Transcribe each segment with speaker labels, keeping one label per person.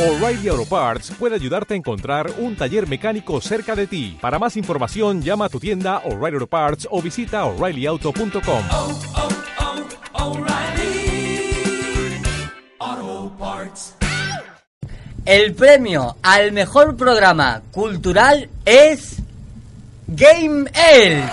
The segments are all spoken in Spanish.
Speaker 1: O'Reilly Auto Parts puede ayudarte a encontrar un taller mecánico cerca de ti. Para más información, llama a tu tienda O'Reilly Auto Parts o visita oreillyauto.com.
Speaker 2: oh, oh, O'Reilly Auto Parts.
Speaker 3: El premio al mejor programa cultural es Game Elf.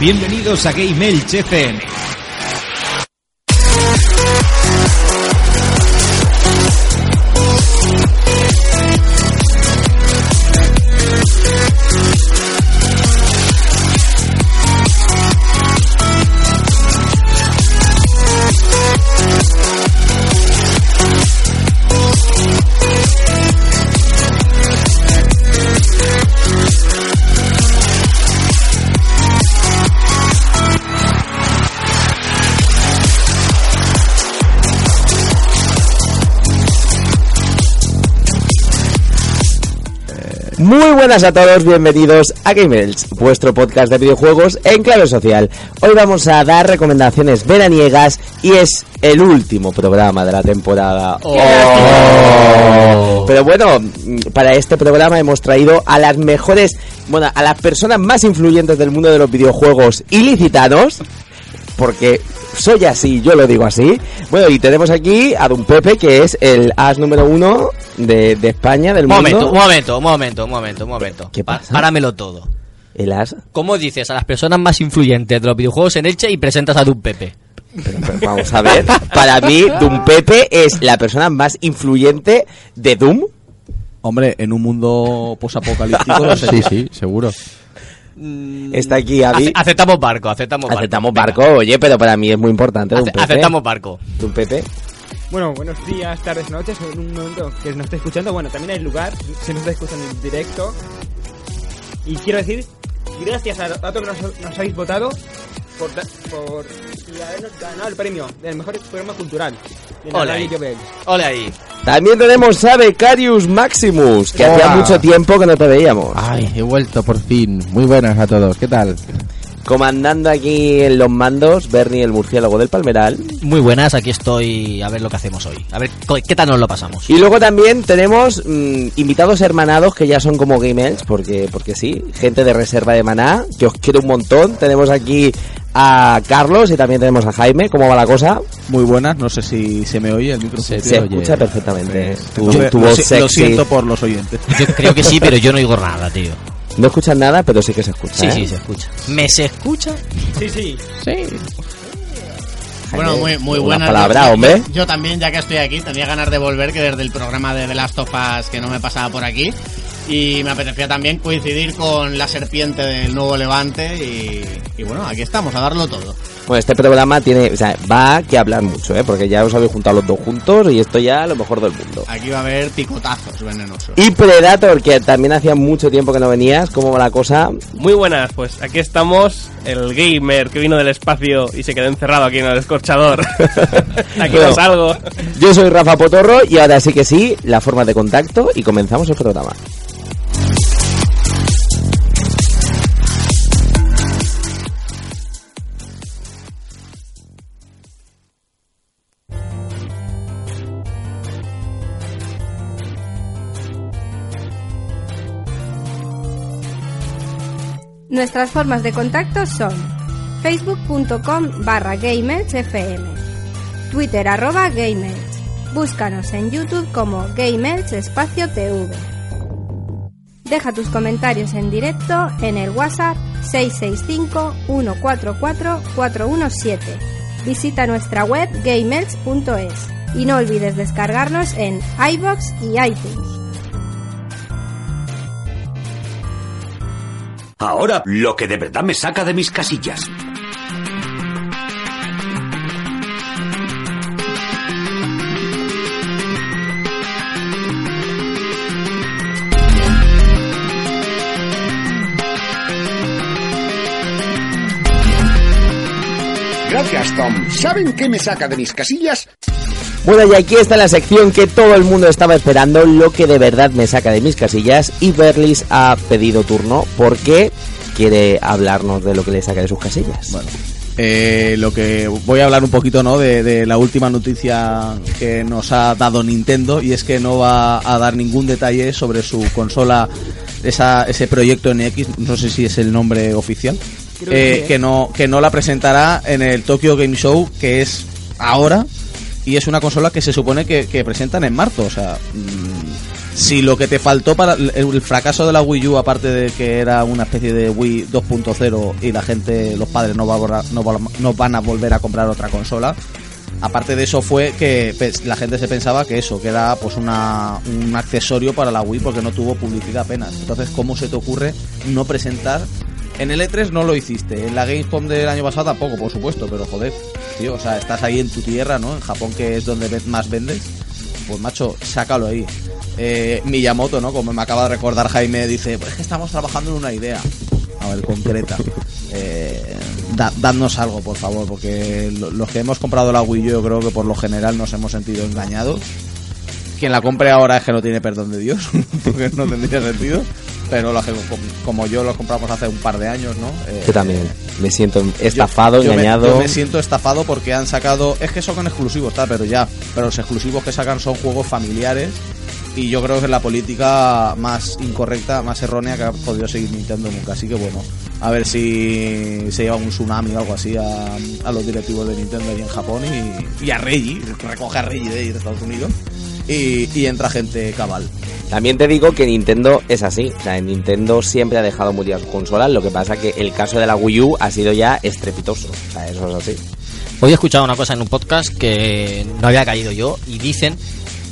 Speaker 4: Bienvenidos a Game Elch FM.
Speaker 5: Muy buenas a todos, bienvenidos a Gamers, vuestro podcast de videojuegos en clave social. Hoy vamos a dar recomendaciones veraniegas y es el último programa de la temporada. Oh. Pero bueno, mm, para este programa hemos traído a las mejores, bueno, a las personas más influyentes del mundo de los videojuegos ilicitanos, porque soy así, yo lo digo así. Bueno, y tenemos aquí a Don Pepe, que es el as número uno de, de España, del
Speaker 6: Un momento,
Speaker 5: mundo.
Speaker 6: un momento, un momento, un momento, un momento.
Speaker 5: ¿Qué
Speaker 6: Pa-
Speaker 5: pasa?
Speaker 6: Páramelo todo.
Speaker 5: El as.
Speaker 6: ¿Cómo dices a las personas más influyentes de los videojuegos en Elche y presentas a Dun Pepe?
Speaker 5: Pero, pero Pues vamos a ver. Para mí, Doom Pepe es la persona más influyente de Doom.
Speaker 7: Hombre, en un mundo posapocalíptico, no sé. sí, sí, seguro.
Speaker 5: Está aquí Avi.
Speaker 6: Ace- aceptamos barco, aceptamos barco.
Speaker 5: Mm, Aceptamos
Speaker 6: Venga.
Speaker 5: barco, oye, pero para mí es muy importante Doom
Speaker 6: Ace-
Speaker 5: Pepe.
Speaker 6: aceptamos barco.
Speaker 5: Doom Pepe.
Speaker 8: Bueno, buenos días, tardes, noches, en un momento que nos esté escuchando. Bueno, también hay lugar, se nos está escuchando en directo. Y quiero decir, gracias a, a todos los que nos, nos habéis votado por, da- por y habernos ganado el premio del mejor programa cultural de la
Speaker 6: Ole
Speaker 8: radio
Speaker 6: ahí.
Speaker 8: que veis.
Speaker 6: Ole ahí.
Speaker 5: También tenemos a Becarius Maximus, que hacía
Speaker 7: Hola.
Speaker 5: mucho tiempo que no te veíamos.
Speaker 7: Ay, he vuelto por fin. Muy buenas a todos, ¿qué tal?
Speaker 5: Comandando aquí en los mandos, Bernie el murciélago del Palmeral.
Speaker 6: Muy buenas, aquí estoy a ver lo que hacemos hoy. A ver co- qué tal nos lo pasamos.
Speaker 5: Y luego también tenemos mm, invitados hermanados que ya son como gamers, porque, porque sí, gente de reserva de maná, que os quiero un montón. Tenemos aquí a Carlos y también tenemos a Jaime. ¿Cómo va la cosa?
Speaker 7: Muy buenas, no sé si se me oye el micrófono.
Speaker 5: Se escucha perfectamente. Tu,
Speaker 7: Yo-
Speaker 5: tu
Speaker 7: Eh, lo,
Speaker 5: voz
Speaker 7: si-
Speaker 5: sexy.
Speaker 7: lo siento por los oyentes.
Speaker 6: Yo creo que sí, pero yo no oigo nada, tío.
Speaker 5: No escuchas nada, pero sí que se escucha.
Speaker 6: Sí,
Speaker 5: ¿eh?
Speaker 6: sí, se escucha. ¿Me se escucha?
Speaker 8: Sí, sí.
Speaker 5: Jaime,
Speaker 9: Bueno, muy, muy
Speaker 5: una
Speaker 9: buena.
Speaker 5: palabra, hombre.
Speaker 9: Yo también, ya que estoy aquí, tenía ganas de volver, que desde el programa de The Last of Us que no me pasaba por aquí. Y me apetecía también coincidir con la serpiente del nuevo Levante. Y, y bueno, aquí estamos, a darlo todo.
Speaker 5: Bueno, este programa tiene, o sea, va que hablar mucho, ¿eh? Porque ya os habéis juntado los dos juntos y esto ya lo mejor del mundo.
Speaker 9: Aquí va a haber picotazos venenosos.
Speaker 5: Y Predator, que también hacía mucho tiempo que no venías, ¿cómo va la cosa?
Speaker 10: Muy buenas, pues aquí estamos, el gamer que vino del espacio y se quedó encerrado aquí en el escorchador. aquí
Speaker 5: Bueno.
Speaker 10: no salgo.
Speaker 5: Yo soy Rafa Potorro y ahora sí que sí, la forma de contacto y comenzamos el programa.
Speaker 11: Nuestras formas de contacto son facebook.com barra gamersfm, twitter arroba gamers, búscanos en YouTube como gamers espacio tv. Deja tus comentarios en directo en el WhatsApp 665-144-417. Visita nuestra web gamers.es y no olvides descargarnos en iBox y iTunes.
Speaker 2: Ahora, lo que de verdad me saca de mis casillas.
Speaker 12: Gracias, Tom. ¿Saben qué me saca de mis casillas?
Speaker 5: Bueno, y aquí está la sección que todo el mundo estaba esperando, lo que de verdad me saca de mis casillas. Y Berlis ha pedido turno porque quiere hablarnos de lo que le saca de sus casillas. Bueno.
Speaker 7: Eh, lo que voy a hablar un poquito no de, de la última noticia que nos ha dado Nintendo y es que no va a dar ningún detalle sobre su consola esa, ese proyecto NX no sé si es el nombre oficial
Speaker 13: Creo que
Speaker 7: eh,
Speaker 13: sí, ¿eh?
Speaker 7: que no que no la presentará en el Tokyo Game Show que es ahora y es una consola que se supone que, que presentan en marzo o sea mm, si lo que te faltó para el, el fracaso de la Wii U aparte de que era una especie de Wii 2.0 y la gente los padres no, va a borrar- no, va- no van a volver a comprar otra consola Aparte de eso fue que pues, la gente se pensaba que eso, que era pues una, un accesorio para la Wii porque no tuvo publicidad apenas. Entonces, ¿cómo se te ocurre no presentar? En el E3 no lo hiciste, en la Gamescom del año pasado tampoco, por supuesto, pero joder, tío, o sea, estás ahí en tu tierra, ¿no? En Japón que es donde ves- más vendes, pues macho, sácalo ahí. Eh, Miyamoto, ¿no? Como me acaba de recordar Jaime, dice, pues es que estamos trabajando en una idea. A ver, concreta. Eh, da- dadnos algo, por favor, porque lo- los que hemos comprado la Wii U, yo creo que por lo general nos hemos sentido engañados. Quien la compre ahora es que no tiene perdón de Dios, porque no tendría sentido. Pero los que, como yo, los compramos hace un par de años, ¿no? Eh,
Speaker 5: Yo también me siento
Speaker 7: yo-
Speaker 5: estafado,
Speaker 7: yo me-
Speaker 5: engañado.
Speaker 7: yo Me, siento estafado porque han sacado. Es que son exclusivos, tal, pero ya. Pero los exclusivos que sacan son juegos familiares. Y yo creo que es la política más incorrecta, más errónea que ha podido seguir Nintendo nunca. Así que bueno, a ver si se lleva un tsunami o algo así a, a los directivos de Nintendo ahí en Japón y, y a Reggie, recoge a Reggie de ahí de Estados Unidos y, y entra gente cabal.
Speaker 5: También te digo que Nintendo es así. O sea, Nintendo siempre ha dejado muchas consolas. Lo que pasa que el caso de la Wii U ha sido ya estrepitoso. O sea, eso es así.
Speaker 6: Hoy he escuchado una cosa en un podcast que no había caído yo y dicen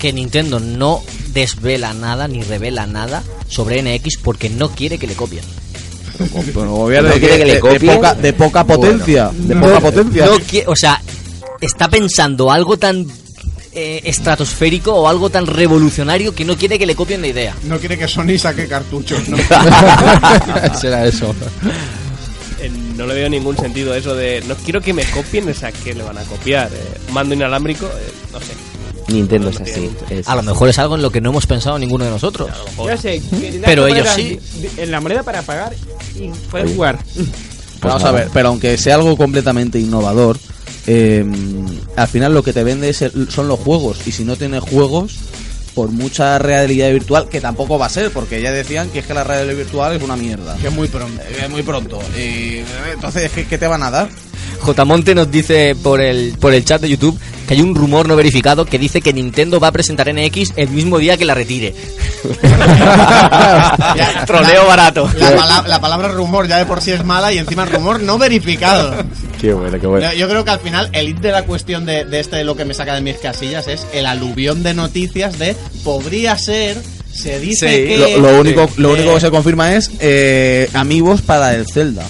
Speaker 6: que Nintendo no desvela nada ni revela nada sobre NX porque no quiere que le copien.
Speaker 7: Bueno, gobierno
Speaker 6: ¿No
Speaker 7: de,
Speaker 6: quiere que le
Speaker 7: de- de
Speaker 6: copien?
Speaker 7: poca, de poca potencia. de poca potencia.
Speaker 6: No qui- o sea, está pensando algo tan eh, estratosférico o algo tan revolucionario que no quiere que le copien la idea.
Speaker 14: No quiere que Sony saque cartuchos, ¿no?
Speaker 7: Será eso.
Speaker 10: Eh, No le veo ningún sentido a eso de no quiero que me copien, o sea, que le van a copiar? Eh, ¿Mando inalámbrico? Eh, no sé.
Speaker 5: Nintendo es así.
Speaker 6: A lo mejor es algo en lo que no hemos pensado ninguno de nosotros.
Speaker 8: Yo sé, que tendrás
Speaker 6: Pero
Speaker 8: que
Speaker 6: ellos sí.
Speaker 8: poner la- En la moneda para pagar y puedes jugar.
Speaker 7: Vamos a ver, pero aunque sea algo completamente innovador, eh, al final lo que te vende es el- son los juegos. Y si no tienes juegos, por mucha realidad virtual, que tampoco va a ser, porque ya decían que es que la realidad virtual es una mierda. Que es muy pronto. Es muy pronto. Y, eh, entonces, ¿qué, qué te van a dar?
Speaker 6: J. Monte nos dice por el, por el chat de YouTube que hay un rumor no verificado que dice que Nintendo va a presentar NX el mismo día que la retire. Troleo barato.
Speaker 9: La, pala- la palabra rumor ya de por sí es mala y encima rumor no verificado.
Speaker 5: Qué bueno, qué
Speaker 9: Yo, yo creo que al final el hit de la cuestión de, de este lo que me saca de mis casillas es el aluvión de noticias de podría ser, se dice que...
Speaker 7: Lo, lo único, lo
Speaker 9: eh,
Speaker 7: único que se confirma es eh, amigos para el Zelda.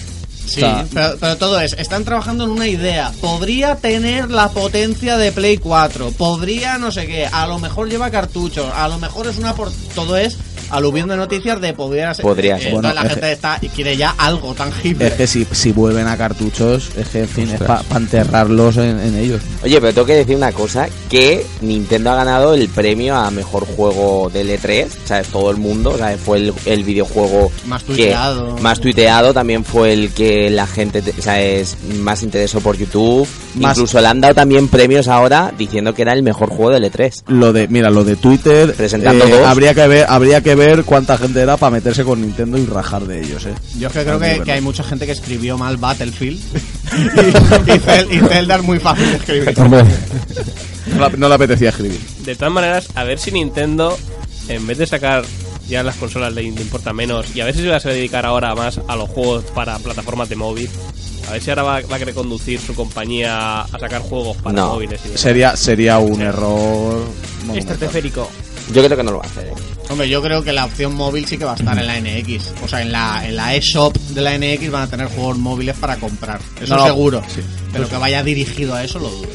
Speaker 9: Sí,
Speaker 7: O sea,
Speaker 9: pero, pero todo es, están trabajando en una idea. Podría tener la potencia de Play 4, podría no sé qué, a lo mejor lleva cartuchos, a lo mejor es una por... Todo es aluvión de noticias de podría ser...
Speaker 7: Podría
Speaker 9: Eh,
Speaker 7: ser.
Speaker 9: entonces
Speaker 7: Bueno,
Speaker 9: la
Speaker 7: es-
Speaker 9: gente está y quiere ya algo tangible.
Speaker 7: es que si, si vuelven a cartuchos, es que en fin, es
Speaker 5: Ostras.
Speaker 7: para enterrarlos en- en ellos.
Speaker 5: Oye, pero tengo que decir una cosa, que Nintendo ha ganado el premio a mejor juego del E3, ¿sabes? Todo el mundo, ¿sabes? Fue el, el videojuego
Speaker 9: Más
Speaker 5: que-
Speaker 9: tuiteado.
Speaker 5: más tuiteado, también fue el que la gente, te- ¿sabes? Más interesó por YouTube.
Speaker 7: Más-
Speaker 5: Incluso le han dado también premios ahora diciendo que era el mejor juego del E3.
Speaker 7: Lo de, mira, lo de Twitter.
Speaker 5: Presentando
Speaker 7: eh,
Speaker 5: dos.
Speaker 7: habría que ver, habría que ver cuánta gente era para meterse con Nintendo y rajar de ellos, eh.
Speaker 9: Yo es que creo
Speaker 7: Muy
Speaker 9: que,
Speaker 7: bueno.
Speaker 9: que hay mucha gente que escribió mal Battlefield y, y Zel- y Zelda es muy fácil de escribir.
Speaker 7: No le- no le apetecía escribir.
Speaker 10: De todas maneras, a ver si Nintendo, en vez de sacar ya las consolas le le importa menos, y a ver si se va a dedicar ahora más a los juegos para plataformas de móvil. A ver si ahora va, va a querer conducir su compañía a sacar juegos para
Speaker 7: No.
Speaker 10: móviles. y demás.
Speaker 7: Sería, sería un error. monumental.
Speaker 9: Este
Speaker 10: Estratosférico.
Speaker 5: Yo creo que no lo va a hacer. eh.
Speaker 9: Hombre, yo creo que la opción móvil sí que va a estar en la NX. O sea, en la, en la eShop de la NX van a tener juegos móviles para comprar. Eso
Speaker 5: No, no.
Speaker 9: seguro.
Speaker 5: Sí.
Speaker 9: Pero que vaya dirigido a eso lo dudo.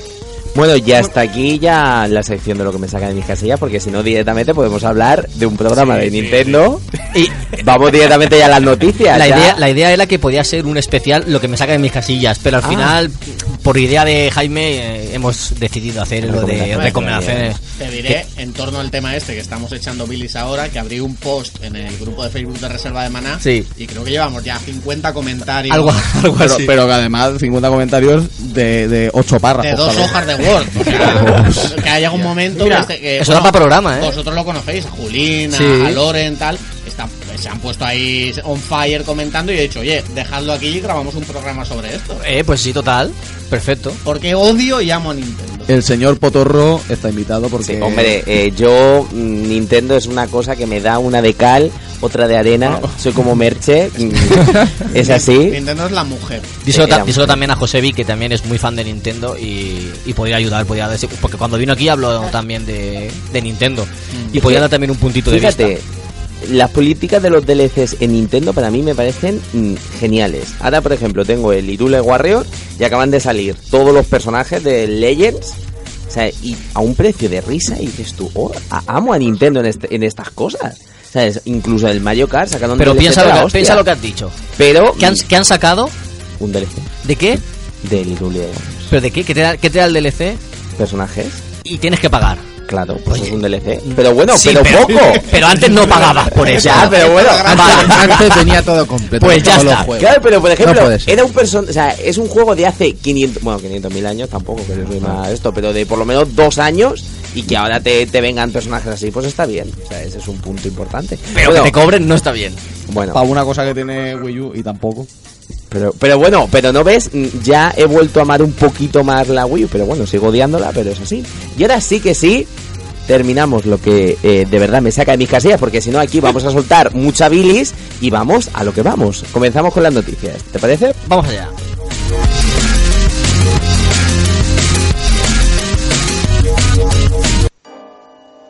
Speaker 5: Bueno, ya hasta aquí ya la sección de lo que me saca de mis casillas, porque si no directamente podemos hablar de un programa
Speaker 6: Sí,
Speaker 5: de
Speaker 6: sí,
Speaker 5: Nintendo. Y vamos directamente ya a las noticias.
Speaker 6: La
Speaker 5: ya.
Speaker 6: idea, la idea era que podía ser un especial lo que me saca de mis casillas, pero al
Speaker 5: Ah.
Speaker 6: final por idea de Jaime, eh, hemos decidido hacer lo de recomendaciones.
Speaker 9: Pues Te diré, en torno al tema este que estamos echando bilis ahora, que abrí un post en el grupo de Facebook de Reserva de Maná.
Speaker 7: Sí.
Speaker 9: Y creo que llevamos ya 50 comentarios.
Speaker 7: pero, pero que además 50 comentarios de, de 8
Speaker 9: de
Speaker 6: Ah,
Speaker 7: párrafos.
Speaker 9: dos
Speaker 7: cada uno.
Speaker 9: hojas de Word. O sea, que haya un momento
Speaker 6: Mira,
Speaker 9: este, que,
Speaker 6: eso da
Speaker 9: bueno,
Speaker 6: pa' programa, ¿eh?
Speaker 9: Vosotros lo conocéis, a Julín, a-
Speaker 6: Sí.
Speaker 9: a Loren, tal. están- se han puesto ahí on fire comentando y he dicho, oye, dejadlo aquí y grabamos un programa sobre esto.
Speaker 6: Eh, pues sí, total. Perfecto.
Speaker 9: Porque odio y amo a Nintendo.
Speaker 7: El señor Potorro está invitado porque.
Speaker 5: Hombre, eh, yo mm, Nintendo es una cosa que me da una de cal, otra de arena.
Speaker 6: Oh.
Speaker 5: Soy como Merche. mm, es así.
Speaker 9: Nintendo es la mujer.
Speaker 6: Díselo, ta-
Speaker 5: Era-
Speaker 6: díselo también a Josebi, que también es muy fan de Nintendo y, y podía ayudar, podía decir- porque cuando vino aquí
Speaker 5: Ah.
Speaker 6: habló también de, de Nintendo
Speaker 5: Mm.
Speaker 6: y podía dar también un puntito de
Speaker 5: Fíjate,
Speaker 6: vista.
Speaker 5: las políticas de los DLCs en Nintendo para mí me parecen mm, geniales. Ahora, por ejemplo, tengo el Irule Warrior y acaban de salir todos los personajes de Legends. O sea, y a un precio de risa y dices tú, oh, a- amo a Nintendo en, este- en estas cosas. ¿Sabes? Incluso el Mario Kart sacaron
Speaker 6: Pero
Speaker 5: DLC
Speaker 6: piensa
Speaker 5: de
Speaker 6: lo,
Speaker 5: la
Speaker 6: que,
Speaker 5: hostia.
Speaker 6: piensa lo que has dicho.
Speaker 5: Pero
Speaker 6: ¿Qué han, qué han sacado?
Speaker 5: un DLC
Speaker 6: ¿De qué?
Speaker 5: del Irule
Speaker 6: ¿Pero de qué? ¿Qué te, da, qué te da el DLC?
Speaker 5: personajes.
Speaker 6: Y tienes que pagar.
Speaker 5: Claro, pues es un DLC. Pero bueno,
Speaker 6: Sí,
Speaker 5: pero,
Speaker 6: pero-
Speaker 5: poco.
Speaker 6: pero antes no pagabas por eso.
Speaker 5: Ya, pero bueno.
Speaker 6: Antes-
Speaker 13: antes tenía todo completo.
Speaker 5: Pues ya
Speaker 13: todos los
Speaker 5: está.
Speaker 13: juegos.
Speaker 5: Claro, pero por ejemplo,
Speaker 13: No puede ser.
Speaker 5: era un person o sea, es un juego de hace 500, bueno, 500.000 años tampoco, que soy más esto, pero de por lo menos dos años y que ahora te, te vengan personajes así, pues está bien. O sea, ese es un punto importante.
Speaker 6: Pero
Speaker 5: Bueno,
Speaker 6: que te cobren no está bien.
Speaker 5: bueno,
Speaker 7: Para una cosa que tiene Wii U y tampoco.
Speaker 5: pero, pero bueno, pero no ves, Mm, ya he vuelto a amar un poquito más la Wii U, pero bueno, sigo odiándola, pero es así. Y ahora sí que sí, terminamos lo que eh, de verdad me saca de mis casillas, porque si no aquí vamos a soltar mucha bilis y vamos a lo que vamos. Comenzamos con las noticias, ¿te parece?
Speaker 6: Vamos allá.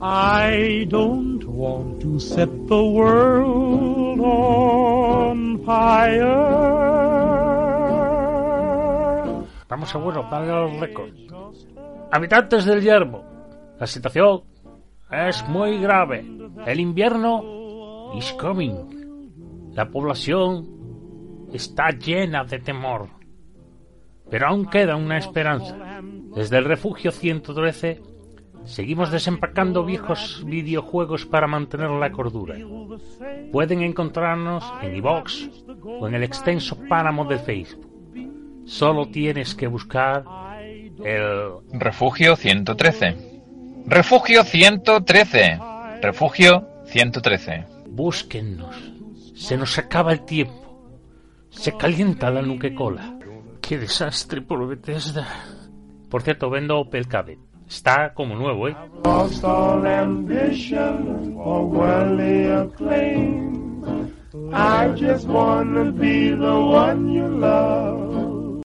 Speaker 15: I don't want to set the world on fire. Vamos a bueno, vale a los récords. Habitantes del yermo, la situación es muy grave. El invierno is coming. La población está llena de temor. Pero aún queda una esperanza. Desde el refugio 113 Seguimos desempacando viejos videojuegos para mantener la cordura. Pueden encontrarnos en iVox o en el extenso páramo de Facebook. Solo tienes que buscar el...
Speaker 16: Refugio 113. Refugio 113. Refugio 113.
Speaker 15: Búsquennos. Se nos acaba el tiempo. Se calienta la nuquecola. Qué desastre por Bethesda. Por cierto, vendo Opel Cabet. Está como nuevo, ¿eh?
Speaker 17: Lost all ambition for worldly acclaim. I just wanna be the one you love.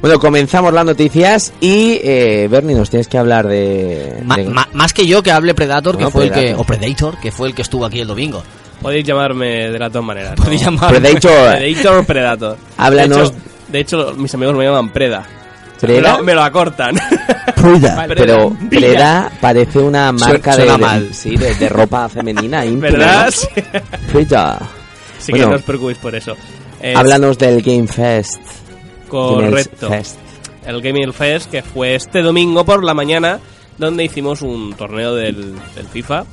Speaker 5: Bueno, comenzamos las noticias y eh, Bernie, nos tienes que hablar de.
Speaker 6: Ma-
Speaker 5: de-
Speaker 6: ma- más que yo que hable Predator, que
Speaker 5: Bueno,
Speaker 6: fue el que.
Speaker 5: Predator.
Speaker 6: O Predator, que fue el que estuvo aquí el domingo.
Speaker 10: Podéis llamarme de las dos maneras.
Speaker 6: Podéis
Speaker 10: ¿no?
Speaker 6: llamarme- Predator.
Speaker 10: Predator, Predator.
Speaker 5: Háblanos.
Speaker 10: De hecho, de hecho, mis amigos me llaman Preda.
Speaker 5: ¿Preda?
Speaker 10: Me lo, me lo acortan.
Speaker 5: Preda,
Speaker 10: Vale.
Speaker 5: pero
Speaker 10: Preda.
Speaker 5: Preda parece una marca
Speaker 10: suena
Speaker 5: de, de-
Speaker 10: mal.
Speaker 5: sí, de, de ropa femenina íntima,
Speaker 10: ¿Verdad?
Speaker 5: ¿no?
Speaker 10: Sí.
Speaker 5: Preda.
Speaker 10: Así
Speaker 5: Bueno,
Speaker 10: que no os preocupéis por eso. Eh,
Speaker 5: háblanos del Game Fest. Game
Speaker 10: Correcto.
Speaker 5: Fest.
Speaker 10: El Gaming Fest, que fue este domingo por la mañana donde hicimos un torneo del, del FIFA.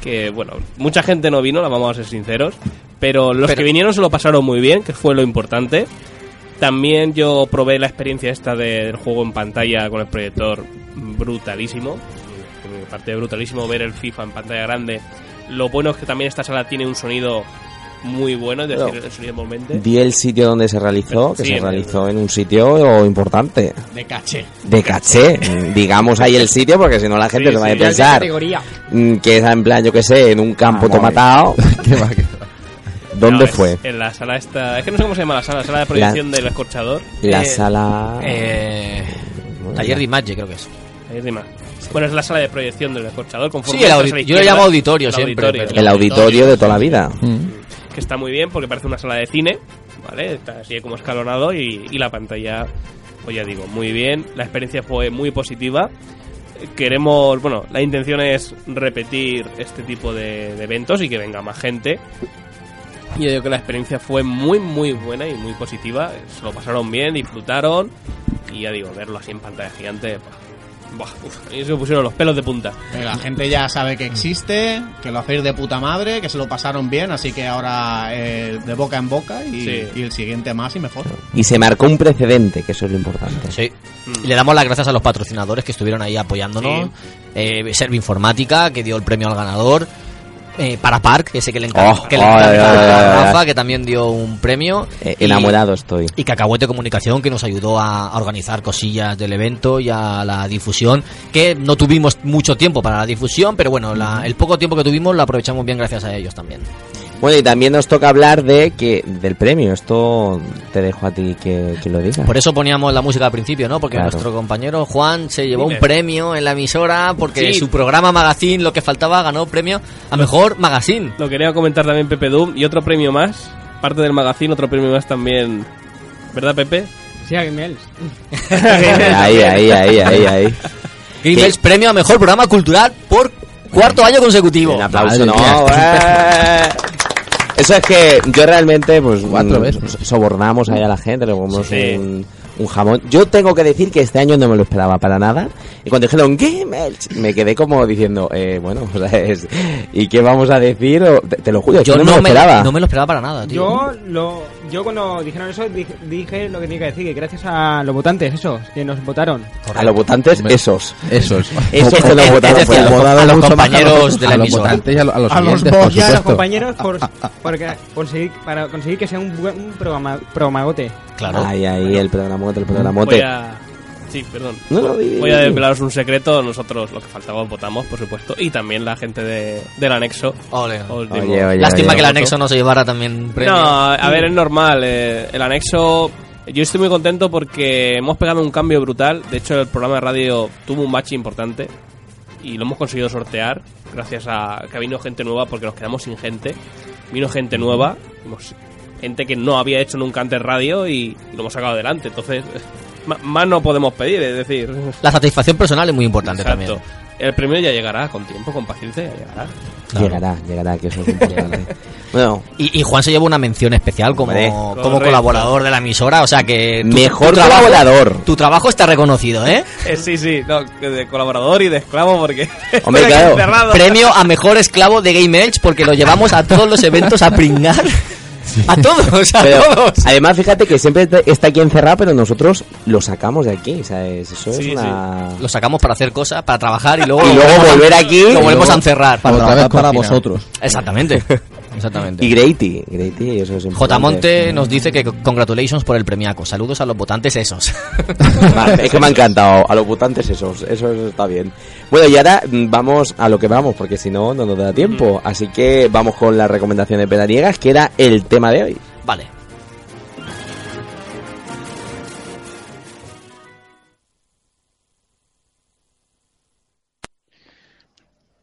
Speaker 10: Que bueno, mucha gente no vino, la vamos a ser sinceros. Pero los
Speaker 6: Pero-
Speaker 10: que vinieron se lo pasaron muy bien, que fue lo importante. También yo probé la experiencia esta del juego en pantalla con el proyector brutalísimo. Por mi parte brutalísimo ver el FIFA en pantalla grande. Lo bueno es que también esta sala tiene un sonido muy bueno, es decir, el sonido envolvente.
Speaker 5: Di el sitio donde se realizó, que
Speaker 10: Sí,
Speaker 5: se
Speaker 10: en el-
Speaker 5: realizó en un sitio importante.
Speaker 9: De caché.
Speaker 5: De caché, digamos ahí el sitio, porque si no la gente
Speaker 10: Sí,
Speaker 5: se va a
Speaker 10: sí. Ya es de
Speaker 5: pensar
Speaker 10: categoría.
Speaker 5: mm, que es en plan, yo qué sé, en un campo tomatado. ¿Dónde
Speaker 10: No, es
Speaker 5: fue?
Speaker 10: En la sala esta. Es que no sé cómo se llama la sala, la sala de proyección del escorchador.
Speaker 5: La
Speaker 10: Eh,
Speaker 5: sala...
Speaker 6: Eh, taller de imagen, creo que es.
Speaker 10: ahí encima. Bueno, es la sala de proyección del escorchador. Conforme
Speaker 6: Sí, el
Speaker 10: entras a la
Speaker 6: audi- yo lo
Speaker 10: izquierda,
Speaker 6: llamo auditorio
Speaker 10: el
Speaker 6: siempre,
Speaker 10: auditorio.
Speaker 5: el auditorio de toda la vida.
Speaker 10: Que está muy bien porque parece una sala de cine, ¿vale? Está así como escalonado y, y la pantalla, pues ya digo, muy bien. La experiencia fue muy positiva. Eh, Queremos, bueno, la intención es repetir este tipo de, de eventos y que venga más gente. Y yo creo que la experiencia fue muy, muy buena y muy positiva. Se lo pasaron bien, disfrutaron. Y ya digo, verlo así en pantalla gigante, bah, bah, uf, a mí se me pusieron los pelos de punta.
Speaker 9: Pero la gente ya sabe que existe, que lo hacéis de puta madre, que se lo pasaron bien, así que ahora eh, de boca en boca y, y el siguiente más y mejor.
Speaker 5: Y se marcó un precedente, que eso es lo importante.
Speaker 6: Sí. Y Mm. le damos las gracias a los patrocinadores que estuvieron ahí apoyándonos. Eh, Servinformática, que dio el premio al ganador. Eh, para Park, que sé que le encanta,
Speaker 5: Oh,
Speaker 6: que le
Speaker 5: ay,
Speaker 6: encanta
Speaker 5: ay,
Speaker 6: a
Speaker 5: ay,
Speaker 6: Rafa,
Speaker 5: ay.
Speaker 6: que también dio un premio.
Speaker 5: Eh,
Speaker 6: Y-
Speaker 5: enamorado estoy.
Speaker 6: Y Cacahuete Comunicación, que nos ayudó a, a organizar cosillas del evento y a la difusión, que no tuvimos mucho tiempo para la difusión, pero bueno, la- el poco tiempo que tuvimos lo aprovechamos bien gracias a ellos también.
Speaker 5: Bueno, y también nos toca hablar de que del premio. Esto te dejo a ti que, que lo digas.
Speaker 6: Por eso poníamos la música al principio, ¿no? Porque
Speaker 5: Claro.
Speaker 6: nuestro compañero Juan se llevó
Speaker 5: Dime.
Speaker 6: un premio en la emisora porque
Speaker 10: Sí.
Speaker 6: su programa Magazine, lo que faltaba, ganó premio a mejor Magazine.
Speaker 10: Lo quería comentar también Pepe Doom y otro premio más, parte del magazine, otro premio más también. ¿Verdad, Pepe?
Speaker 8: Sí, a Gmails.
Speaker 5: Ahí, ahí, ahí, ahí, ahí.
Speaker 6: Grimmels, premio a mejor programa cultural por cuarto año consecutivo. Un
Speaker 5: aplauso, no, eh. Eso es que yo realmente, pues, mm, so- sobornamos ahí a la gente, le ponemos
Speaker 6: Sí.
Speaker 5: un, un jamón. Yo tengo que decir que este año no me lo esperaba para nada. Y cuando dijeron, ¿qué? Melch?", Me quedé como diciendo, eh, bueno, o sea, es- ¿y qué vamos a decir? O- te, te lo juro, es
Speaker 6: Yo
Speaker 5: que no, me lo esperaba.
Speaker 6: no me lo esperaba para nada, tío.
Speaker 8: Yo, lo, yo cuando dijeron eso di- dije, lo que tenía que decir, que gracias a los votantes esos que nos votaron.
Speaker 5: A los votantes, esos.
Speaker 7: Esos.
Speaker 5: Esos que no votaron. fuera.
Speaker 7: votantes y a, lo- a los oyentes, por
Speaker 8: y a los
Speaker 7: supuesto.
Speaker 8: compañeros por, por que- conseguir, para conseguir que sea un, buen- un programa, programagote.
Speaker 5: Ahí, ahí, el programote, el
Speaker 10: Voy
Speaker 5: programote.
Speaker 10: a... Sí, perdón.
Speaker 5: No, no, di, di,
Speaker 10: Voy a
Speaker 5: di.
Speaker 10: desvelaros un secreto. Nosotros, los que faltaba, votamos, por supuesto. Y también la gente de, del anexo. Os dimos-
Speaker 6: Oye, oye, Lástima oye. que el anexo no se llevara también premio.
Speaker 10: No, a ver, es normal. eh, el anexo... Yo estoy muy contento porque hemos pegado un cambio brutal. De hecho, el programa de radio tuvo un match importante. Y lo hemos conseguido sortear gracias a que vino gente nueva porque nos quedamos sin gente. Vino gente nueva. hemos- gente que no había hecho nunca antes radio y lo hemos sacado adelante. Entonces, ma- más no podemos pedir, es decir...
Speaker 6: La satisfacción personal es muy importante
Speaker 10: Exacto.
Speaker 6: también.
Speaker 10: El premio ya llegará con tiempo, con paciencia, ya llegará.
Speaker 5: Llegará, llegará, que eso es importante. bueno,
Speaker 6: Y, y Juan se lleva una mención especial como,
Speaker 5: Hombre.
Speaker 6: como
Speaker 5: Correcto.
Speaker 6: colaborador de la emisora, o sea que... tu-
Speaker 5: Mejor
Speaker 6: tu trabajo-
Speaker 5: colaborador.
Speaker 6: Tu trabajo está reconocido, ¿eh?
Speaker 10: Eh, sí, sí, no, de colaborador y de esclavo porque...
Speaker 6: Hombre,
Speaker 10: estoy aquí encerrado.
Speaker 6: Premio a mejor esclavo de Game Edge porque lo llevamos a todos los eventos a pringar. A todos, a
Speaker 5: Pero,
Speaker 6: todos.
Speaker 5: Además, fíjate que siempre te- está aquí encerrado, pero nosotros lo sacamos de aquí, ¿sabes? Eso es
Speaker 6: Sí,
Speaker 5: una...
Speaker 6: Lo sacamos para hacer cosas, para trabajar y luego,
Speaker 5: Y
Speaker 6: lo
Speaker 5: luego
Speaker 6: volvemos a-
Speaker 5: volver aquí.
Speaker 6: Lo volvemos
Speaker 5: Luego-
Speaker 6: a encerrar.
Speaker 5: Otra
Speaker 6: trabajar
Speaker 5: vez para
Speaker 6: confinado.
Speaker 5: vosotros.
Speaker 6: Exactamente. Exactamente.
Speaker 5: Y Grady, Grady, eso es importante.
Speaker 6: J. Monte nos dice que congratulations por el premiaco. Saludos a los votantes esos.
Speaker 5: Vale, Es que me ha encantado, a los votantes esos, eso eso está bien. Bueno, y ahora mm, vamos a lo que vamos, porque si no, no nos da tiempo. Así que vamos con las recomendaciones pedaliegas, que era el tema de hoy.
Speaker 6: Vale.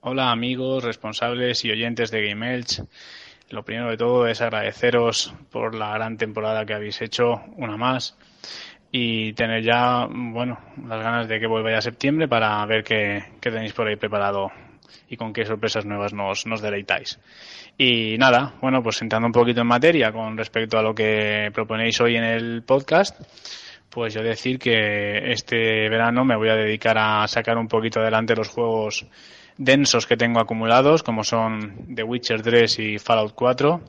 Speaker 13: Hola amigos, responsables y oyentes de Game Elch. Lo primero de todo es agradeceros por la gran temporada que habéis hecho, una más, y tener ya, bueno, las ganas de que vuelva ya septiembre para ver qué, qué tenéis por ahí preparado y con qué sorpresas nuevas nos, nos deleitáis. Y nada, bueno, pues entrando un poquito en materia con respecto a lo que proponéis hoy en el podcast, Pues yo decir que este verano me voy a dedicar a sacar un poquito adelante los juegos densos que tengo acumulados, como son The Witcher 3 y Fallout 4.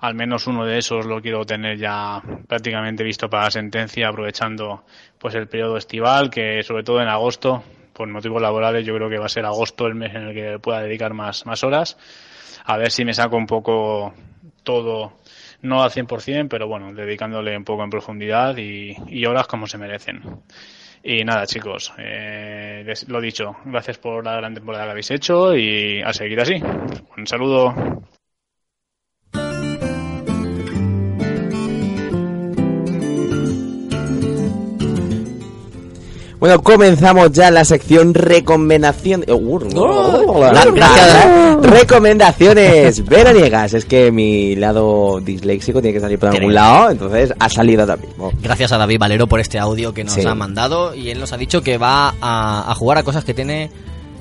Speaker 13: Al menos uno de esos lo quiero tener ya prácticamente visto para la sentencia, aprovechando pues el periodo estival, que sobre todo en agosto, por motivos laborales, yo creo que va a ser agosto el mes en el que pueda dedicar más, más horas. A ver si me saco un poco todo no al 100%, pero bueno, dedicándole un poco en profundidad y, y horas como se merecen. Y nada, chicos, eh, les- lo dicho, gracias por la gran temporada que habéis hecho y a seguir así. Un saludo.
Speaker 5: Bueno, comenzamos ya la sección recomendación. eh, uh, la- la- recomendaciones veraniegas. Es que mi lado disléxico tiene que salir por algún lado, entonces ha salido ahora mismo.
Speaker 6: Gracias a David Valero por este audio que nos
Speaker 5: Sí.
Speaker 6: ha mandado y él nos ha dicho que va a, a jugar a cosas que tiene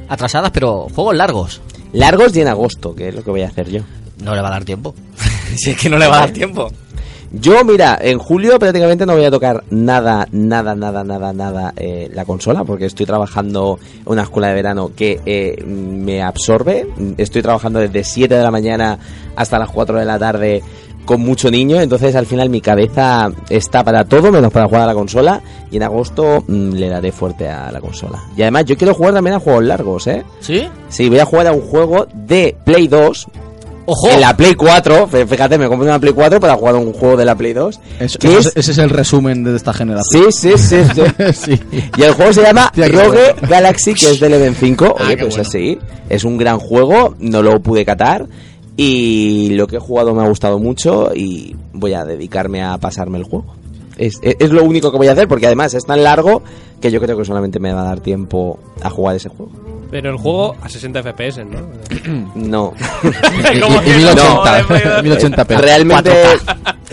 Speaker 6: atrasadas, pero juegos largos.
Speaker 5: Largos y en agosto, que es lo que voy a hacer yo.
Speaker 6: No le va a dar tiempo. si es que no le va a dar tiempo.
Speaker 5: Yo, mira, en julio prácticamente no voy a tocar nada, nada, nada, nada, nada eh, la consola, porque estoy trabajando en una escuela de verano que eh, me absorbe. Estoy trabajando desde 7 de la mañana hasta las 4 de la tarde con mucho niño, entonces al final mi cabeza está para todo menos para jugar a la consola y en agosto mm, le daré fuerte a la consola. Y además yo quiero jugar también a juegos largos, ¿eh?
Speaker 6: ¿Sí?
Speaker 5: Sí, voy a jugar a un juego de Play 2.
Speaker 6: ¡Ojo!
Speaker 5: En la Play 4, F- fíjate, me compré una Play 4 para jugar a un juego de la Play 2. que
Speaker 7: Eso
Speaker 5: es-
Speaker 7: es- Ese es el resumen de esta generación.
Speaker 5: Sí, sí, sí, sí. Y el juego se llama
Speaker 7: Tía, qué
Speaker 5: Rogue
Speaker 7: bueno.
Speaker 5: Galaxy, que es del Eleven 5.
Speaker 7: Ah,
Speaker 5: Oye,
Speaker 7: qué
Speaker 5: pues así. Es un gran juego, no lo pude catar. Y lo que he jugado me ha gustado mucho y voy a dedicarme a pasarme el juego. Es, es- es lo único que voy a hacer porque además es tan largo que yo creo que solamente me va a dar tiempo a jugar ese juego.
Speaker 10: Pero el juego a 60 FPS, ¿no?
Speaker 5: No.
Speaker 10: ¿Cómo que no?
Speaker 5: No. Realmente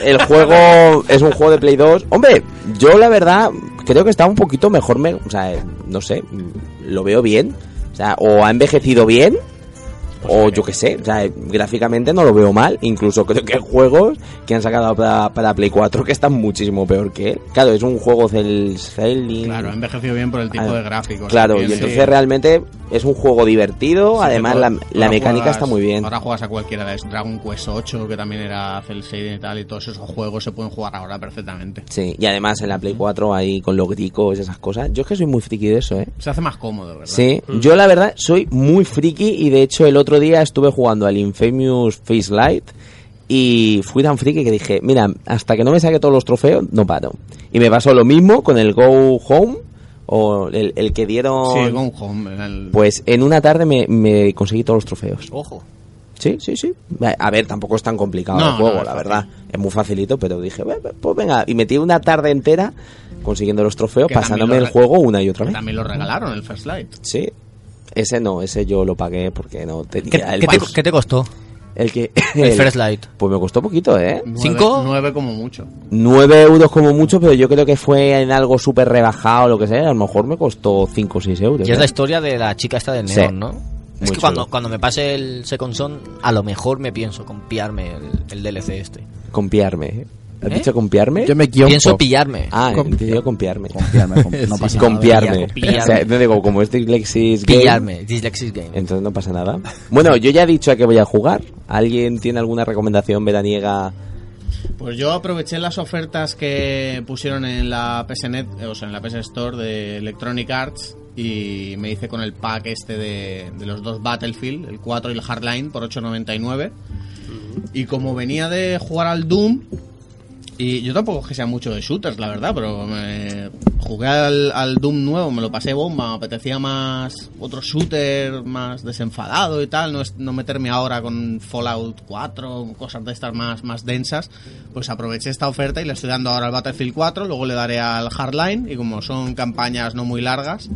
Speaker 5: el juego es un juego de Play 2. Hombre, yo la verdad creo que está un poquito mejor, me- o sea, eh, no sé, mm, lo veo bien, o sea, o ha envejecido bien o yo qué sé, o sea, eh, gráficamente no lo veo mal, incluso creo que hay juegos que han sacado para, para Play 4 que están muchísimo peor que él. Claro, es un juego cel shading.
Speaker 9: Claro, ha envejecido bien por el tipo
Speaker 5: Ah,
Speaker 9: de gráficos.
Speaker 5: Claro,
Speaker 9: también,
Speaker 5: y
Speaker 9: sí.
Speaker 5: entonces realmente es un juego divertido, además la, la
Speaker 9: Ahora
Speaker 5: mecánica
Speaker 9: juegas-
Speaker 5: está muy bien.
Speaker 9: Ahora juegas a cualquiera de Dragon Quest 8, que también era Cell Shading y tal, y todos esos juegos se pueden jugar ahora perfectamente.
Speaker 5: Sí, y además en la Play 4 ahí con los gricos y esas cosas. Yo es que soy muy friki de eso, ¿eh?
Speaker 9: Se hace más cómodo, ¿verdad?
Speaker 5: Sí, yo la verdad soy muy friki y de hecho el otro día estuve jugando al Infamous Face Light y fui tan friki que dije, mira, hasta que no me saque todos los trofeos, no paro. Y me pasó lo mismo con el Go Home o el, el que dieron...
Speaker 9: Sí, Gone Home. era el-
Speaker 5: Pues en una tarde me, me conseguí todos los trofeos.
Speaker 6: Ojo.
Speaker 5: Sí, sí, sí. A ver, tampoco es tan complicado
Speaker 9: No,
Speaker 5: el juego,
Speaker 9: no, es
Speaker 5: la
Speaker 9: fácil.
Speaker 5: verdad. Es muy facilito, pero dije, "Ve, ve, pues venga, y metí una tarde entera consiguiendo los trofeos,
Speaker 9: Que también
Speaker 5: pasándome
Speaker 9: lo
Speaker 5: el
Speaker 9: re-
Speaker 5: juego una y otra
Speaker 9: que
Speaker 5: vez.
Speaker 9: también lo regalaron, el First Light.
Speaker 5: Sí. Ese no, ese yo lo pagué porque no tenía
Speaker 6: ¿Qué,
Speaker 5: el
Speaker 6: qué te,
Speaker 5: pack.
Speaker 6: qué te costó?
Speaker 5: El que...
Speaker 6: El First Light.
Speaker 5: Pues me costó poquito, ¿eh?
Speaker 9: Nueve-
Speaker 6: ¿Cinco?
Speaker 9: Nueve como mucho.
Speaker 5: 9 euros como mucho, pero yo creo que fue en algo súper rebajado, lo que sea. A lo mejor me costó 5 o 6 euros.
Speaker 6: Y es
Speaker 5: ¿eh?
Speaker 6: la historia de la chica esta del
Speaker 5: Sí.
Speaker 6: neón, ¿no?
Speaker 5: Muy
Speaker 6: es que
Speaker 5: chulo.
Speaker 6: cuando, cuando me pase el Second Son, a lo mejor me pienso compiarme el, el DLC este.
Speaker 5: Compiarme. ¿eh? ¿Has
Speaker 6: ¿Eh?
Speaker 5: dicho compiarme?
Speaker 6: Yo me guión Pienso poco. pillarme.
Speaker 5: Ah,
Speaker 6: Com-
Speaker 5: he dicho compiarme.
Speaker 7: Compiarme, com- no pasa nada.
Speaker 5: Compiarme.
Speaker 6: Pillarme.
Speaker 5: O sea, no digo, como es Dislexis Game,
Speaker 6: Pillarme, Dyslexic Game.
Speaker 5: entonces no pasa nada. Bueno, yo ya he dicho a qué voy a jugar. ¿Alguien tiene alguna recomendación veraniega?
Speaker 9: Pues yo aproveché las ofertas que pusieron en la PSNet, eh, o sea, en la PS Store de Electronic Arts y me hice con el pack este de, de los dos Battlefield, el 4 y el Hardline, por 8.99. Y como venía de jugar al Doom, y yo tampoco es que sea mucho de shooters, la verdad, pero me jugué al, al Doom nuevo, me lo pasé bomba, me apetecía más otro shooter, más desenfadado y tal, no, es, no meterme ahora con Fallout 4, cosas de estas más, más densas, pues aproveché esta oferta y le estoy dando ahora al Battlefield 4, luego le daré al Hardline, y como son campañas no muy largas,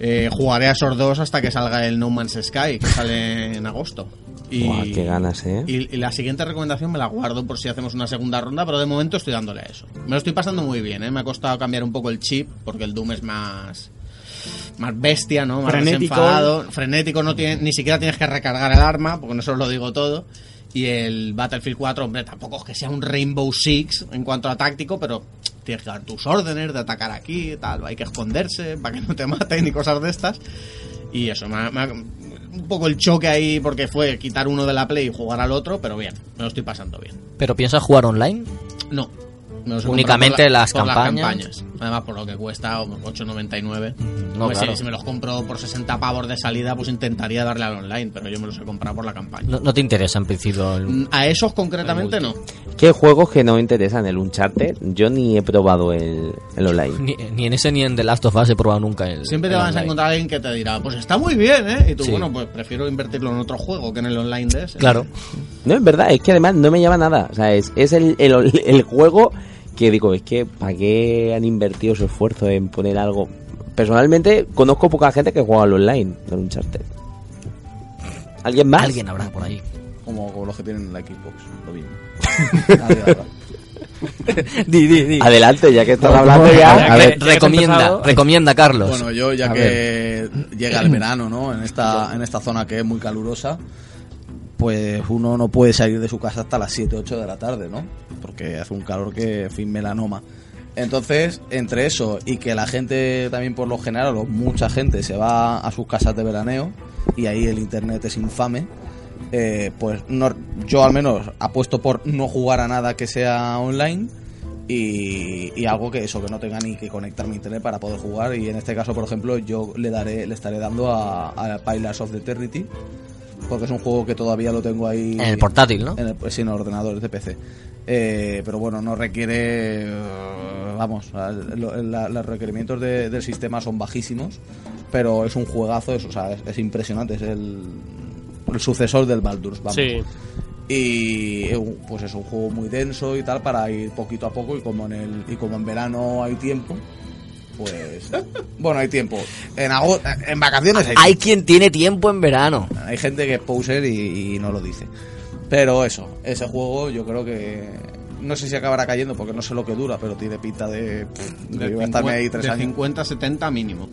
Speaker 9: eh, jugaré a esos dos hasta que salga el No Man's Sky, que sale en agosto. Y,
Speaker 5: Buah, qué ganas, ¿eh?
Speaker 9: y, y la siguiente recomendación me la guardo por si hacemos una segunda ronda, pero de momento estoy dándole a eso. Me lo estoy pasando muy bien, ¿eh? Me ha costado cambiar un poco el chip, porque el Doom es más. Más bestia, ¿no? Más
Speaker 8: Frenético.
Speaker 9: desenfadado. Frenético, no tiene, ni siquiera tienes que recargar el arma, porque no solo lo digo todo. Y el Battlefield 4, hombre, tampoco es que sea un Rainbow Six en cuanto a táctico, pero tienes que dar tus órdenes de atacar aquí, tal, hay que esconderse para que no te maten y cosas de estas. Y eso, me ha- me ha- un poco el choque ahí porque fue quitar uno de la Play y jugar al otro, pero bien, me lo estoy pasando bien.
Speaker 6: ¿Pero piensas jugar online?
Speaker 9: No. me los he comprado
Speaker 6: Únicamente
Speaker 9: por la-
Speaker 6: las
Speaker 9: por
Speaker 6: campañas.
Speaker 9: campañas. Además, por lo que cuesta, o- 8.99.
Speaker 6: Mm, No,
Speaker 9: Pues si-
Speaker 6: claro.
Speaker 9: si, me los compro por 60 pavos de salida, pues intentaría darle al online, pero yo me los he comprado por la campaña.
Speaker 6: No, no te interesa en principio. el-
Speaker 9: Mm, A esos concretamente no.
Speaker 5: ¿Qué juegos que no interesan? El Uncharted, yo ni he probado el, el online.
Speaker 6: Ni, ni en ese ni en The Last of Us he probado nunca el.
Speaker 9: Siempre te
Speaker 6: el
Speaker 9: vas a
Speaker 6: online.
Speaker 9: encontrar alguien que te dirá, pues está muy bien, ¿eh? Y tú,
Speaker 6: Sí.
Speaker 9: bueno, pues prefiero invertirlo en otro juego que en el online de ese.
Speaker 5: No, es verdad, es que además no me llama nada. O sea, es, es el, el- el juego que digo, es que ¿para qué han invertido su esfuerzo en poner algo? Personalmente, conozco poca gente que juega al online del Uncharted. ¿Alguien más?
Speaker 6: Alguien habrá por ahí.
Speaker 7: Como, como los que tienen la Xbox, lo mismo.
Speaker 6: Di, di, di.
Speaker 5: Adelante, ya que estás hablando
Speaker 6: Ya
Speaker 5: ya.
Speaker 6: que- ya que recomienda, has empezado. eh, recomienda, Carlos.
Speaker 7: Bueno, yo ya
Speaker 6: A
Speaker 7: que llega el verano, ¿no? En esta, en esta zona que es muy calurosa, pues uno no puede salir de su casa hasta las 7, 8 de la tarde, ¿no? Porque hace un calor que, en fin, melanoma. Entonces, entre eso y que la gente también por lo general, o mucha gente, se va a sus casas de veraneo y ahí el internet es infame, eh, pues no, yo al menos apuesto por no jugar a nada que sea online y, y algo que eso, que no tenga ni que conectar mi internet para poder jugar. Y en este caso, por ejemplo, yo le daré le estaré dando a, a Pillars of the Eternity, porque es un juego que todavía lo tengo ahí.
Speaker 6: En el portátil, ¿no?
Speaker 7: En el, pues sí, en el ordenador de PC. Eh, pero bueno, no requiere. eh, Vamos, al- lo- la- los requerimientos de- del sistema son bajísimos, pero es un juegazo, es, o sea, es, es impresionante, es el, el sucesor del Baldur's, vamos.
Speaker 10: Sí.
Speaker 7: Y eh, un- pues es un juego muy denso y tal para ir poquito a poco y como en el y como en verano hay tiempo, pues bueno, hay tiempo. En ago- en vacaciones hay,
Speaker 6: Hay
Speaker 7: tiempo.
Speaker 6: quien tiene tiempo en verano.
Speaker 7: Hay gente que es poser y, y no lo dice. Pero eso, ese juego yo creo que no sé si acabará cayendo porque no sé lo que dura, pero tiene pinta de, pff, de que voy a estarme ahí tres
Speaker 9: de
Speaker 7: años.
Speaker 9: 50 70 mínimo.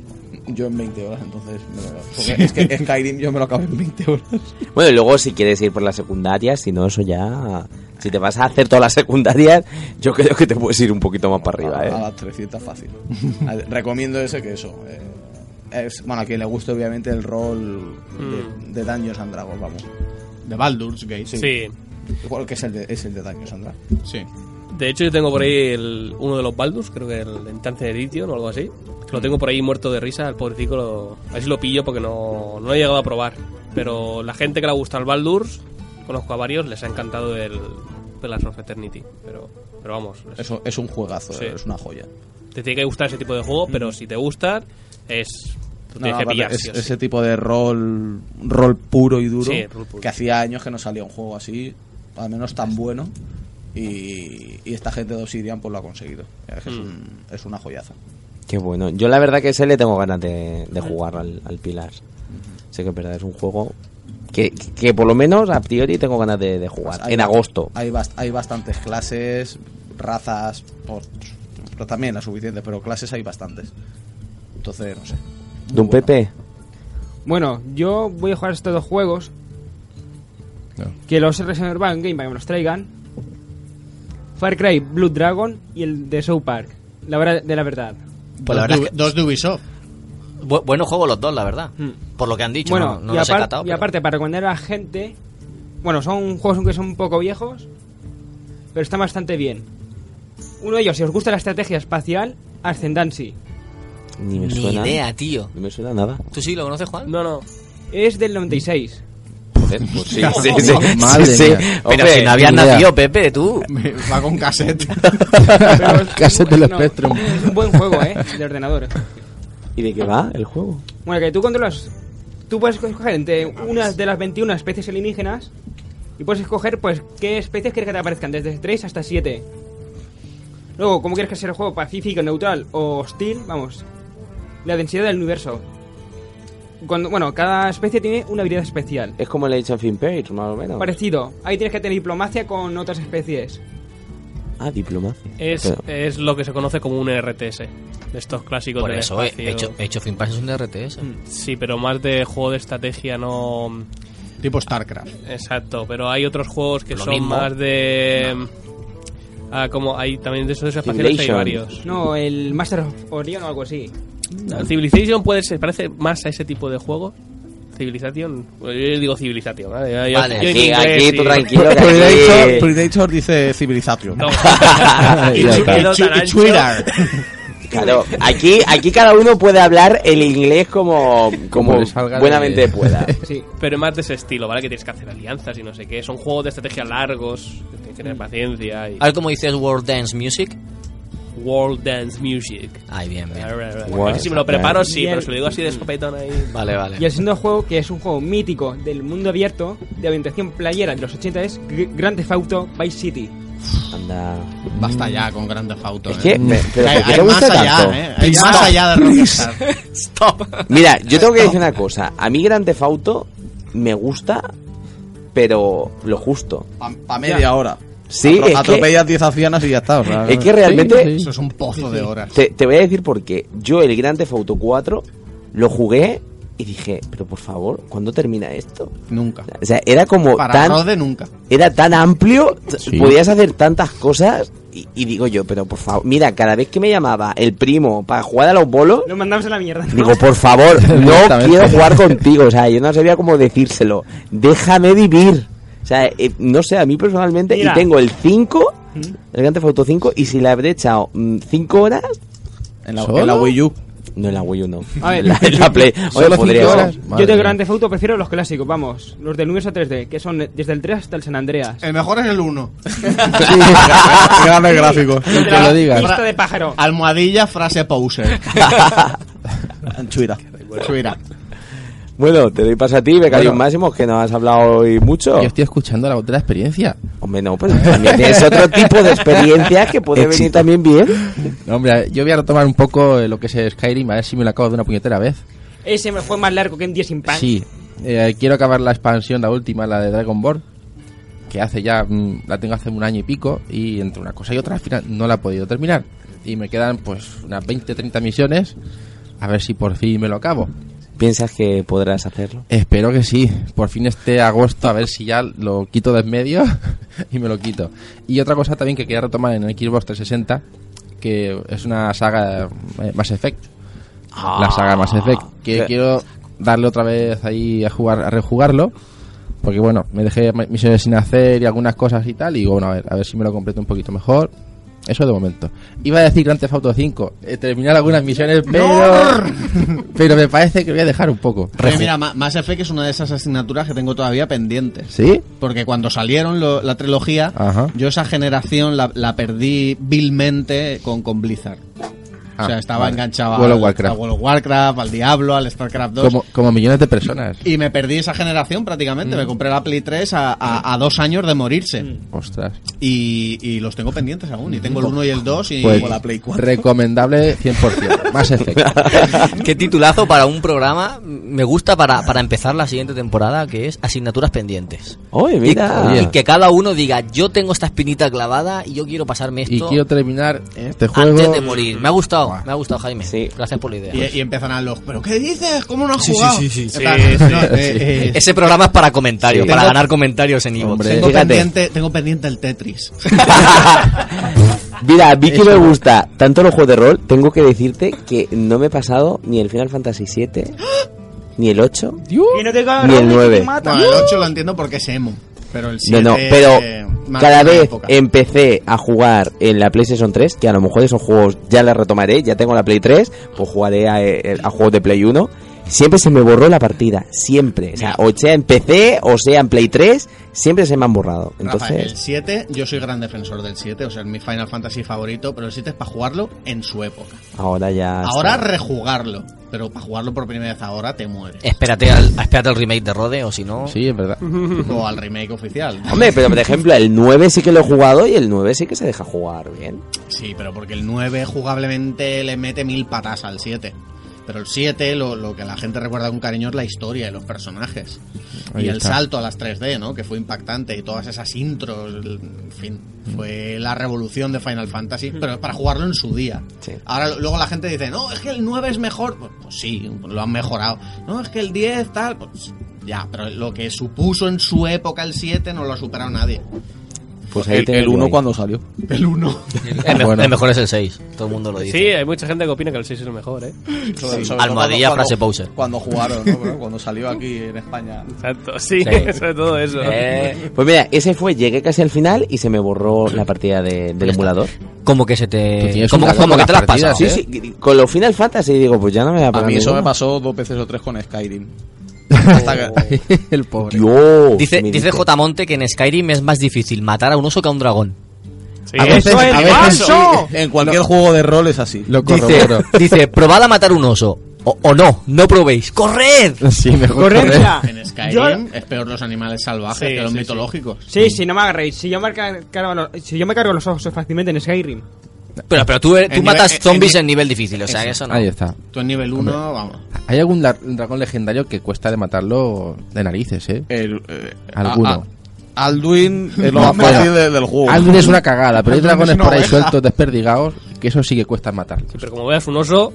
Speaker 7: Yo en 20 horas, entonces. me lo- porque es que Skyrim yo me lo acabo en 20 horas.
Speaker 5: Bueno, y luego si quieres ir por la secundaria, si no, eso ya... Si te vas a hacer todas las secundarias, yo creo que te puedes ir un poquito más para arriba,
Speaker 7: A
Speaker 5: ¿eh?
Speaker 7: las 300 fácil. A- Recomiendo ese que eso. eh, es, bueno, a quien le guste obviamente el rol de, de Dungeons and Dragons, vamos.
Speaker 9: De Baldur's Gate.
Speaker 10: Sí.
Speaker 7: Igual que es el de, es el de Dungeons and Dragons.
Speaker 9: Sí.
Speaker 10: De hecho, yo tengo por ahí el- uno de los Baldus, creo que el Entrance Edition o algo así. que Lo tengo por ahí muerto de risa, el pobrecito. Lo, a ver si lo pillo porque no, no lo he llegado a probar. Pero la gente que le gusta el Baldur's, conozco a varios, les ha encantado el Pelas of Eternity. Pero, pero vamos, es-
Speaker 7: Eso es un juegazo,
Speaker 10: Sí.
Speaker 7: es una joya. Mm.
Speaker 10: te tiene que gustar ese tipo de juego, pero si te gusta, es. Tú
Speaker 7: No,
Speaker 10: tienes que
Speaker 7: aparte,
Speaker 10: pillar,
Speaker 7: es-
Speaker 10: sí o sí.
Speaker 7: ese tipo de rol rol puro y duro
Speaker 10: Sí, rol puro.
Speaker 7: que hacía años que no salía un juego así, al menos tan bueno. Y, y esta gente de Obsidian pues lo ha conseguido. Es,
Speaker 10: Mm.
Speaker 7: un- es una joyaza.
Speaker 5: Qué bueno. Yo la verdad que ese le tengo ganas de, de jugar al, al Pilar. Sé que es verdad, es un juego que, que por lo menos a priori tengo ganas de, de jugar.
Speaker 7: Pues Hay
Speaker 5: En
Speaker 7: ba-
Speaker 5: agosto.
Speaker 7: Hay, bast- hay bastantes clases, razas, por- pero también las suficientes, pero clases hay bastantes. Entonces, no sé.
Speaker 5: Don Pepe.
Speaker 8: Bueno, yo voy a jugar estos dos juegos. Que los reseñadores van Game Boy me los traigan. Far Cry, Blue Dragon y el de South Park. La hora de la verdad.
Speaker 6: Pues
Speaker 9: dos,
Speaker 6: la verdad
Speaker 9: de,
Speaker 6: es que-
Speaker 9: dos de Ubisoft.
Speaker 6: Bu- buenos juegos los dos, la verdad.
Speaker 10: Hmm.
Speaker 6: Por lo que han dicho,
Speaker 8: bueno,
Speaker 6: no, no
Speaker 8: y,
Speaker 6: los he
Speaker 8: apar-
Speaker 6: catado.
Speaker 8: y aparte, para recomendar a la gente. Bueno, son juegos que son un poco viejos. Pero están bastante bien. Uno de ellos, si os gusta la estrategia espacial, Ascendancy.
Speaker 5: Ni me
Speaker 8: Ni
Speaker 5: suena.
Speaker 8: idea,
Speaker 6: tío.
Speaker 5: Ni me suena nada.
Speaker 6: ¿Tú sí lo conoces, Juan?
Speaker 10: No, no.
Speaker 8: Es del 96.
Speaker 5: Joder, pues sí, sí, sí, sí,
Speaker 6: Madre
Speaker 5: sí.
Speaker 6: mía. Pero
Speaker 5: Hombre,
Speaker 6: si no habías
Speaker 5: ni idea.
Speaker 6: nacido, Pepe, tú.
Speaker 9: Va con cassette.
Speaker 5: Cassette del
Speaker 8: No,
Speaker 5: Spectrum.
Speaker 8: Es un buen juego, ¿eh? De ordenador.
Speaker 5: ¿Y de qué va el juego?
Speaker 8: Bueno, que tú controlas. Tú puedes escoger entre una de las 21 especies alienígenas. Y puedes escoger, pues, qué especies quieres que te aparezcan, desde 3 hasta 7. Luego, ¿cómo quieres que sea el juego? ¿Pacífico, neutral o hostil? Vamos. La densidad del universo. Cuando, bueno, cada especie tiene una habilidad especial.
Speaker 5: Es como el Age of Empires, más o menos.
Speaker 8: Parecido. Ahí tienes que tener diplomacia con otras especies.
Speaker 5: Ah, diploma.
Speaker 10: Es,
Speaker 5: Pero-
Speaker 10: es lo que se conoce como un RTS. De estos clásicos
Speaker 6: Por
Speaker 10: del
Speaker 6: eso, eh,
Speaker 10: espacio.
Speaker 6: Age of- Age of Empires es un RTS.
Speaker 10: Sí, pero más de juego de estrategia, no.
Speaker 9: Tipo StarCraft.
Speaker 10: Exacto, pero hay otros juegos que
Speaker 6: Lo
Speaker 10: son
Speaker 6: mismo.
Speaker 10: más de. Ah, como hay también de esos espaciales hay varios.
Speaker 8: No, el Master of Orion o algo así.
Speaker 10: El Civilization puede ser, parece más a ese tipo de juego. Civilization, Bueno, yo digo Civilization. ¿vale? Yo- yo en inglés y-
Speaker 5: Pues
Speaker 10: Pues
Speaker 7: Predator, Predator dice Civilization.
Speaker 10: No.
Speaker 7: Y
Speaker 5: Ya
Speaker 7: chu-
Speaker 5: está.
Speaker 7: y chu- y Twitter.
Speaker 5: Claro, aquí, aquí cada uno puede hablar el inglés como, como
Speaker 7: le salga de-
Speaker 5: buenamente pueda.
Speaker 10: Sí, pero más de ese estilo, ¿vale? Que tienes que hacer alianzas y no sé qué. Son juegos de estrategia largos, que tienes que tener paciencia y...
Speaker 6: A ver cómo dices World Dance Music.
Speaker 10: World Dance Music.
Speaker 6: Ay, bien, bien.
Speaker 10: A ver, a ver, a ver si me lo preparo, sí,
Speaker 8: Bien.
Speaker 10: pero si lo digo así de sopetón ahí...
Speaker 6: Vale, vale.
Speaker 8: Y el segundo juego, que es un juego mítico del mundo abierto, de orientación playera de los 80, es G- Grand Theft Auto Vice City.
Speaker 5: Anda.
Speaker 9: Basta ya con grandes autos.
Speaker 5: Es que, me- pero
Speaker 9: ¿eh? Mm. hay,
Speaker 5: ¿por qué
Speaker 9: hay
Speaker 5: te
Speaker 9: más
Speaker 5: gusta
Speaker 9: allá,
Speaker 5: tanto?
Speaker 9: ¿eh? Hay
Speaker 5: Please
Speaker 9: más
Speaker 5: stop.
Speaker 9: allá de
Speaker 5: Please.
Speaker 9: Rockstar. Stop.
Speaker 5: Mira, yo tengo que decir una cosa. A mí Grand Theft Auto me gusta, pero lo justo.
Speaker 7: A media hora.
Speaker 5: Sí,
Speaker 7: Atro-
Speaker 5: es que-
Speaker 7: atropellas 10 ancianas y ya está. o sea,
Speaker 5: Es que realmente-
Speaker 7: Eso es un pozo de horas.
Speaker 5: Te, te voy a decir por qué. Yo el Grand Theft Auto 4 lo jugué y dije, pero por favor, ¿cuándo termina esto?
Speaker 7: Nunca.
Speaker 5: O sea, era como
Speaker 7: Para
Speaker 5: tan...
Speaker 7: Rode nunca.
Speaker 5: Era tan amplio, t- podías hacer tantas cosas y, y digo yo, pero por favor, mira, cada vez que me llamaba el primo para jugar a los bolos,
Speaker 8: Lo mandamos a la mierda.
Speaker 5: digo, por favor, no quiero jugar contigo, o sea, yo no sabía cómo decírselo, déjame vivir. O sea, eh, no sé, a mí personalmente,
Speaker 8: Mira.
Speaker 5: y tengo el 5,
Speaker 15: Hmm?
Speaker 5: el Grand Theft Auto 5, y si le habré echado 5 horas,
Speaker 7: En la, en la Wii U.
Speaker 5: no, en la Wii U no.
Speaker 8: A ver,
Speaker 5: en la, en la Play. Oye, podría ser.
Speaker 8: Yo de Grand Theft Auto prefiero los clásicos, vamos. Los del universo 3D, que son desde el 3 hasta el San Andreas.
Speaker 9: El mejor es el 1.
Speaker 7: Grandes gráficos.
Speaker 8: Ni te lo digas. Pista de pájaro.
Speaker 9: Almohadilla, frase poser.
Speaker 7: Chuira.
Speaker 9: Chuira.
Speaker 5: Bueno, te doy paso a ti, Becario
Speaker 18: Bueno.
Speaker 5: Máximos, que no has hablado hoy mucho.
Speaker 18: Yo estoy escuchando la otra experiencia.
Speaker 5: Hombre, no, pero también es otro tipo de experiencia que puede venir
Speaker 18: Éxito.
Speaker 5: también bien.
Speaker 18: No, hombre, yo voy a retomar un poco eh, lo que es Skyrim, a ver si me lo acabo de una puñetera vez.
Speaker 8: Ese me fue más largo que en 10 sin pan.
Speaker 18: Sí, eh, quiero acabar la expansión, la última, la de Dragon Ball, que hace ya, mm, la tengo hace un año y pico, y entre una cosa y otra al final no la he podido terminar. Y me quedan pues unas 20, 30 misiones, a ver si por fin me lo acabo.
Speaker 5: ¿Piensas que podrás hacerlo?
Speaker 18: Espero que sí, por fin este agosto, a ver si ya lo quito de en medio y me lo quito. Y otra cosa también que quería retomar en el Xbox 360, que es una saga eh, Mass Effect. La saga
Speaker 5: Ah.
Speaker 18: Mass Effect, que
Speaker 5: Qué-
Speaker 18: quiero darle otra vez ahí a jugar, a rejugarlo. Porque bueno, me dejé ma- misiones sin hacer y algunas cosas y tal. Y digo, bueno, a ver, a ver si me lo completo un poquito mejor. Eso de momento. Iba a decir Grand Theft Auto 5, eh, terminar algunas misiones, pero. pero me parece que voy a dejar un poco.
Speaker 9: Oye, mira, Ma- Mass Effect es una de esas asignaturas que tengo todavía pendientes.
Speaker 18: ¿Sí?
Speaker 9: Porque cuando salieron lo- la trilogía,
Speaker 18: Ajá.
Speaker 9: yo esa generación la, la perdí vilmente con, con Blizzard.
Speaker 18: Ah,
Speaker 9: o sea, estaba
Speaker 18: vale.
Speaker 9: enganchado
Speaker 18: World of
Speaker 9: al,
Speaker 18: Warcraft.
Speaker 9: al World of Warcraft, al Diablo, al StarCraft 2.
Speaker 18: Como, como millones de personas.
Speaker 9: Y me perdí esa generación prácticamente. Me compré la Play 3 a, a- a dos años de morirse.
Speaker 18: Ostras.
Speaker 9: Y, y los tengo pendientes aún. Y tengo el 1 y el 2 y
Speaker 18: Pues,
Speaker 9: la Play 4.
Speaker 18: recomendable 100%. Más efecto.
Speaker 6: Qué titulazo para un programa. Me gusta para, para empezar la siguiente temporada, que es asignaturas pendientes.
Speaker 5: Oye, mira.
Speaker 6: Y, y que cada uno diga, yo tengo esta espinita clavada y yo quiero pasarme esto
Speaker 18: Y quiero terminar
Speaker 7: ¿Eh?
Speaker 18: este juego.
Speaker 6: antes de morir. Me ha gustado, me ha gustado, Jaime. Gracias por la idea.
Speaker 9: Y, y empezaron los, ¿pero qué dices? ¿Cómo no has
Speaker 6: Sí, sí,
Speaker 9: jugado?
Speaker 6: sí, sí, sí.
Speaker 9: En plan,
Speaker 6: Sí,
Speaker 9: no,
Speaker 6: sí,
Speaker 9: eh,
Speaker 6: sí.
Speaker 9: eh,
Speaker 6: Ese programa es para comentarios,
Speaker 9: Sí.
Speaker 6: para
Speaker 9: Tengo-
Speaker 6: ganar comentarios en iVoox.
Speaker 9: Tengo pendiente, tengo pendiente el Tetris.
Speaker 5: Mira, a mí que me gusta tanto los juegos de rol, tengo que decirte que no me he pasado ni el Final Fantasy VII, ni el 8.
Speaker 9: Y no te
Speaker 5: cabrón, Ni el que nueve. te mata.
Speaker 9: Bueno, el 8 lo entiendo porque es emo. Pero el 7
Speaker 5: No, no, pero
Speaker 9: eh, marca
Speaker 5: cada
Speaker 9: una
Speaker 5: vez
Speaker 9: época.
Speaker 5: empecé a jugar en la PlayStation 3, que a lo mejor esos juegos ya la retomaré, ya tengo la Play 3, pues jugaré a, eh, a juegos de Play 1. Siempre se me borró la partida, siempre. O sea, o sea en PC o sea en Play 3, siempre se me han borrado.
Speaker 9: Rafa,
Speaker 5: Entonces,
Speaker 9: el 7, yo soy gran defensor del 7, o sea, es mi Final Fantasy favorito, pero el 7 es para jugarlo en su época.
Speaker 5: ahora ya...
Speaker 9: ahora
Speaker 5: está.
Speaker 9: rejugarlo, pero para jugarlo por primera vez ahora te mueres.
Speaker 6: Espérate al, espérate al remake de Rode, o si no.
Speaker 18: Sí, es verdad.
Speaker 9: O al remake oficial.
Speaker 5: Hombre, pero por ejemplo, el 9 sí que lo he jugado y el 9 sí que se deja jugar bien.
Speaker 9: Sí, pero porque el 9 jugablemente le mete mil patas al 7. Pero el 7, lo, lo que la gente recuerda con cariño es la historia y los personajes.
Speaker 18: Ahí
Speaker 9: y el
Speaker 18: está.
Speaker 9: salto a las 3D, ¿no? Que fue impactante. Y todas esas intros, el- en fin.
Speaker 18: Mm.
Speaker 9: Fue la revolución de Final Fantasy,
Speaker 10: Mm.
Speaker 9: pero para jugarlo en su día. Ahora lo- luego la gente dice, no, es que el 9 es mejor. Pues, pues sí, lo han mejorado. No, es que el 10 tal. Pues ya, pero lo que supuso en su época el 7 no lo ha superado nadie.
Speaker 18: Pues ahí
Speaker 7: el,
Speaker 18: tenía
Speaker 7: el
Speaker 18: yo
Speaker 7: 1
Speaker 18: ahí.
Speaker 7: cuando salió.
Speaker 14: El 1.
Speaker 18: Ah,
Speaker 6: El, me- el mejor es el 6, todo el mundo lo dice.
Speaker 10: Sí, hay mucha gente que opina que el 6 es el mejor, ¿eh?
Speaker 7: Sobre- sobre todo
Speaker 6: Almohadilla, frase poser.
Speaker 7: Cuando jugaron, ¿no? Bueno, cuando salió aquí en España.
Speaker 10: Exacto, sí,
Speaker 6: Sí.
Speaker 10: sobre todo eso.
Speaker 6: Eh.
Speaker 5: Pues mira, ese fue, llegué casi al final y se me borró la partida de- del emulador.
Speaker 6: Como que se te. Como, como
Speaker 5: un dragón
Speaker 6: que te
Speaker 5: con
Speaker 6: las pasas.
Speaker 5: partidas, Sí, sí, con los Final Fantasy digo, pues ya no me
Speaker 18: Ah,
Speaker 5: va a
Speaker 7: A
Speaker 5: pagar
Speaker 7: mí eso me
Speaker 5: ninguna.
Speaker 7: pasó dos veces o tres con este. Skyrim. Hasta que-
Speaker 18: el pobre.
Speaker 5: Dios,
Speaker 6: Dice,
Speaker 5: mi
Speaker 6: dice
Speaker 5: Dios.
Speaker 6: J. Monte que en Skyrim es más difícil matar a un oso que a un dragón.
Speaker 10: Sí,
Speaker 7: a veces,
Speaker 10: eso es
Speaker 7: a veces sí,
Speaker 10: falso.
Speaker 7: en cualquier juego de rol es así.
Speaker 18: Lo
Speaker 6: Dice,
Speaker 18: corroboro.
Speaker 6: dice probad a matar un oso. O, o no, no probéis. ¡Corred!
Speaker 18: Sí, mejor correr.
Speaker 8: Correcta.
Speaker 9: En Skyrim es peor los animales salvajes
Speaker 10: Sí,
Speaker 9: que los
Speaker 10: sí, sí.
Speaker 9: mitológicos.
Speaker 8: Sí, sí, no me agarréis. Si yo me, car- cargo los- si yo me cargo los ojos fácilmente en Skyrim.
Speaker 6: Pero, pero tú, tú
Speaker 9: nivel-
Speaker 6: matas
Speaker 9: en-
Speaker 6: zombies
Speaker 9: en-
Speaker 6: en nivel difícil, o sea, que eso no.
Speaker 18: Ahí está.
Speaker 9: Tú en nivel 1, vamos.
Speaker 18: Hay algún la- dragón legendario que cuesta de matarlo de narices, ¿eh?
Speaker 7: El, eh,
Speaker 18: Alguno.
Speaker 7: a- a- Alduin es lo más
Speaker 18: No, espera.
Speaker 7: fácil de- del juego.
Speaker 18: Alguien es una cagada, pero
Speaker 7: Alguien
Speaker 18: hay
Speaker 7: es
Speaker 18: dragones
Speaker 7: una
Speaker 18: por ahí
Speaker 7: oveja.
Speaker 18: sueltos, desperdigados, que eso sí que cuesta matarlos.
Speaker 10: Pero como veas un oso,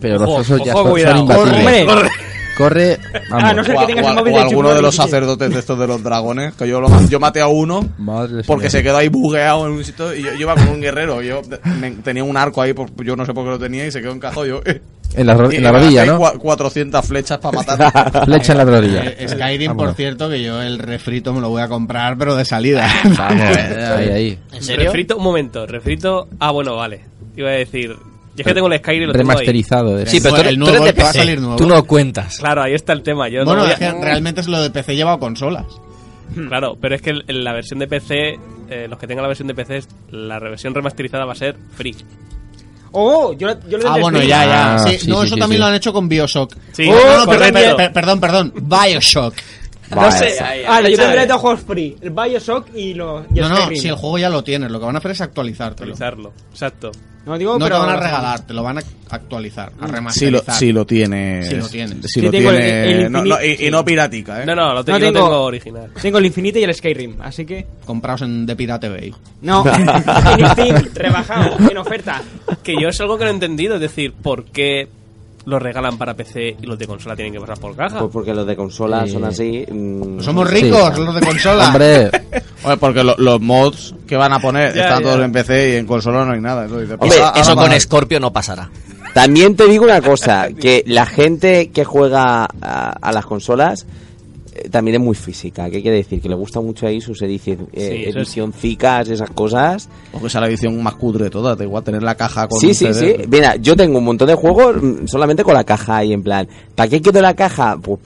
Speaker 18: Pero los
Speaker 10: Ojo,
Speaker 18: osos ya
Speaker 10: ojo,
Speaker 18: son, son
Speaker 10: cuidado.
Speaker 18: imbatibles.
Speaker 8: ¡Hombre!
Speaker 10: corre.
Speaker 18: Corre, vamos.
Speaker 8: Ah, no sé
Speaker 7: O,
Speaker 8: que
Speaker 7: a-
Speaker 8: tengas
Speaker 7: o a-
Speaker 8: el móvil
Speaker 7: o
Speaker 8: del
Speaker 7: alguno
Speaker 8: chip
Speaker 7: de los
Speaker 8: móvil.
Speaker 7: sacerdotes de estos de los dragones. Que yo, lo- yo maté a uno
Speaker 18: Madre
Speaker 7: porque se
Speaker 18: señora.
Speaker 7: quedó ahí bugueado en un sitio. Y yo, yo iba con un guerrero. Yo me- tenía un arco ahí, por- yo no sé por qué lo tenía y se quedó encajado. Yo, eh.
Speaker 18: En la, ro-
Speaker 7: Y
Speaker 18: en la
Speaker 7: me
Speaker 18: rodilla,
Speaker 7: gasté
Speaker 18: ¿no?
Speaker 7: cua- 400 flechas para matar.
Speaker 18: Flecha en la rodilla.
Speaker 9: Eh, Skyrim,
Speaker 18: Vámonos.
Speaker 9: por cierto, que yo el refrito me lo voy a comprar, pero de salida.
Speaker 18: Vamos, ahí, ahí.
Speaker 6: ¿En serio?
Speaker 10: Refrito, un momento, refrito. Ah, bueno, vale. Iba a decir. Yo es que tengo el Skyrim y lo tengo ahí.
Speaker 18: Remasterizado. eh.
Speaker 6: Sí, pero tú,
Speaker 9: El
Speaker 6: tú
Speaker 9: nuevo
Speaker 6: eres de
Speaker 9: que va a
Speaker 6: PC,
Speaker 9: salir nuevo.
Speaker 6: Tú no cuentas.
Speaker 10: Claro, ahí está el tema. Yo no
Speaker 9: bueno,
Speaker 10: voy a-
Speaker 9: es que realmente es lo de PC llevado consolas.
Speaker 10: Claro, pero es que el- la versión de PC, eh, los que tengan la versión de PC, la versión remasterizada va a ser free.
Speaker 8: Oh, yo, lo- yo lo
Speaker 9: Ah,
Speaker 8: tendré
Speaker 9: bueno,
Speaker 8: free.
Speaker 9: ya, ya.
Speaker 18: Ah,
Speaker 9: Sí,
Speaker 18: sí,
Speaker 9: no,
Speaker 18: sí,
Speaker 9: eso
Speaker 18: sí,
Speaker 9: también
Speaker 18: sí.
Speaker 9: lo han hecho con Bioshock.
Speaker 10: Sí,
Speaker 9: No, no, perdón,
Speaker 10: correcto.
Speaker 9: per- perdón, perdón. Bioshock.
Speaker 10: No sé.
Speaker 8: Ah, no,
Speaker 10: ¿sabes?
Speaker 8: yo tendré dos juegos free: el Bioshock y, los y
Speaker 9: No, no,
Speaker 8: Skyrim.
Speaker 9: si el juego ya lo tienes, lo que van a hacer es actualizártelo.
Speaker 10: Actualizarlo, exacto.
Speaker 8: No digo,
Speaker 9: No te
Speaker 8: pero.
Speaker 9: van a regalar, te lo van a actualizar, a
Speaker 7: Si lo,
Speaker 9: remasterizar.
Speaker 7: si lo tienes.
Speaker 9: Si lo tienes.
Speaker 7: Si
Speaker 8: Sí,
Speaker 7: lo
Speaker 8: tengo el-
Speaker 7: tienes-
Speaker 8: el
Speaker 7: no, no, y, y no piratica, ¿eh?
Speaker 10: No, no, lo te-
Speaker 8: No
Speaker 10: yo lo tengo,
Speaker 8: tengo-
Speaker 10: original.
Speaker 8: Tengo el Infinite y el Skyrim, así que.
Speaker 9: Compraos en The Pirate Bay.
Speaker 8: No, en Steam, rebajado, en oferta.
Speaker 10: Que yo es algo que no he entendido, es decir, ¿por qué lo regalan para PC y los de consola tienen que pasar por caja?
Speaker 7: Ah.
Speaker 5: Pues porque los de consola
Speaker 18: Sí.
Speaker 5: son así. mm,
Speaker 7: Pues
Speaker 9: Somos
Speaker 18: Sí.
Speaker 9: ricos los de consola.
Speaker 18: Hombre,
Speaker 7: Oye, porque lo- los mods que van a poner
Speaker 10: Ya,
Speaker 7: están
Speaker 10: ya.
Speaker 7: todos en PC y en consola no hay nada. Eso, dice, pues
Speaker 5: Hombre,
Speaker 7: ahora- ahora
Speaker 6: Eso
Speaker 7: van a-
Speaker 6: con Scorpio no pasará.
Speaker 5: También te digo una cosa, que la gente que juega a, a las consolas eh, también es muy física, ¿qué quiere decir? Que le gusta mucho ahí sus edici- eh,
Speaker 10: eso es-
Speaker 5: edicioncicas, esas cosas.
Speaker 7: O que sea la edición más cutre de todas, da igual tener la caja con
Speaker 5: Sí,
Speaker 7: un
Speaker 5: sí, sí.
Speaker 7: CD.
Speaker 5: Mira, yo tengo un montón de juegos mm, solamente con la caja ahí, en plan, ¿para qué quiero la caja? Pues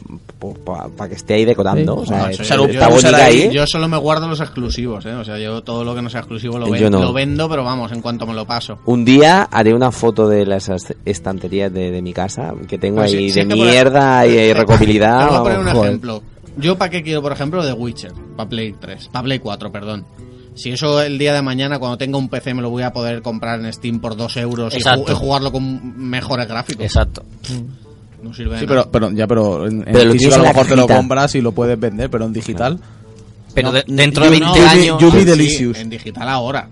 Speaker 5: para que esté ahí decorando.
Speaker 18: Sí.
Speaker 5: o sea,
Speaker 9: No,
Speaker 5: es-
Speaker 9: eso
Speaker 7: sea,
Speaker 9: yo-
Speaker 7: lo-
Speaker 5: está
Speaker 9: yo-
Speaker 5: bonita
Speaker 7: usará
Speaker 5: ahí.
Speaker 9: Yo solo me guardo los exclusivos, ¿eh? O sea, yo todo lo que no sea exclusivo lo,
Speaker 5: Yo
Speaker 9: ven-
Speaker 5: no.
Speaker 9: lo vendo, pero vamos, en cuanto me lo paso.
Speaker 5: Un día haré una foto de las est- estanterías de, de mi casa que tengo
Speaker 9: Pero si-
Speaker 5: ahí
Speaker 9: si
Speaker 5: de
Speaker 9: Ah, es que por-
Speaker 5: mierda y, y recopilada.
Speaker 9: Te voy a poner un
Speaker 5: vamos, joder.
Speaker 9: ejemplo. Yo para qué quiero, por ejemplo, The Witcher, para Play 3, para Play 4, perdón. Si eso el día de mañana, cuando tenga un PC, me lo voy a poder comprar en Steam por 2 euros y, ju-
Speaker 6: Exacto.
Speaker 9: y jugarlo con mejores gráficos.
Speaker 6: Exacto.
Speaker 9: No sirve de
Speaker 7: Sí,
Speaker 9: nada.
Speaker 7: pero, pero ya, pero en, en
Speaker 5: Pero lo
Speaker 7: físico
Speaker 5: tienes
Speaker 7: a
Speaker 5: en
Speaker 7: lo
Speaker 5: la
Speaker 7: mejor te lo
Speaker 5: cajita.
Speaker 7: compras y lo puedes vender, pero en digital.
Speaker 6: Pero
Speaker 9: No,
Speaker 6: de- dentro
Speaker 9: yo
Speaker 6: de
Speaker 9: no,
Speaker 6: 20
Speaker 9: yo-
Speaker 6: años.
Speaker 7: yo vi
Speaker 9: sí,
Speaker 7: Delicious.
Speaker 9: en digital ahora.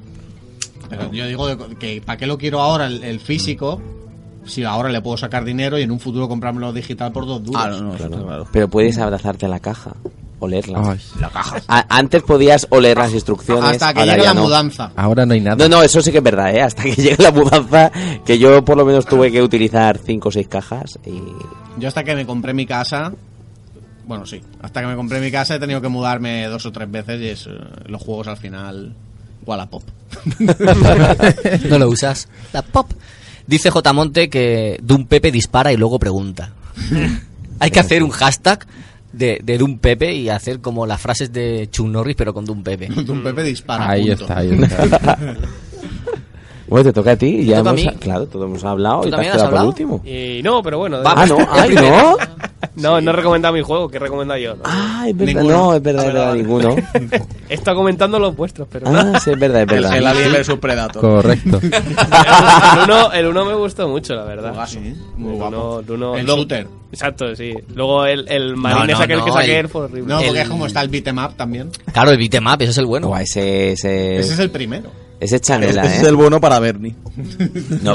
Speaker 9: Pero yo digo de- que ¿para qué lo quiero ahora el, el físico? Si ahora le puedo sacar dinero y en un futuro comprármelo digital por dos duros.
Speaker 7: Ah, no, no, eso está claro.
Speaker 5: Pero puedes abrazarte a la caja, olerla.
Speaker 18: ay,
Speaker 5: A- antes podías oler las instrucciones.
Speaker 9: Hasta que
Speaker 5: ahora
Speaker 9: llegue la
Speaker 5: ya no.
Speaker 9: mudanza.
Speaker 18: ahora no hay nada.
Speaker 5: No, no, eso sí que es verdad, ¿eh? Hasta que llegue la mudanza, que yo por lo menos tuve que utilizar cinco o seis cajas y...
Speaker 9: Yo hasta que me compré mi casa, bueno, sí, hasta que me compré mi casa he tenido que mudarme dos o tres veces y es, eh, los juegos al final Wallapop.
Speaker 6: no lo usas. La pop. Dice J. Monte que Doom Pepe dispara y luego pregunta. Hay que hacer un hashtag de, de Doom Pepe y hacer como las frases de Chuck Norris, pero con Doom Pepe.
Speaker 9: Un Pepe dispara.
Speaker 18: Ahí
Speaker 9: punto.
Speaker 18: está, ahí está.
Speaker 5: Bueno, te toca a ti, ya
Speaker 6: toca a
Speaker 5: hemos...
Speaker 6: mí.
Speaker 5: Claro, todos hemos hablado
Speaker 6: ¿Tú
Speaker 5: y Ah, te
Speaker 6: también has
Speaker 5: has quedado por
Speaker 6: hablado?
Speaker 5: último.
Speaker 10: Y no, pero bueno.
Speaker 6: Va,
Speaker 5: Ah, no,
Speaker 6: el
Speaker 5: ay,
Speaker 6: primero.
Speaker 5: no.
Speaker 10: No, no he recomendado mi juego, que he recomendado yo. ¿no?
Speaker 5: Ah, es verdad,
Speaker 9: Ninguno. Ah,
Speaker 5: no, es verdad, es verdad, ninguno.
Speaker 10: He estado comentando los vuestros, pero no.
Speaker 5: Ah, sí, es verdad, es
Speaker 7: El, el
Speaker 5: verdad.
Speaker 7: Alien vs Predator.
Speaker 18: Correcto.
Speaker 10: El uno- El 1 me gustó mucho, la verdad.
Speaker 9: Juegazo, ¿eh? Muy
Speaker 10: el
Speaker 9: guapo.
Speaker 10: uno- el uno-
Speaker 9: El
Speaker 10: luego-
Speaker 9: shooter.
Speaker 10: Exacto, sí. Luego el, el marín
Speaker 6: no,
Speaker 10: ese aquel
Speaker 6: no,
Speaker 10: que saqué
Speaker 6: el-
Speaker 10: él fue horrible.
Speaker 9: No,
Speaker 6: El-
Speaker 9: porque es como está el beat'em em up también.
Speaker 6: Claro, el beatmap, ese es el bueno.
Speaker 5: Buah, ese, ese-
Speaker 9: Ese es el primero.
Speaker 5: Ese es Chanela,
Speaker 7: Este es
Speaker 5: ¿eh?
Speaker 7: el bueno para Bernie.
Speaker 5: No,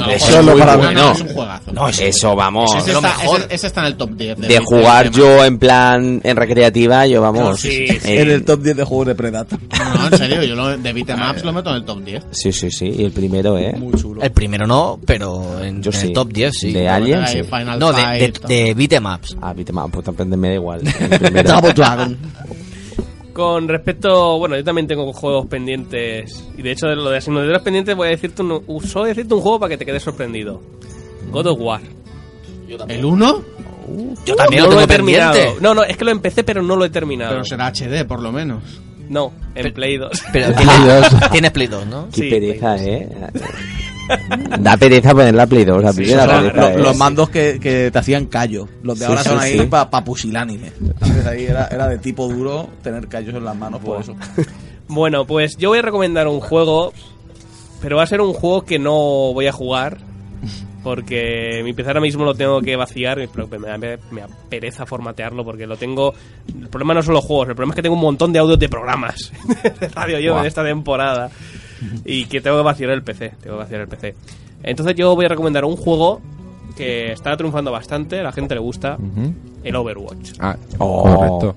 Speaker 7: No,
Speaker 5: pero eso
Speaker 7: solo
Speaker 5: es muy
Speaker 7: para
Speaker 5: bueno.
Speaker 7: Bernie. No, es un juegazo.
Speaker 5: No, eso, vamos.
Speaker 9: Ese está, ese- ese está en el top 10.
Speaker 5: De
Speaker 9: em
Speaker 5: jugar yo en plan en recreativa, yo vamos.
Speaker 9: No, sí, sí.
Speaker 5: eh,
Speaker 7: En el top 10 de juegos de Predator.
Speaker 9: No, en serio, yo lo, de beat'em ups lo meto en el top 10.
Speaker 5: Sí, sí, sí. Y el primero, ¿eh?
Speaker 7: Muy chulo.
Speaker 6: El primero no, pero en,
Speaker 5: Yo
Speaker 6: en
Speaker 5: sí.
Speaker 6: el top 10 sí.
Speaker 5: De Alien, sí.
Speaker 6: No, de, de, de beat'em ups.
Speaker 5: Ah, beat'em up, pues también me da igual. el primero.
Speaker 6: Double Dragon.
Speaker 10: Con respecto, bueno, yo también tengo juegos pendientes. Y de hecho, de lo de asignaturas pendientes, voy a decirte un, u- solo decirte un juego para que te quedes sorprendido: God of War.
Speaker 9: ¿El 1?
Speaker 6: Yo también lo tengo pendiente.
Speaker 10: No, no, es que lo empecé, pero no lo he terminado.
Speaker 9: Pero será HD, por lo menos.
Speaker 10: No, en Play 2.
Speaker 6: Pero
Speaker 5: Dios.
Speaker 6: tienes, tienes Play 2, ¿no?
Speaker 5: Qué pereza, ¿eh? da pereza poner la Play 2. La
Speaker 7: Sí,
Speaker 5: primera
Speaker 7: o sea,
Speaker 5: pereza,
Speaker 7: lo-
Speaker 5: ¿eh?
Speaker 7: los mandos que, que te hacían callo. Los de
Speaker 5: Sí,
Speaker 7: ahora
Speaker 5: sí,
Speaker 7: son
Speaker 5: sí.
Speaker 7: ahí para pusilánime. Antes ahí era, era de tipo duro tener callos en las manos por eso.
Speaker 10: Bueno, pues yo voy a recomendar un juego, pero va a ser un juego que no voy a jugar. Porque mi PC ahora mismo lo tengo que vaciar, me- me, me- me apereza formatearlo porque lo tengo... El problema no son los juegos, el problema es que tengo un montón de audios de programas de radio yo
Speaker 2: Guau.
Speaker 10: en esta temporada y que tengo que vaciar el PC, tengo que vaciar el PC. Entonces yo voy a recomendar un juego que está triunfando bastante, a la gente le gusta,
Speaker 18: Ujú.
Speaker 10: el Overwatch.
Speaker 18: Ah,
Speaker 5: Oh.
Speaker 18: correcto.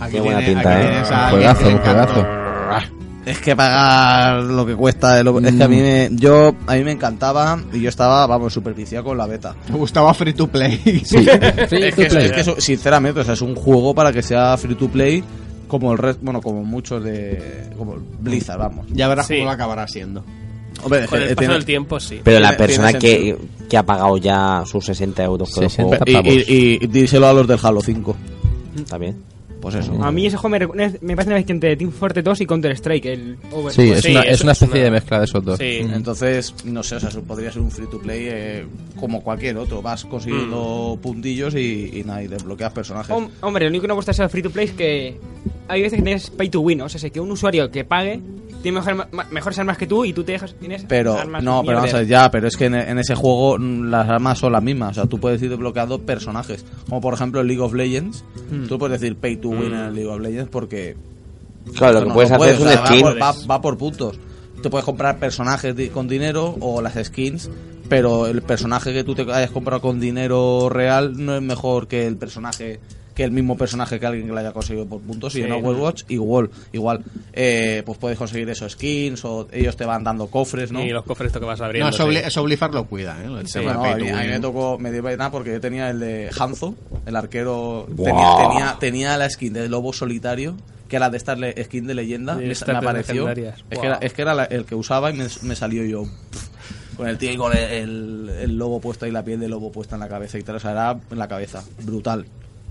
Speaker 10: Aquí
Speaker 5: Qué buena
Speaker 10: tiene-
Speaker 5: pinta,
Speaker 10: aquí
Speaker 5: ¿eh?
Speaker 10: tienes a
Speaker 18: Juegazo,
Speaker 9: alguien
Speaker 18: un
Speaker 9: que le encanta.
Speaker 18: juegazo.
Speaker 7: Es que pagar lo que cuesta. eh, lo- Es que a mí me, yo, a mí me encantaba y yo estaba, vamos, superficial con la beta.
Speaker 14: Me gustaba Free to Play.
Speaker 7: es que, es que eso, sinceramente, o sea, es un juego para que sea free to play como el resto, bueno, como muchos de como Blizzard, vamos.
Speaker 9: Ya verás
Speaker 10: Sí.
Speaker 9: cómo lo acabará siendo.
Speaker 7: Hombre,
Speaker 10: Con
Speaker 7: eh,
Speaker 10: el paso
Speaker 7: tiene-
Speaker 10: del tiempo, sí.
Speaker 5: Pero la
Speaker 7: tiene-
Speaker 5: persona
Speaker 7: tiene
Speaker 5: que, que ha pagado ya sus 60 euros por el juego
Speaker 7: Y, y- y díselo a los del Halo 5.
Speaker 5: también.
Speaker 7: Pues eso.
Speaker 8: A mí ese juego me, recu- me parece una vez que entre Team Fortress 2 y Counter Strike. El Overwatch.
Speaker 18: Sí,
Speaker 7: pues
Speaker 18: es, una, es una especie de mezcla de esos dos.
Speaker 10: Sí.
Speaker 7: Entonces, no sé, o sea, eso podría ser un free to play eh, como cualquier otro. Vas consiguiendo puntillos y, y nada, y desbloqueas personajes.
Speaker 8: Hom- hombre, lo único que no gusta ser free to play es que hay veces que tienes pay to win, o sea, sé que un usuario que pague tiene mejor ma- ma- mejores armas que tú y tú te dejas tienes
Speaker 7: Pero,
Speaker 8: armas
Speaker 7: no, pero vamos a ver,
Speaker 8: mierder.
Speaker 7: ya, pero es que en, en ese juego mm, las armas son las mismas. O sea, tú puedes ir desbloqueando personajes. Como por ejemplo en League of Legends.
Speaker 8: Mm.
Speaker 7: Tú puedes decir pay to win en el League of Legends porque.
Speaker 5: Hmm. Claro, lo
Speaker 7: esto
Speaker 5: que puedes hacer es un
Speaker 7: va
Speaker 5: skin.
Speaker 7: por- Va, va por puntos. Tú puedes comprar personajes di- con dinero o las skins. Pero el personaje que tú te hayas comprado con dinero real no es mejor que el personaje que el mismo personaje que alguien que lo haya conseguido por puntos y
Speaker 10: Sí.
Speaker 7: en Overwatch igual igual eh, pues puedes conseguir esos skins o ellos te van dando cofres no
Speaker 10: Y los cofres esto que vas
Speaker 9: No,
Speaker 10: abriendo.
Speaker 9: eso,
Speaker 10: sí.
Speaker 9: Bli- eso Blizzard lo cuida, ¿eh? Lo del
Speaker 10: Sí,
Speaker 9: tema
Speaker 7: Bueno,
Speaker 9: pay
Speaker 7: a
Speaker 9: to
Speaker 7: mí, a mí
Speaker 9: win.
Speaker 7: me tocó me dio vaina porque yo tenía el de Hanzo, el arquero.
Speaker 5: Buah.
Speaker 7: Tenía, tenía, tenía la skin de lobo solitario, que era de estas le- skin de leyenda.
Speaker 10: De
Speaker 7: me-
Speaker 10: estas
Speaker 7: me apareció.
Speaker 10: legendarias.
Speaker 7: Es
Speaker 10: Buah.
Speaker 7: que era, es que era la- el que usaba y me, me salió yo. pff, Con el tío y con el, el- el lobo puesto y la piel de lobo puesta en la cabeza y tal. O sea, era en la cabeza. Brutal.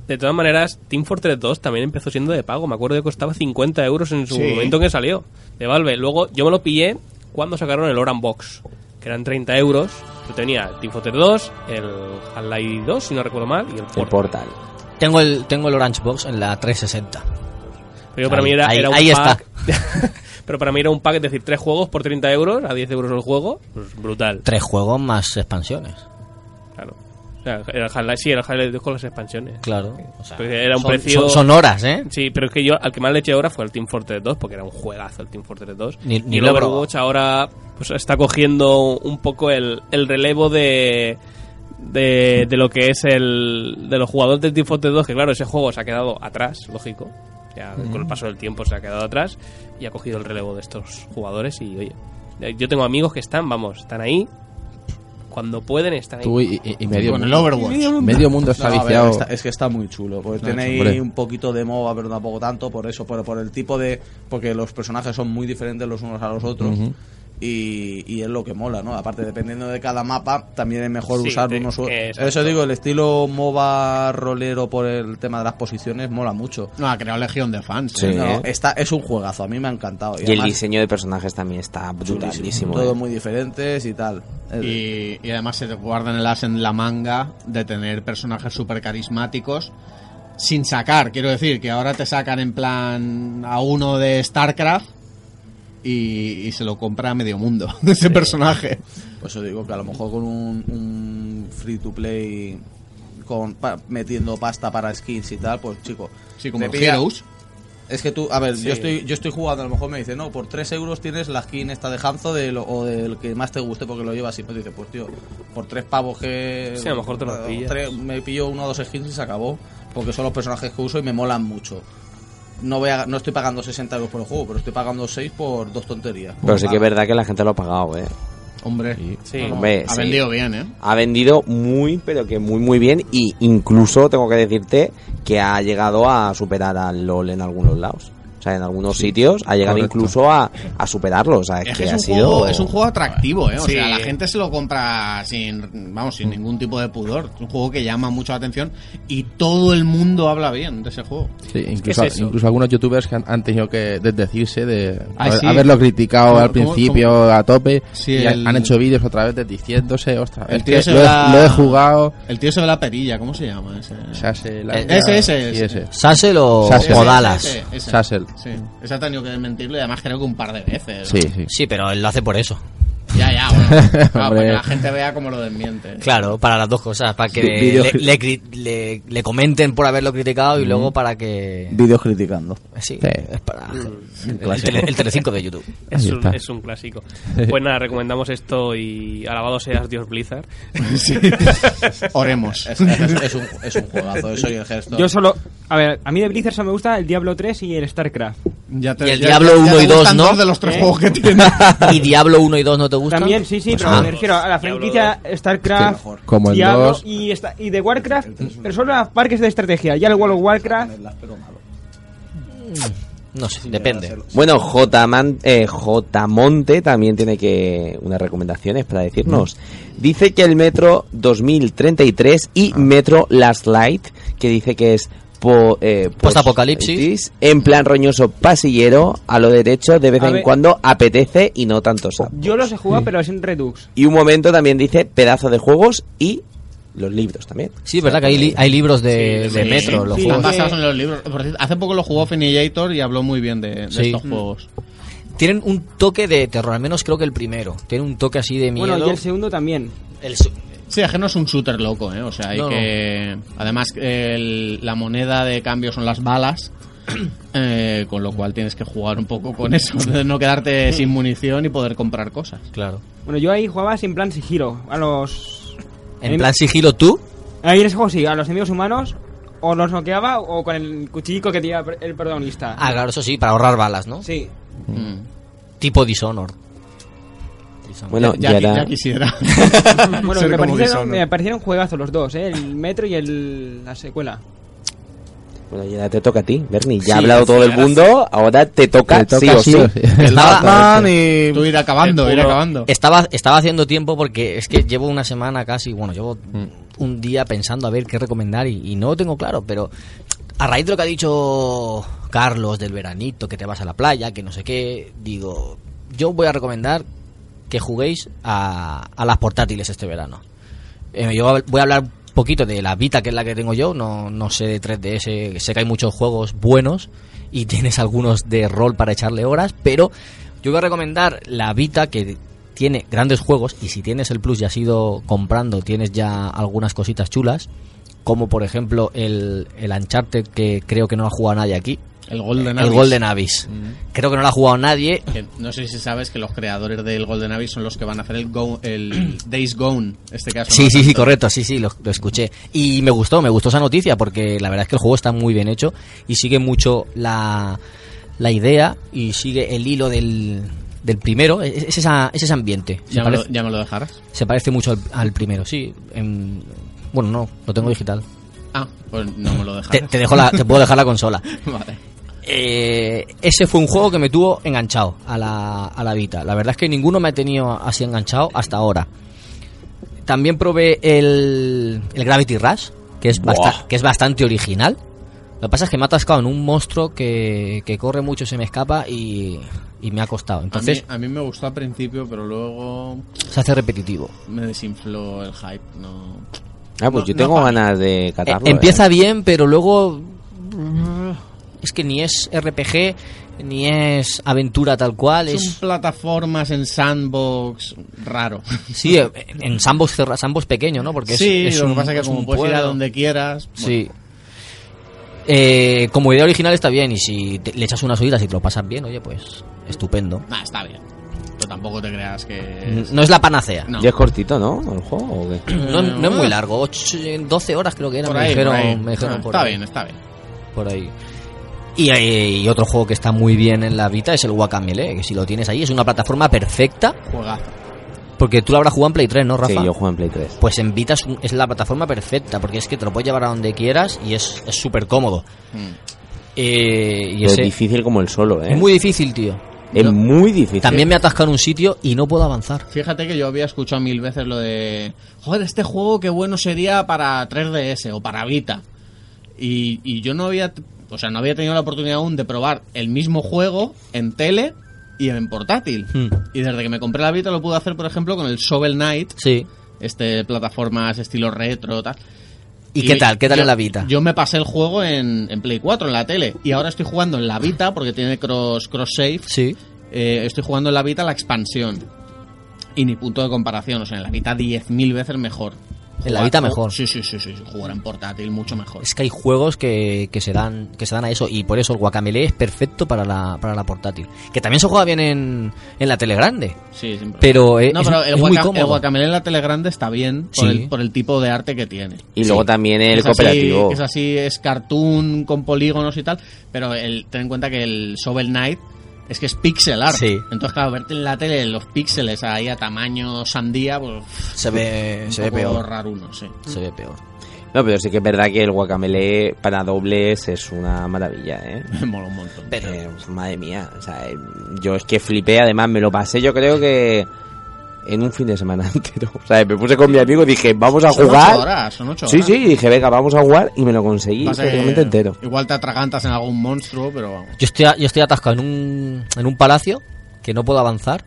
Speaker 10: De todas maneras, Team Fortress 2 también empezó siendo de pago. Me acuerdo que costaba 50 euros en su
Speaker 9: Sí.
Speaker 10: momento en que salió de Valve. Luego yo me lo pillé cuando sacaron el Oran Box, que eran 30 euros. Yo tenía Team Fortress 2, el Half-Life 2, si no recuerdo mal, y el
Speaker 5: El
Speaker 10: Portal.
Speaker 5: portal.
Speaker 6: Tengo el, tengo el Orange Box en la 360.
Speaker 10: Pero para
Speaker 6: Ahí-
Speaker 10: mí era,
Speaker 6: ahí-
Speaker 10: era un
Speaker 6: ahí está.
Speaker 10: pack. Pero para mí era un pack, es decir, tres juegos por 30 euros, a 10 euros el juego, pues brutal.
Speaker 6: Tres juegos más expansiones.
Speaker 10: Claro. O sea, el Half-Life, sí, el Half-Life 2 con las expansiones.
Speaker 6: Claro. O sea,
Speaker 10: Porque era un
Speaker 6: son-
Speaker 10: precio...
Speaker 6: son- son horas, ¿eh?
Speaker 10: Sí, pero es que yo al que más le eché ahora fue al Team Fortress 2, porque era un juegazo el Team Fortress 2.
Speaker 6: Ni- ni
Speaker 10: y el
Speaker 6: lo he probado.
Speaker 10: Overwatch ahora pues, está cogiendo un poco el, el relevo de, de, de lo que es el de los jugadores del Team Fortress 2, que claro, ese juego se ha quedado atrás, lógico. Ya con el paso del tiempo se ha quedado atrás y ha cogido el relevo de estos jugadores y oye, eh, yo tengo amigos que están, vamos, están ahí cuando pueden están ahí.
Speaker 18: Tú y, y- y medio
Speaker 9: Con el
Speaker 18: mundo.
Speaker 9: Overwatch.
Speaker 18: Medio mundo está
Speaker 7: No, a ver,
Speaker 18: viciado.
Speaker 7: está- es que está muy chulo. Porque
Speaker 18: Está
Speaker 7: tiene
Speaker 18: chulo. Hombre.
Speaker 7: ahí un poquito de MOBA, pero tampoco tanto por eso. Por, por el tipo de. Porque los personajes son muy diferentes los unos a los otros.
Speaker 18: Ujú.
Speaker 7: y, y es lo que mola, ¿no? Aparte, dependiendo de cada mapa, también es mejor
Speaker 10: Sí,
Speaker 7: usar
Speaker 10: te-
Speaker 7: unos. u-
Speaker 10: exacto.
Speaker 7: Eso digo, el estilo MOBA rolero por el tema de las posiciones mola mucho.
Speaker 9: No, ha creado legión de fans.
Speaker 5: Sí.
Speaker 9: ¿eh?
Speaker 7: No, está, es un juegazo, a mí me ha encantado.
Speaker 5: Y el
Speaker 7: además,
Speaker 5: diseño de personajes también está
Speaker 7: chulísimo,
Speaker 5: brutalísimo.
Speaker 7: Todos
Speaker 5: ¿eh?
Speaker 7: muy diferentes y tal. El-
Speaker 9: Y, y además se guardan el as en la manga de tener personajes súper carismáticos sin sacar. Quiero decir que ahora te sacan en plan a uno de StarCraft y, y se lo compra a medio mundo ese personaje.
Speaker 7: Pues yo digo que a lo mejor con un, un free to play con pa- metiendo pasta para skins y tal, pues chico.
Speaker 9: Sí, como
Speaker 7: te
Speaker 9: el
Speaker 7: pilla-
Speaker 9: Heroes.
Speaker 7: Es que tú, a ver,
Speaker 9: Sí.
Speaker 7: yo estoy yo estoy jugando, a lo mejor me dice, no, por 3 euros tienes la skin esta de Hanzo de lo- o del que más te guste porque lo llevas y pues dices, pues tío, por 3 pavos que...
Speaker 10: Sí, a lo mejor te lo
Speaker 7: o
Speaker 10: pillas.
Speaker 7: tres- Me pillo uno o dos skins y se acabó, porque son los personajes que uso y me molan mucho. No voy a- no estoy pagando 60 euros por el juego, pero estoy pagando 6 por dos tonterías.
Speaker 5: Pero sí que es verdad que la gente lo ha pagado, ¿eh?
Speaker 7: Hombre,
Speaker 9: Bueno,
Speaker 5: Hombre,
Speaker 9: ha
Speaker 5: sí.
Speaker 9: vendido bien, ¿eh?
Speaker 5: Ha vendido muy, pero que muy, muy bien. Y incluso tengo que decirte que ha llegado a superar al LOL en algunos lados. O sea, en algunos sitios ha llegado
Speaker 9: correcto.
Speaker 5: incluso a, a superarlo. O sea, es,
Speaker 9: Es que
Speaker 5: que,
Speaker 9: es
Speaker 5: ha
Speaker 9: un,
Speaker 5: sido.
Speaker 9: juego, es un juego atractivo, ¿eh? O
Speaker 5: Sí.
Speaker 9: sea, la gente se lo compra sin, vamos,
Speaker 18: Mm.
Speaker 9: sin ningún tipo de pudor. Es un juego que llama mucho la atención y todo el mundo habla bien de ese juego.
Speaker 18: Sí, incluso,
Speaker 9: es eso?
Speaker 18: incluso algunos youtubers que han, han tenido que desdecirse de
Speaker 9: Ah,
Speaker 18: haber-
Speaker 9: sí.
Speaker 18: haberlo criticado
Speaker 9: ¿Cómo-
Speaker 18: al
Speaker 9: cómo-
Speaker 18: principio a tope
Speaker 9: Sí,
Speaker 18: y han-
Speaker 9: el-
Speaker 18: han hecho vídeos otra vez desdiciéndose, ostras,
Speaker 9: El
Speaker 18: es
Speaker 9: tío
Speaker 18: que
Speaker 9: se
Speaker 18: lo, he-
Speaker 9: va-
Speaker 18: lo he jugado.
Speaker 9: El tío se ve la perilla, ¿cómo se llama ese?
Speaker 18: Sassel,
Speaker 9: Eh,
Speaker 18: la-
Speaker 9: ese, ese,
Speaker 18: sí,
Speaker 9: ese.
Speaker 18: ese. Sassel o-
Speaker 9: Sassel,
Speaker 18: o Dallas.
Speaker 9: ese, ese.
Speaker 18: Sassel.
Speaker 9: Sí. Ese ha tenido que desmentirlo y además creo que un par de veces.
Speaker 18: Sí, sí.
Speaker 6: Sí, pero él lo hace por eso.
Speaker 9: Ya, ya, bueno. Claro, para
Speaker 6: Hombre.
Speaker 9: que la gente vea cómo lo desmiente.
Speaker 6: Claro, para las dos cosas, para que
Speaker 7: Sí, video-
Speaker 6: le, le cri- le- le comenten por haberlo criticado y luego para que...
Speaker 7: Vídeos criticando. Sí.
Speaker 6: Sí, es para...
Speaker 5: Mm.
Speaker 6: El,
Speaker 7: clásico.
Speaker 6: tele- el Telecinco de YouTube.
Speaker 10: Es
Speaker 7: Ahí
Speaker 10: un,
Speaker 7: está.
Speaker 10: es un clásico. Pues nada, recomendamos esto y alabado seas Dios Blizzard.
Speaker 9: Oremos.
Speaker 7: Es- es- es un- es un juegazo, eso y el Hearthstone.
Speaker 8: Yo solo. A ver, a mí de Blizzard solo me gusta el Diablo 3 y el StarCraft. ¿Eh?
Speaker 9: Ya te- Y el ya- Diablo ya- ya 1 y te 2, gustan ¿no? dos de los tres juegos que tiene.
Speaker 6: ¿Y Diablo 1 y 2 no te gustan?
Speaker 8: También, sí, sí,
Speaker 6: Pues
Speaker 8: pero
Speaker 6: ah.
Speaker 8: me refiero a la franquicia StarCraft,
Speaker 6: Sí, mejor. Como el
Speaker 8: Diablo
Speaker 6: 2.
Speaker 8: y, esta- y de Warcraft, pero solo las parques de estrategia. Ya el World of Warcraft.
Speaker 6: No sé, depende.
Speaker 5: Bueno, J. Man- eh, J. Monte también tiene que unas recomendaciones para decirnos. Dice que el Metro 2033 y Metro Last Light, que dice que es po, eh,
Speaker 6: Postapocalipsis.
Speaker 5: en plan roñoso pasillero, a lo derecho, de vez
Speaker 8: A
Speaker 5: en
Speaker 8: ver.
Speaker 5: cuando apetece y no tanto sapo.
Speaker 8: Yo los he jugado, pero es en Redux.
Speaker 5: Y un momento también dice pedazo de juegos y los libros también.
Speaker 6: Sí, verdad que hay, li- hay libros de, de Metro, los
Speaker 9: Están
Speaker 6: juegos.
Speaker 9: basados en los libros. Por cierto, hace poco lo jugó Finillator y habló muy bien de, de
Speaker 6: Sí.
Speaker 9: estos
Speaker 6: Mm.
Speaker 9: juegos.
Speaker 6: Tienen un toque de terror, al menos creo que el primero. Tiene un toque así de miedo.
Speaker 9: Bueno, y el
Speaker 8: segundo también.
Speaker 9: Sí, es que no es un shooter loco, ¿eh? O sea, hay
Speaker 6: No, no.
Speaker 9: que... Además, el- la moneda de cambio son las balas, eh, con lo cual tienes que jugar un poco con eso, de no quedarte sin munición y poder comprar cosas.
Speaker 6: Claro.
Speaker 8: Bueno, yo ahí jugaba sin plan sigilo. A los.
Speaker 6: ¿En plan sigilo tú?
Speaker 8: Ahí en ese juego sí, a los enemigos humanos. O los noqueaba o con el cuchillico que tenía el protagonista.
Speaker 6: Ah, claro, eso sí, para ahorrar balas, ¿no?
Speaker 8: Sí.
Speaker 6: Tipo Dishonor.
Speaker 5: Bueno, Ya- ya y qui- ahora- ya
Speaker 9: quisiera.
Speaker 8: bueno,
Speaker 6: Ser
Speaker 8: me
Speaker 6: como
Speaker 8: parecieron,
Speaker 6: Dishonor.
Speaker 8: me parecieron juegazos los dos, ¿eh? el Metro y el, la secuela.
Speaker 5: Bueno, ya te toca a ti, Bernie. Ya
Speaker 8: Sí,
Speaker 5: ha hablado
Speaker 8: sí,
Speaker 5: todo el
Speaker 8: ahora
Speaker 5: mundo, ahora te toca,
Speaker 18: Te toca
Speaker 5: sí o sí.
Speaker 18: sí o sí. El
Speaker 6: Batman
Speaker 9: y... Tú ir acabando, ir acabando.
Speaker 6: Estaba, estaba haciendo tiempo porque es que llevo una semana casi, bueno, llevo
Speaker 9: Mm.
Speaker 6: un día pensando a ver qué recomendar y, y no lo tengo claro, pero a raíz de lo que ha dicho Carlos del veranito, que te vas a la playa, que no sé qué, digo, yo voy a recomendar que juguéis a, a las portátiles este verano. Eh, yo voy a hablar un poquito de la Vita, que es la que tengo yo, no, no sé de 3DS, sé que hay muchos juegos buenos y tienes algunos de rol para echarle horas, pero yo voy a recomendar la Vita que tiene grandes juegos y si tienes el Plus y has ido comprando, tienes ya algunas cositas chulas, como por ejemplo el, el Uncharted que creo que no lo ha jugado nadie aquí.
Speaker 9: El Golden
Speaker 6: El
Speaker 9: Abyss. Mm.
Speaker 6: Golden Abyss. Creo que no lo ha jugado nadie.
Speaker 9: Que no sé si sabes que los creadores del Golden Abyss son los que van a hacer el, Go- el Days Gone, este caso.
Speaker 6: Sí, sí, sí, correcto, sí, sí, lo, lo escuché. Y me gustó, me gustó esa noticia porque la verdad es que el juego está muy bien hecho y sigue mucho la, la idea y sigue el hilo del, del primero. Es, es esa, es ese ambiente. Se
Speaker 9: Ya me, lo,
Speaker 6: parece-
Speaker 9: ya me lo dejarás.
Speaker 6: se parece mucho al, al primero, sí. en- bueno, no, lo tengo digital.
Speaker 9: Ah, pues no me lo
Speaker 6: Te,
Speaker 9: dejarás.
Speaker 6: te dejo la, te puedo dejar la consola.
Speaker 9: Vale.
Speaker 6: Eh, ese fue un juego que me tuvo enganchado a la, a la Vita. La verdad es que ninguno me ha tenido así enganchado hasta ahora. También probé el, el Gravity Rush, que es, basta-
Speaker 3: Buah.
Speaker 6: que es bastante original. Lo que pasa es que me ha atascado en un monstruo que, que corre mucho, se me escapa y, y me ha costado. Entonces
Speaker 9: a, mí, a mí me gustó al principio, pero luego
Speaker 6: se hace repetitivo.
Speaker 9: me desinfló el hype. No.
Speaker 5: Ah, pues
Speaker 9: No-
Speaker 5: yo
Speaker 9: no
Speaker 5: tengo
Speaker 9: pa-
Speaker 5: ganas de catarlo.
Speaker 6: Eh, empieza
Speaker 5: eh.
Speaker 6: bien, pero luego. mm, Es que ni es RPG, ni es aventura tal cual.
Speaker 9: Son
Speaker 6: Es,
Speaker 9: plataformas en sandbox raro.
Speaker 6: Sí, eh, en sandbox, cerra- sandbox pequeño, ¿no? Porque es-
Speaker 9: sí,
Speaker 6: es,
Speaker 9: lo
Speaker 6: un,
Speaker 9: que pasa es que como
Speaker 6: un
Speaker 9: puedes ir a
Speaker 6: pueblo.
Speaker 9: donde quieras. bueno.
Speaker 6: Sí. eh, como idea original está bien y si te- le echas unas oídas y te lo pasas bien, oye, pues estupendo.
Speaker 9: Nah, está bien. Tú tampoco te creas que.
Speaker 6: Mm, No es la panacea.
Speaker 9: No.
Speaker 5: ¿Y es cortito, no? ¿El juego? o qué?
Speaker 6: No, no es muy largo, ocho- 12 horas creo que era,
Speaker 9: Ah. Por
Speaker 6: me
Speaker 9: ahí,
Speaker 6: dijeron,
Speaker 9: por ahí.
Speaker 6: me dijeron
Speaker 9: Ah,
Speaker 6: por
Speaker 9: está
Speaker 6: ahí.
Speaker 9: bien, está bien.
Speaker 6: Por ahí. Y, eh, y otro juego que está muy bien en la Vita es el Guacamele, que si lo tienes ahí es una plataforma perfecta.
Speaker 9: Juega.
Speaker 6: Porque tú lo habrás jugado en Play 3, ¿no, Rafa?
Speaker 5: Sí, yo juego en Play 3.
Speaker 6: Pues en Vita es, un- es la plataforma perfecta, porque es que te lo puedes llevar a donde quieras y es es súper cómodo. Eh, y
Speaker 5: Pero Hmm. es
Speaker 6: ese,
Speaker 5: difícil como el solo, ¿eh?
Speaker 6: es muy difícil, tío.
Speaker 5: Es
Speaker 6: Yo-
Speaker 5: muy difícil.
Speaker 6: También me atasca en un sitio y no puedo avanzar.
Speaker 9: Fíjate que yo había escuchado mil veces lo de. Joder, este juego qué bueno sería para 3DS o para Vita. Y, y yo no había. O sea, no había tenido la oportunidad aún de probar el mismo juego en tele y en portátil.
Speaker 6: Hmm.
Speaker 9: Y desde que me compré la Vita lo pude hacer, por ejemplo, con el Shovel Knight.
Speaker 6: Sí.
Speaker 9: Este, plataformas estilo retro, tal.
Speaker 6: ¿Y qué tal? ¿Qué tal
Speaker 9: yo-
Speaker 6: en la Vita?
Speaker 9: Yo me pasé el juego en, en Play 4, en la tele. Y ahora estoy jugando en la Vita, porque tiene cross, cross save.
Speaker 6: Sí.
Speaker 9: estoy jugando en la Vita la expansión. Y ni punto de comparación. O sea, en la Vita 10.000 veces mejor.
Speaker 6: En la
Speaker 9: Jugar-
Speaker 6: Vita mejor.
Speaker 9: Sí, sí, sí, sí. sí, Jugar en portátil mucho mejor.
Speaker 6: Es que hay juegos que, que se dan que se dan a eso y por eso el guacamele es perfecto para la, para la portátil. Que también se juega bien en, en la tele grande.
Speaker 9: Sí, sin problema.
Speaker 6: Pero, eh,
Speaker 9: No,
Speaker 6: es-
Speaker 9: pero el,
Speaker 6: es muy
Speaker 9: guaca-
Speaker 6: cómodo.
Speaker 9: el guacamele en la tele grande está bien por,
Speaker 6: Sí.
Speaker 9: el, por el tipo de arte que tiene.
Speaker 5: Y luego también el
Speaker 9: Es así-
Speaker 5: cooperativo.
Speaker 9: es así, es cartoon con polígonos y tal, pero el, ten en cuenta que el Shovel Knight es que es pixel art.
Speaker 6: Sí.
Speaker 9: Entonces, claro, verte en la tele los píxeles ahí a tamaño sandía, pues...
Speaker 6: Se ve-
Speaker 9: un
Speaker 6: se ve
Speaker 9: poco
Speaker 6: peor.
Speaker 9: raruno, sí.
Speaker 6: Se ve peor.
Speaker 5: No, pero sí que es verdad que el guacamele para dobles es una maravilla, ¿eh?
Speaker 9: Me mola un montón.
Speaker 5: Eh, madre mía, o sea, eh,
Speaker 6: Mm.
Speaker 5: yo es que flipé, además me lo pasé yo creo que en un fin de semana entero. O sea, me puse con mi amigo y dije, vamos a
Speaker 9: Son ocho
Speaker 5: jugar.
Speaker 9: horas, son ocho
Speaker 5: sí,
Speaker 9: horas.
Speaker 5: sí, y dije, venga, vamos a jugar y me lo conseguí
Speaker 9: Pasa que
Speaker 5: prácticamente entero.
Speaker 9: Igual te atragantas en algún monstruo, pero vamos.
Speaker 6: Yo estoy, yo estoy atascado en un, en un palacio que no puedo avanzar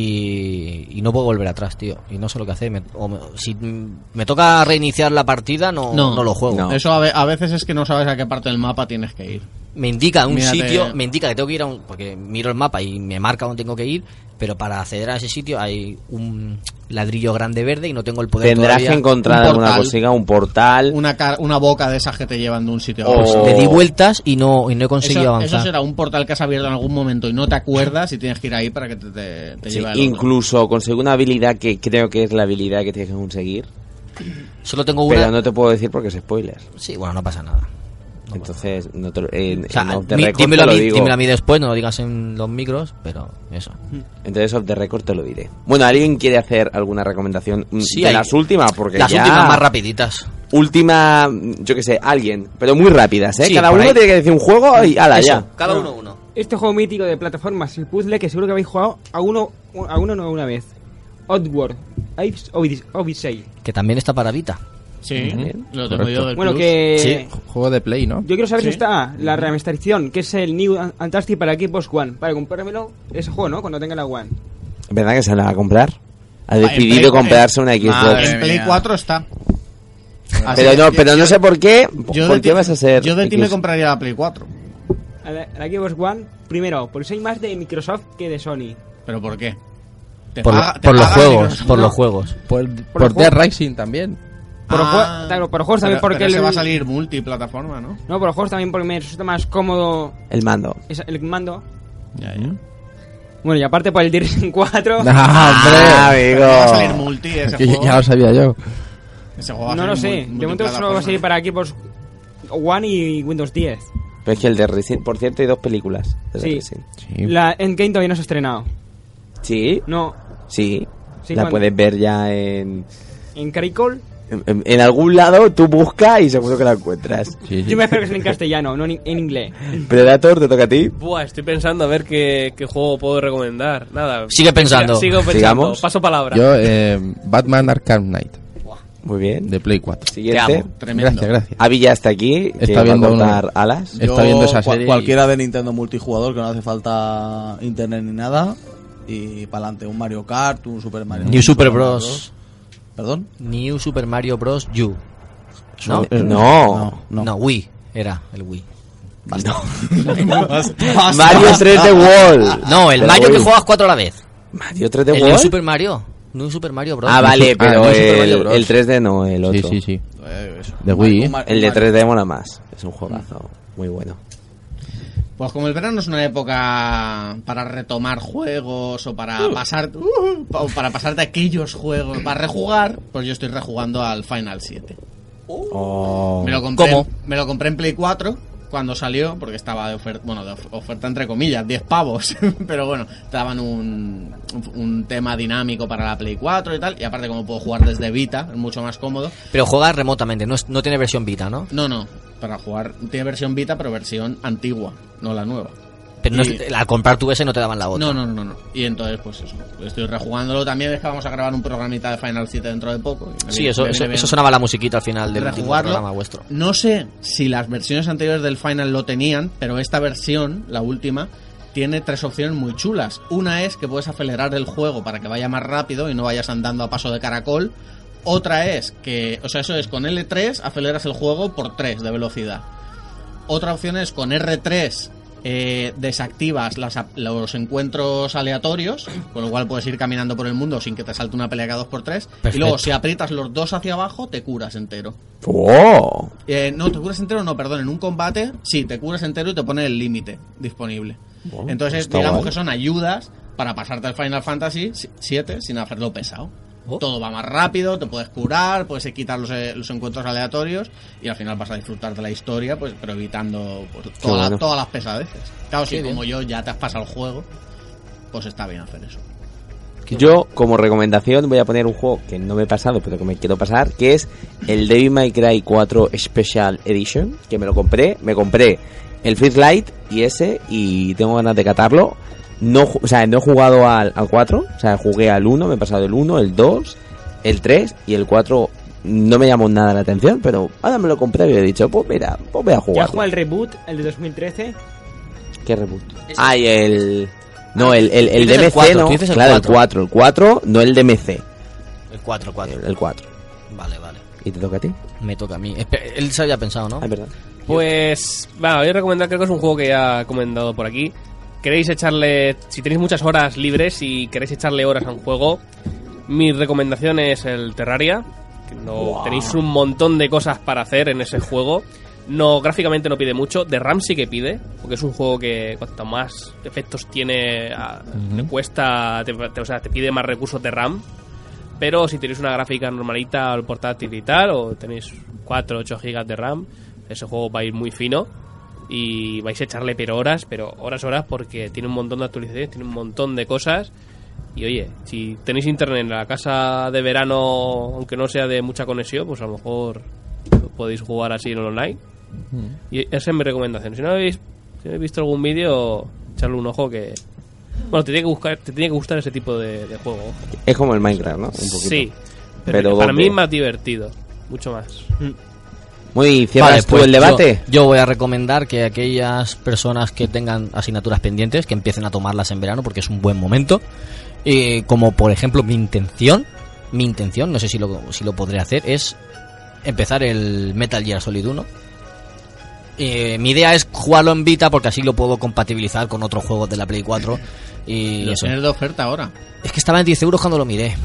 Speaker 6: y, y no puedo volver atrás, tío. Y no sé lo que hacer. Me- o me- si mm, me toca reiniciar la partida, no, no, lo juego.
Speaker 9: Eso a, ve- a veces es que no sabes a qué parte del mapa tienes que ir.
Speaker 6: Me indica un
Speaker 9: Mírate-
Speaker 6: sitio, me indica que tengo que ir a un... Porque miro el mapa y me marca dónde tengo que ir, pero para acceder a ese sitio hay un ladrillo grande verde y no tengo el poder
Speaker 5: Tendrás
Speaker 6: todavía.
Speaker 5: que encontrar
Speaker 6: Un
Speaker 5: alguna
Speaker 6: portal.
Speaker 5: cosiga, un portal.
Speaker 9: Una, car- una boca de esas que te llevan de un sitio a
Speaker 5: O-
Speaker 9: otro.
Speaker 6: Le di vueltas y no, y no he conseguido
Speaker 9: eso,
Speaker 6: avanzar.
Speaker 9: eso será un portal que has abierto en algún momento y no te acuerdas y tienes que ir ahí para que te, te- te
Speaker 5: Sí,
Speaker 9: lleve al otro.
Speaker 5: incluso conseguí una habilidad que creo que es la habilidad que tienes que conseguir.
Speaker 6: Solo tengo una...
Speaker 5: Pero no te puedo decir porque es spoiler.
Speaker 6: Sí, bueno, no pasa nada.
Speaker 5: Entonces, no te, lo- eh, en-
Speaker 6: O sea,
Speaker 5: en Off the
Speaker 6: mi-
Speaker 5: Record
Speaker 6: dímelo,
Speaker 5: te
Speaker 6: a
Speaker 5: lo
Speaker 6: mí,
Speaker 5: digo.
Speaker 6: dímelo a mí después, no lo digas en los micros, pero eso.
Speaker 5: Mm. Entonces, off the record te lo diré. Bueno, ¿alguien quiere hacer alguna recomendación mm,
Speaker 6: Sí,
Speaker 5: de
Speaker 6: hay-
Speaker 5: las últimas? Porque
Speaker 6: Las
Speaker 5: ya-
Speaker 6: últimas más rapiditas.
Speaker 5: Última, mm, yo qué sé, alguien, pero muy rápidas, ¿eh?
Speaker 6: Sí,
Speaker 5: Cada
Speaker 6: por
Speaker 5: uno
Speaker 6: ahí.
Speaker 5: tiene que decir un juego y ala,
Speaker 6: Eso,
Speaker 5: ya.
Speaker 6: Cada uno uno.
Speaker 8: Este juego mítico de plataformas y puzzle que seguro que habéis jugado a uno, a uno no una vez. Oddworld, Apes Odyssey- Odyssey.
Speaker 6: Que también está para Vita.
Speaker 9: Sí,
Speaker 18: También,
Speaker 9: lo tengo
Speaker 18: correcto.
Speaker 9: yo del
Speaker 8: Bueno,
Speaker 9: Plus.
Speaker 8: que-
Speaker 18: Sí, juego de Play, ¿no?
Speaker 8: Yo quiero saber
Speaker 18: Sí.
Speaker 8: si está ah, la remasterización, que es el New Fantastic para Xbox One. Para comprármelo, ese juego, ¿no? Cuando tenga la One.
Speaker 5: ¿Es verdad que se la va a comprar? Ha
Speaker 8: en
Speaker 5: decidido
Speaker 8: Play-
Speaker 5: comprarse una
Speaker 9: en-
Speaker 5: Xbox.
Speaker 9: En Play 4 está. Así
Speaker 5: Pero
Speaker 9: que
Speaker 5: no,
Speaker 9: yo-
Speaker 5: pero no sé por qué.
Speaker 9: yo
Speaker 5: ¿Por
Speaker 9: de
Speaker 5: qué
Speaker 9: ti-
Speaker 5: vas a ser?
Speaker 9: Yo de ti me
Speaker 5: Xbox?
Speaker 9: compraría la Play 4.
Speaker 8: A la, a la Xbox One, primero, porque soy más de Microsoft que de Sony.
Speaker 9: ¿Pero por qué? Te
Speaker 6: Por,
Speaker 9: paga- te
Speaker 6: por los
Speaker 9: paga
Speaker 6: juegos,
Speaker 9: Microsoft,
Speaker 6: por
Speaker 9: ¿no?
Speaker 6: los juegos.
Speaker 18: Por,
Speaker 8: Por los
Speaker 18: por Dead
Speaker 8: juegos.
Speaker 18: Rising también.
Speaker 8: Por los
Speaker 9: Ah.
Speaker 8: jue- claro, por los juegos también
Speaker 9: pero-
Speaker 8: porque
Speaker 9: pero ese
Speaker 8: el-
Speaker 9: va a salir multiplataforma, Ah, ¿no?
Speaker 8: No, por los juegos también porque me resulta más cómodo
Speaker 5: El mando.
Speaker 8: esa- el mando. Bueno, y aparte por el Division 4.
Speaker 18: Ah, hombre.
Speaker 8: Pero
Speaker 18: amigo.
Speaker 8: no va a
Speaker 9: salir multi ese
Speaker 18: Que
Speaker 9: juego.
Speaker 18: Ya lo sabía yo.
Speaker 9: Ese juego va a
Speaker 8: No
Speaker 9: salir
Speaker 8: lo sé.
Speaker 9: mul-
Speaker 8: De momento solo va a salir para Xbox One y Windows 10.
Speaker 5: Pero es que el de Resident, por cierto, hay dos películas. de
Speaker 8: Sí.
Speaker 5: Resident.
Speaker 8: La Endgame todavía no se ha estrenado.
Speaker 5: Sí.
Speaker 8: No.
Speaker 5: Sí.
Speaker 8: Sí,
Speaker 5: la
Speaker 8: ¿cuándo?
Speaker 5: puedes ver ya en,
Speaker 8: En Caricol.
Speaker 5: en, en- en algún lado. Tú buscas y seguro que la encuentras.
Speaker 8: Yo me espero que sea en castellano, no en, en inglés.
Speaker 5: Predator, te toca a ti.
Speaker 10: Buah, estoy pensando a ver qué, qué juego puedo recomendar. Nada.
Speaker 6: Sigue pensando.
Speaker 10: Sigo pensando.
Speaker 18: Sigamos.
Speaker 10: Paso palabra.
Speaker 18: Yo, eh, Batman Arkham Knight.
Speaker 5: Muy bien.
Speaker 18: De Play 4.
Speaker 5: Siguiente.
Speaker 18: Te amo. Gracias, gracias.
Speaker 5: Avi ya está aquí. que va
Speaker 18: Está
Speaker 5: a
Speaker 18: viendo
Speaker 5: cortar
Speaker 18: una-
Speaker 5: alas.
Speaker 18: Está viendo esa
Speaker 7: cual-
Speaker 18: serie. y-
Speaker 7: cualquiera de Nintendo multijugador que no hace falta internet ni nada. Y para adelante, un Mario Kart, un Super Mario
Speaker 6: New
Speaker 7: un
Speaker 6: Super
Speaker 7: Mario
Speaker 6: Bros.
Speaker 7: ¿Perdón?
Speaker 6: New Super Mario Bros. U. ¿No?
Speaker 5: Eh, no.
Speaker 6: No, Wii. Era el Wii.
Speaker 5: Mario 3D World.
Speaker 6: No, el
Speaker 5: Pero
Speaker 6: Mario que
Speaker 5: Wii.
Speaker 6: juegas cuatro a la vez.
Speaker 5: Mario 3D
Speaker 6: el New
Speaker 5: World.
Speaker 6: Super Mario. New Super Mario Bros.
Speaker 5: Ah, vale,
Speaker 6: New Super-
Speaker 5: pero
Speaker 6: New Super
Speaker 5: el,
Speaker 6: Mario Bros.
Speaker 5: el 3D no, el
Speaker 18: Sí,
Speaker 5: otro.
Speaker 18: sí, sí.
Speaker 7: Eh, eso.
Speaker 5: De Wii.
Speaker 7: Un Mar- un
Speaker 5: el de
Speaker 7: Mar-
Speaker 5: 3D mola más. Es un juegazo muy bueno.
Speaker 9: Pues como el verano es una época para retomar juegos o para pasar uh, o para pasarte aquellos juegos para rejugar, pues yo estoy rejugando al Final 7. Me lo compré,
Speaker 6: Oh. ¿Cómo?
Speaker 9: Me lo compré en Play 4 cuando salió, porque estaba de oferta, bueno, de of- oferta entre comillas, 10 pavos. Pero bueno, te daban un, un- un tema dinámico para la Play 4 y tal. Y aparte, como puedo jugar desde Vita, es mucho más cómodo.
Speaker 6: Pero juega remotamente, no, es- no tiene versión Vita, ¿no?
Speaker 9: No, no, para jugar, tiene versión Vita, pero versión antigua, no la nueva.
Speaker 6: Pero no es-
Speaker 9: Y-
Speaker 6: al comprar tu S no te daban la otra.
Speaker 9: No, no, no, no. Y entonces, pues eso. Estoy rejugándolo también. Es que vamos a grabar un programita de Final 7 dentro de poco. y me
Speaker 6: Sí,
Speaker 9: viene-
Speaker 6: eso,
Speaker 9: me
Speaker 6: eso,
Speaker 9: viene bien
Speaker 6: eso sonaba la musiquita al final del último programa
Speaker 9: rejugarlo.
Speaker 6: vuestro.
Speaker 9: No sé si las versiones anteriores del Final lo tenían, pero esta versión, la última, tiene tres opciones muy chulas. Una es que puedes acelerar el juego para que vaya más rápido y no vayas andando a paso de caracol. Otra es que, o sea, eso es con L3 aceleras el juego por 3 de velocidad. Otra opción es con R3 eh, desactivas las ap- los encuentros aleatorios, con lo cual puedes ir caminando por el mundo sin que te salte una pelea cada 2x3. Y luego,
Speaker 5: Perfecto.
Speaker 9: si aprietas los dos hacia abajo, te curas entero.
Speaker 5: ¡Oh!
Speaker 9: Eh, no, te curas entero, no, perdón, en un combate sí, te curas entero y te pone el límite disponible.
Speaker 5: Bueno,
Speaker 9: Entonces,
Speaker 5: está
Speaker 9: digamos
Speaker 5: guay.
Speaker 9: que son ayudas para pasarte al Final Fantasy 7 sin hacerlo pesado.
Speaker 5: Oh.
Speaker 9: Todo va más rápido, te puedes curar, puedes quitar los, eh, los encuentros aleatorios y al final vas a disfrutar de la historia, pues pero evitando pues, todas, las-
Speaker 5: bueno.
Speaker 9: todas las pesadeces. Claro, si
Speaker 6: Qué bien.
Speaker 9: como yo ya te has pasado el juego, pues está bien hacer eso.
Speaker 5: Yo, como recomendación, voy a poner un juego que no me he pasado, pero que me quiero pasar, que es el Devil May Cry 4 Special Edition, que me lo compré. Me compré el Free Light y ese, y tengo ganas de catarlo. No, ju- o sea, no he jugado al, al 4, o sea, jugué al 1, me he pasado el 1, el 2, el 3 y el 4 no me llamó nada la atención, pero ahora me lo compré y he dicho, pues mira, pues voy a
Speaker 8: ¿Ya has
Speaker 5: jugar.
Speaker 8: jugado el reboot, el de 2013?
Speaker 5: ¿Qué reboot? Ah, y el... No, el, el, el
Speaker 6: Tú dices el
Speaker 5: DMC,
Speaker 6: 4,
Speaker 5: no.
Speaker 6: tú dices el
Speaker 5: claro,
Speaker 6: 4.
Speaker 5: el 4, el 4, no el DMC.
Speaker 6: El 4, 4.
Speaker 5: El 4.
Speaker 6: Vale, vale.
Speaker 5: ¿Y te toca a ti?
Speaker 6: Me toca a mí. Espe- Él se había pensado, ¿no?
Speaker 5: Ah, es verdad.
Speaker 10: Pues, va, voy a recomendar, creo que es un juego que ya he comentado por aquí. Queréis echarle, si tenéis muchas horas libres y queréis echarle horas a un juego, mi recomendación es el Terraria. que no- Tenéis un montón de cosas para hacer en ese juego. No, gráficamente no pide mucho. De RAM sí que pide, porque es un juego que cuanto más efectos tiene, a-
Speaker 18: Ujú.
Speaker 10: te cuesta, te- te- o sea, te pide más recursos de RAM. Pero si tenéis una gráfica normalita al portátil y tal, o tenéis 4 o 8 gigas de RAM, ese juego va a ir muy fino. Y vais a echarle pero horas, pero horas, horas, porque tiene un montón de actualizaciones, tiene un montón de cosas. Y oye, si tenéis internet en la casa de verano, aunque no sea de mucha conexión, pues a lo mejor podéis jugar así en online. Y esa es mi recomendación. Si no habéis, si no habéis visto algún vídeo, echarle un ojo que... Bueno, te tiene que, buscar, te tiene que gustar ese tipo de, de juego.
Speaker 5: Es como el Minecraft, ¿no? Un poquito.
Speaker 10: Sí, pero,
Speaker 5: Pero
Speaker 10: para
Speaker 5: ¿dónde?
Speaker 10: mí es más divertido, mucho más.
Speaker 5: Muy, cierras
Speaker 6: Vale,
Speaker 5: tú
Speaker 6: pues
Speaker 5: el debate.
Speaker 6: Yo, yo voy a recomendar que aquellas personas que tengan asignaturas pendientes, que empiecen a tomarlas en verano porque es un buen momento. Eh, como por ejemplo mi intención, mi intención, no sé si lo, si lo podré hacer, es empezar el Metal Gear Solid 1. Eh, mi idea es jugarlo en Vita porque así lo puedo compatibilizar con otros juegos de la Play 4. Y
Speaker 9: Lo
Speaker 6: eso.
Speaker 9: tienes de oferta ahora.
Speaker 6: Es que estaba en 10 euros cuando lo miré.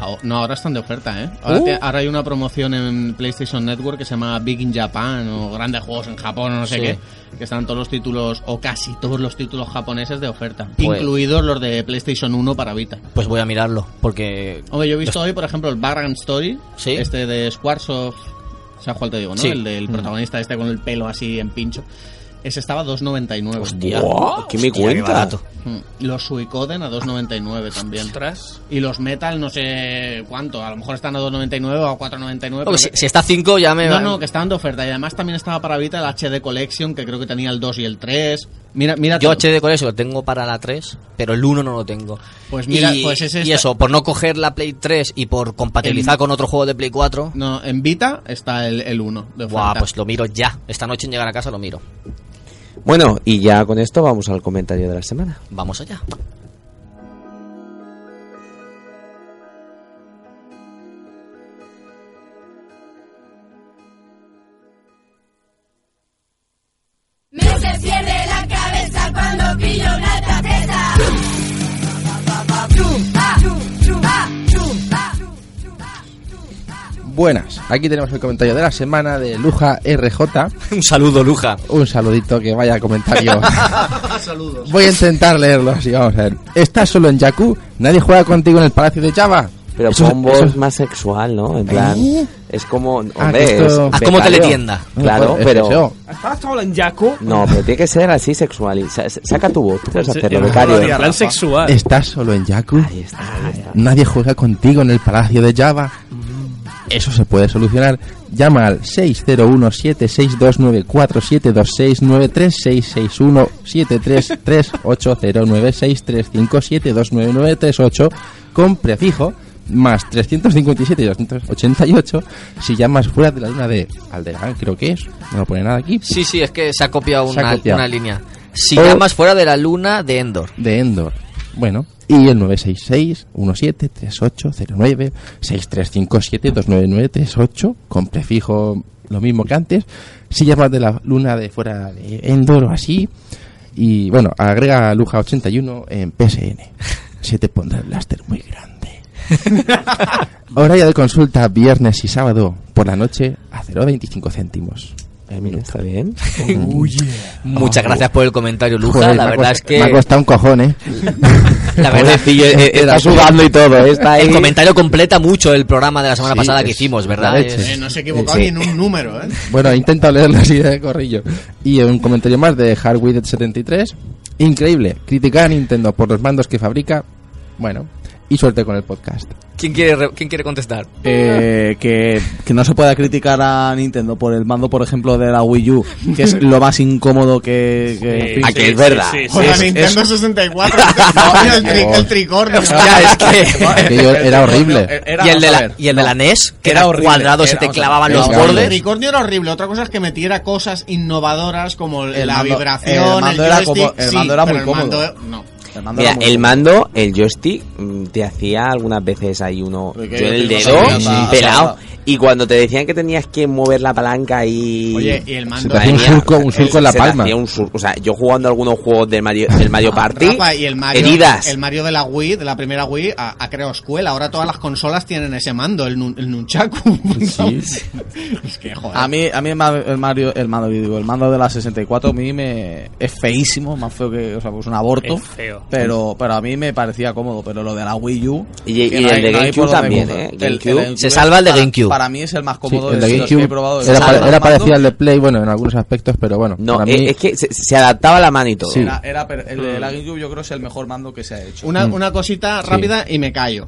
Speaker 9: Ah, No, ahora están de oferta, ¿eh? Ahora,
Speaker 6: Uh.
Speaker 9: te- ahora hay una promoción en PlayStation Network que se llama Big in Japan o Grandes Juegos en Japón o no sé
Speaker 6: Sí.
Speaker 9: qué. Que están todos los títulos o casi todos los títulos japoneses de oferta.
Speaker 6: Pues-
Speaker 9: Incluidos los de PlayStation 1 para Vita.
Speaker 6: Pues voy a mirarlo porque...
Speaker 9: Hombre, yo he visto hoy, por ejemplo, el Baran Story.
Speaker 6: Sí.
Speaker 9: Este de Squaresoft. ¿Sabes cuál te digo, no?
Speaker 6: Sí.
Speaker 9: El del
Speaker 6: Mm.
Speaker 9: protagonista este con el pelo así en pincho. Ese estaba a 2.99.
Speaker 5: Hostia. Buah, ¿qué me
Speaker 9: Hostia,
Speaker 5: cuentas?
Speaker 9: barato. Mm. Los Suicoden a 2.99 también.
Speaker 10: Ostras.
Speaker 9: Y los Metal, no sé cuánto. A lo mejor están a 2.99 o a 4.99.
Speaker 6: Hombre, si,
Speaker 9: pero-
Speaker 6: si está a 5 ya me...
Speaker 9: No,
Speaker 6: va-
Speaker 9: no, que estaban de oferta. Y además también estaba para Vita el HD Collection, que creo que tenía el 2 y el 3. Mira, mira.
Speaker 6: Yo HD con eso lo tengo para la 3, pero el 1 no lo tengo.
Speaker 9: Pues mira,
Speaker 6: y,
Speaker 9: pues ese
Speaker 6: y
Speaker 9: está-
Speaker 6: eso, por no coger la Play 3 y por compatibilizar
Speaker 9: El-
Speaker 6: con otro juego de Play 4,
Speaker 9: No, en Vita está el, el 1 de oferta.
Speaker 6: buah, pues lo miro ya. Esta noche en llegar a casa lo miro.
Speaker 5: Bueno, y ya con esto vamos al comentario de la semana.
Speaker 6: Vamos allá.
Speaker 19: Me se pierde la cabeza cuando pillo una tarjeta. Chu, pa, chu, chu, pa,
Speaker 18: buenas. Aquí tenemos el comentario de la semana de Luja RJ.
Speaker 6: Un saludo, Luja.
Speaker 18: Un saludito, que vaya comentario.
Speaker 9: Saludos.
Speaker 18: Voy a intentar leerlo así, vamos a ver. Estás solo en Jakku, nadie juega contigo en el Palacio de Java.
Speaker 5: Pero
Speaker 18: Eso-
Speaker 5: Pombo
Speaker 18: eso-
Speaker 5: es más sexual, ¿no? En plan,
Speaker 18: ¿Eh?
Speaker 5: es como... Hombre,
Speaker 18: Ah, que esto-
Speaker 5: es
Speaker 18: Ah, como
Speaker 5: becario.
Speaker 18: teletienda.
Speaker 5: Claro,
Speaker 18: Es
Speaker 5: pero...
Speaker 18: deseo.
Speaker 8: ¿Estás solo en Yaku?
Speaker 5: No, pero tiene que ser así sexual. y sa- saca tu voz, tú puedes hacerlo,
Speaker 18: En
Speaker 5: becario.
Speaker 18: plan
Speaker 10: sexual.
Speaker 18: Estás solo en Jakku. Nadie juega contigo en el Palacio de Java. Eso se puede solucionar. Llama al 601-76294726936617338096355729938 con prefijo más 357 y 288 si llamas fuera de la luna de Alderán, creo que es. No lo pone nada aquí.
Speaker 6: Sí, sí, es que se ha copiado
Speaker 18: Se ha
Speaker 6: una,
Speaker 18: copiado.
Speaker 6: una línea. Si
Speaker 18: O-
Speaker 6: llamas fuera de la luna de Endor.
Speaker 18: de Endor. Bueno, y el 966-173809-635729938 con prefijo lo mismo que antes. Si llamas de la luna de fuera de Endor o así. Y bueno, agrega Luja81 en PSN. Se te pondrá el blaster muy grande. Horario de consulta viernes y sábado por la noche a 0,25 céntimos.
Speaker 5: Eh, Está bien.
Speaker 6: Muchas
Speaker 18: Oh.
Speaker 6: gracias por el comentario, Luja.
Speaker 18: Joder,
Speaker 6: la
Speaker 18: me ha
Speaker 6: verdad
Speaker 18: cost-
Speaker 6: es que.
Speaker 18: Me ha costado un cojón, ¿eh?
Speaker 6: La verdad,
Speaker 18: Pobrecillo, eh, eh, está sudando y todo, ¿eh? Está ahí.
Speaker 6: El comentario completa mucho el programa de la semana
Speaker 18: Sí,
Speaker 6: pasada que
Speaker 18: es
Speaker 6: hicimos,
Speaker 18: la
Speaker 6: ¿verdad?
Speaker 18: leche.
Speaker 6: Es-
Speaker 18: Eh,
Speaker 9: No se ha equivocado
Speaker 18: Sí.
Speaker 9: ni en un número, ¿eh?
Speaker 18: Bueno, he intentado leerlo así de corrillo. Y un comentario más de Hardwidget73. Increíble. Criticar a Nintendo por los mandos que fabrica. Bueno, y suerte con el podcast.
Speaker 6: ¿Quién, quiere, re- ¿Quién quiere contestar?
Speaker 7: Eh, que, que no se pueda criticar a Nintendo por el mando, por ejemplo, de la Wii U, que es lo más incómodo que... que
Speaker 9: Sí, sí, sí, sí, sí. Joder, Nintendo 64. el, tri- el tricornio.
Speaker 6: Ya, es que-
Speaker 18: Aquello era horrible.
Speaker 6: y el de la, y el de la NES, que era, cuadrado, se te clavaban los
Speaker 9: El
Speaker 6: bordes.
Speaker 9: tricornio era horrible. Otra cosa es que metiera cosas innovadoras como la
Speaker 7: mando-
Speaker 9: vibración,
Speaker 7: el
Speaker 9: el,
Speaker 7: mando era
Speaker 9: joystick,
Speaker 7: como- el
Speaker 9: sí,
Speaker 7: mando era
Speaker 9: pero
Speaker 7: muy
Speaker 9: el
Speaker 7: cómodo.
Speaker 9: mando- no.
Speaker 5: Mira, el mando, el joystick, mm, te hacía algunas veces ahí uno. Yo
Speaker 9: Porque
Speaker 5: en el
Speaker 9: yo
Speaker 5: dedo,
Speaker 9: tengo la pelota,
Speaker 5: pelado.
Speaker 9: sí,
Speaker 5: Y cuando te decían que tenías que mover la palanca y.
Speaker 9: Oye, y el mando-
Speaker 5: Se te
Speaker 9: Madre
Speaker 5: hacía
Speaker 9: mía,
Speaker 5: el- se te hacía un sur- o sea, yo jugando algunos juegos del Mario, del Mario Party.
Speaker 9: Ah, Rafa, y el Mario,
Speaker 5: heridas.
Speaker 9: el Mario de la Wii, de la primera Wii, ha, ha creado escuela. Ahora todas las consolas tienen ese mando, el, nun- el Nunchaku. es que, joder.
Speaker 7: A mí, a mí el ma- el Mario, el mando, yo digo, el mando de la 64 a mí me es feísimo, más feo que, o sea, pues un aborto.
Speaker 10: Es feo.
Speaker 7: Pero, pero a mí me parecía cómodo, pero lo de la Wii U.
Speaker 5: Y- y
Speaker 7: que
Speaker 5: el
Speaker 7: no hay-
Speaker 5: de
Speaker 7: no hay
Speaker 5: GameCube
Speaker 7: por dónde
Speaker 5: también,
Speaker 7: coger. El-
Speaker 5: ¿eh?
Speaker 7: el
Speaker 5: GameCube.
Speaker 7: GameCube
Speaker 5: Se salva el de
Speaker 7: para-
Speaker 5: GameCube.
Speaker 7: Para mí es el más
Speaker 18: Sí,
Speaker 7: cómodo
Speaker 18: el de
Speaker 7: los que he
Speaker 18: GameCube
Speaker 7: probado. Se
Speaker 18: era, pare-
Speaker 7: salva
Speaker 18: era
Speaker 7: el mando.
Speaker 18: parecido al de Play, bueno, en algunos aspectos, pero bueno.
Speaker 5: No,
Speaker 18: para
Speaker 5: eh,
Speaker 18: mí-
Speaker 5: es que se, se adaptaba la mano y todo.
Speaker 18: Sí.
Speaker 7: Era- era per- el de
Speaker 10: Mm.
Speaker 7: la GameCube yo creo es el mejor mando que se ha hecho.
Speaker 9: Una, una cosita
Speaker 7: Mm. Sí.
Speaker 9: rápida y me callo.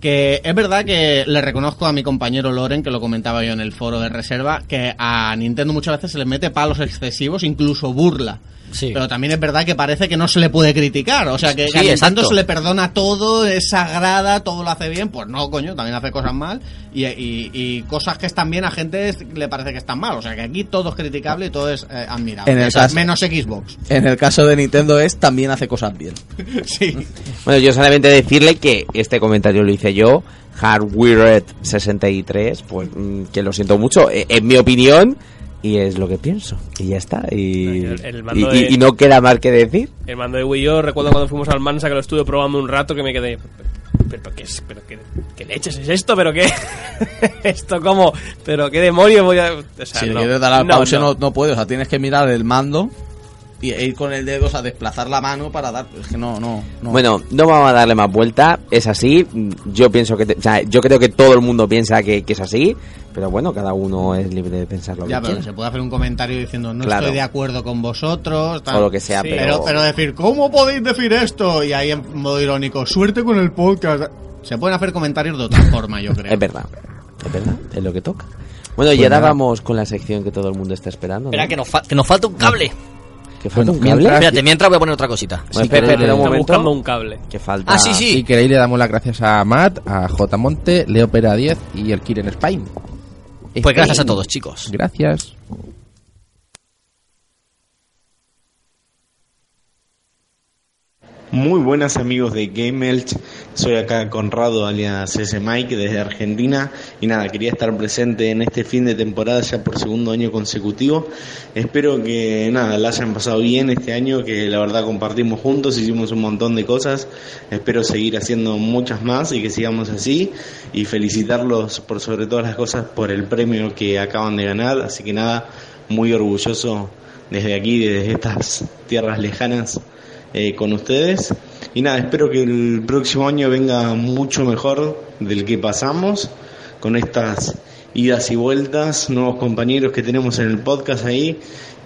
Speaker 9: Que es verdad que le reconozco a mi compañero Loren, que lo comentaba yo en el foro de reserva, que a Nintendo muchas veces se le mete palos excesivos, incluso burla. Pero también es verdad que parece que no se le puede criticar. O sea, que,
Speaker 6: Sí,
Speaker 9: que a Nintendo
Speaker 6: exacto.
Speaker 9: se le perdona todo, es sagrada, todo lo hace bien. Pues no, coño, también hace cosas mal. Y, y- y cosas que están bien a gente le parece que están mal. O sea, que aquí todo es criticable y todo es eh, admirable.
Speaker 7: En el
Speaker 9: O sea,
Speaker 7: caso-
Speaker 9: menos Xbox.
Speaker 7: En el caso de Nintendo es también hace cosas bien.
Speaker 9: sí.
Speaker 5: Bueno, yo solamente decirle que este comentario lo hice yo, Hardwired63, pues mm, que lo siento mucho, e- es mi opinión y es lo que pienso. Y ya está. Y,
Speaker 10: el- el mando
Speaker 5: y- y-
Speaker 10: de-
Speaker 5: y no queda más que decir.
Speaker 10: El mando de Wii yo recuerdo cuando fuimos al Mansa que lo estuve probando un rato que me quedé. ¿Pero, pero qué, es, pero qué, qué leches es esto? ¿Pero qué? ¿Esto cómo? ¿Pero qué demonio voy a.? O sea,
Speaker 7: si le
Speaker 10: no.
Speaker 7: quieres dar al
Speaker 10: No,
Speaker 7: pause
Speaker 10: no.
Speaker 7: no. no puedes, o sea, tienes que mirar el mando y e ir con el dedo, o sea, desplazar la mano para dar. pues, Es que no, no, no.
Speaker 5: Bueno, no vamos a darle más vuelta, es así. mm, Yo pienso que, te- o sea, yo creo que todo el mundo piensa que, que es así, pero bueno, cada uno es libre de pensar lo
Speaker 9: Ya,
Speaker 5: que
Speaker 9: pero
Speaker 5: quiera.
Speaker 9: se puede hacer un comentario diciendo no
Speaker 5: Claro.
Speaker 9: estoy de acuerdo con vosotros.
Speaker 5: O lo que sea, pero-
Speaker 9: pero... decir, ¿cómo podéis decir esto? Y ahí en modo irónico, suerte con el podcast. Se pueden hacer comentarios de otra forma, yo creo.
Speaker 5: Es verdad, es verdad, es lo que toca. Bueno,
Speaker 6: Pues
Speaker 5: y ahora
Speaker 6: nada.
Speaker 5: vamos con la sección que todo el mundo está esperando. ¿no?
Speaker 6: Espera, que nos, fa- que nos falta un cable.
Speaker 5: ¿Que falta
Speaker 18: Bueno,
Speaker 5: un cable?
Speaker 18: mientras-
Speaker 6: Espérate, mientras voy a poner otra cosita.
Speaker 5: Bueno, espera, espera, espera un momento.
Speaker 10: buscando un cable.
Speaker 5: Que falta.
Speaker 6: Ah, sí, sí.
Speaker 18: Si queréis, le damos las gracias a Matt, a J. Monte, Leo Pera 10 y el Kiren Spine.
Speaker 6: Pues gracias a todos, chicos.
Speaker 18: Este Gracias.
Speaker 20: Muy buenas amigos de Game Elch. Soy acá Conrado, alias S. Mike, desde Argentina. Y nada, quería estar presente en este fin de temporada ya por segundo año consecutivo. Espero que nada, la hayan pasado bien este año, que la verdad compartimos juntos, hicimos un montón de cosas. Espero seguir haciendo muchas más y que sigamos así. Y felicitarlos por sobre todas las cosas por el premio que acaban de ganar. Así que nada, muy orgulloso desde aquí, desde estas tierras lejanas eh, con ustedes. Y nada, espero que el próximo año venga mucho mejor del que pasamos, con estas idas y vueltas, nuevos compañeros que tenemos en el podcast ahí.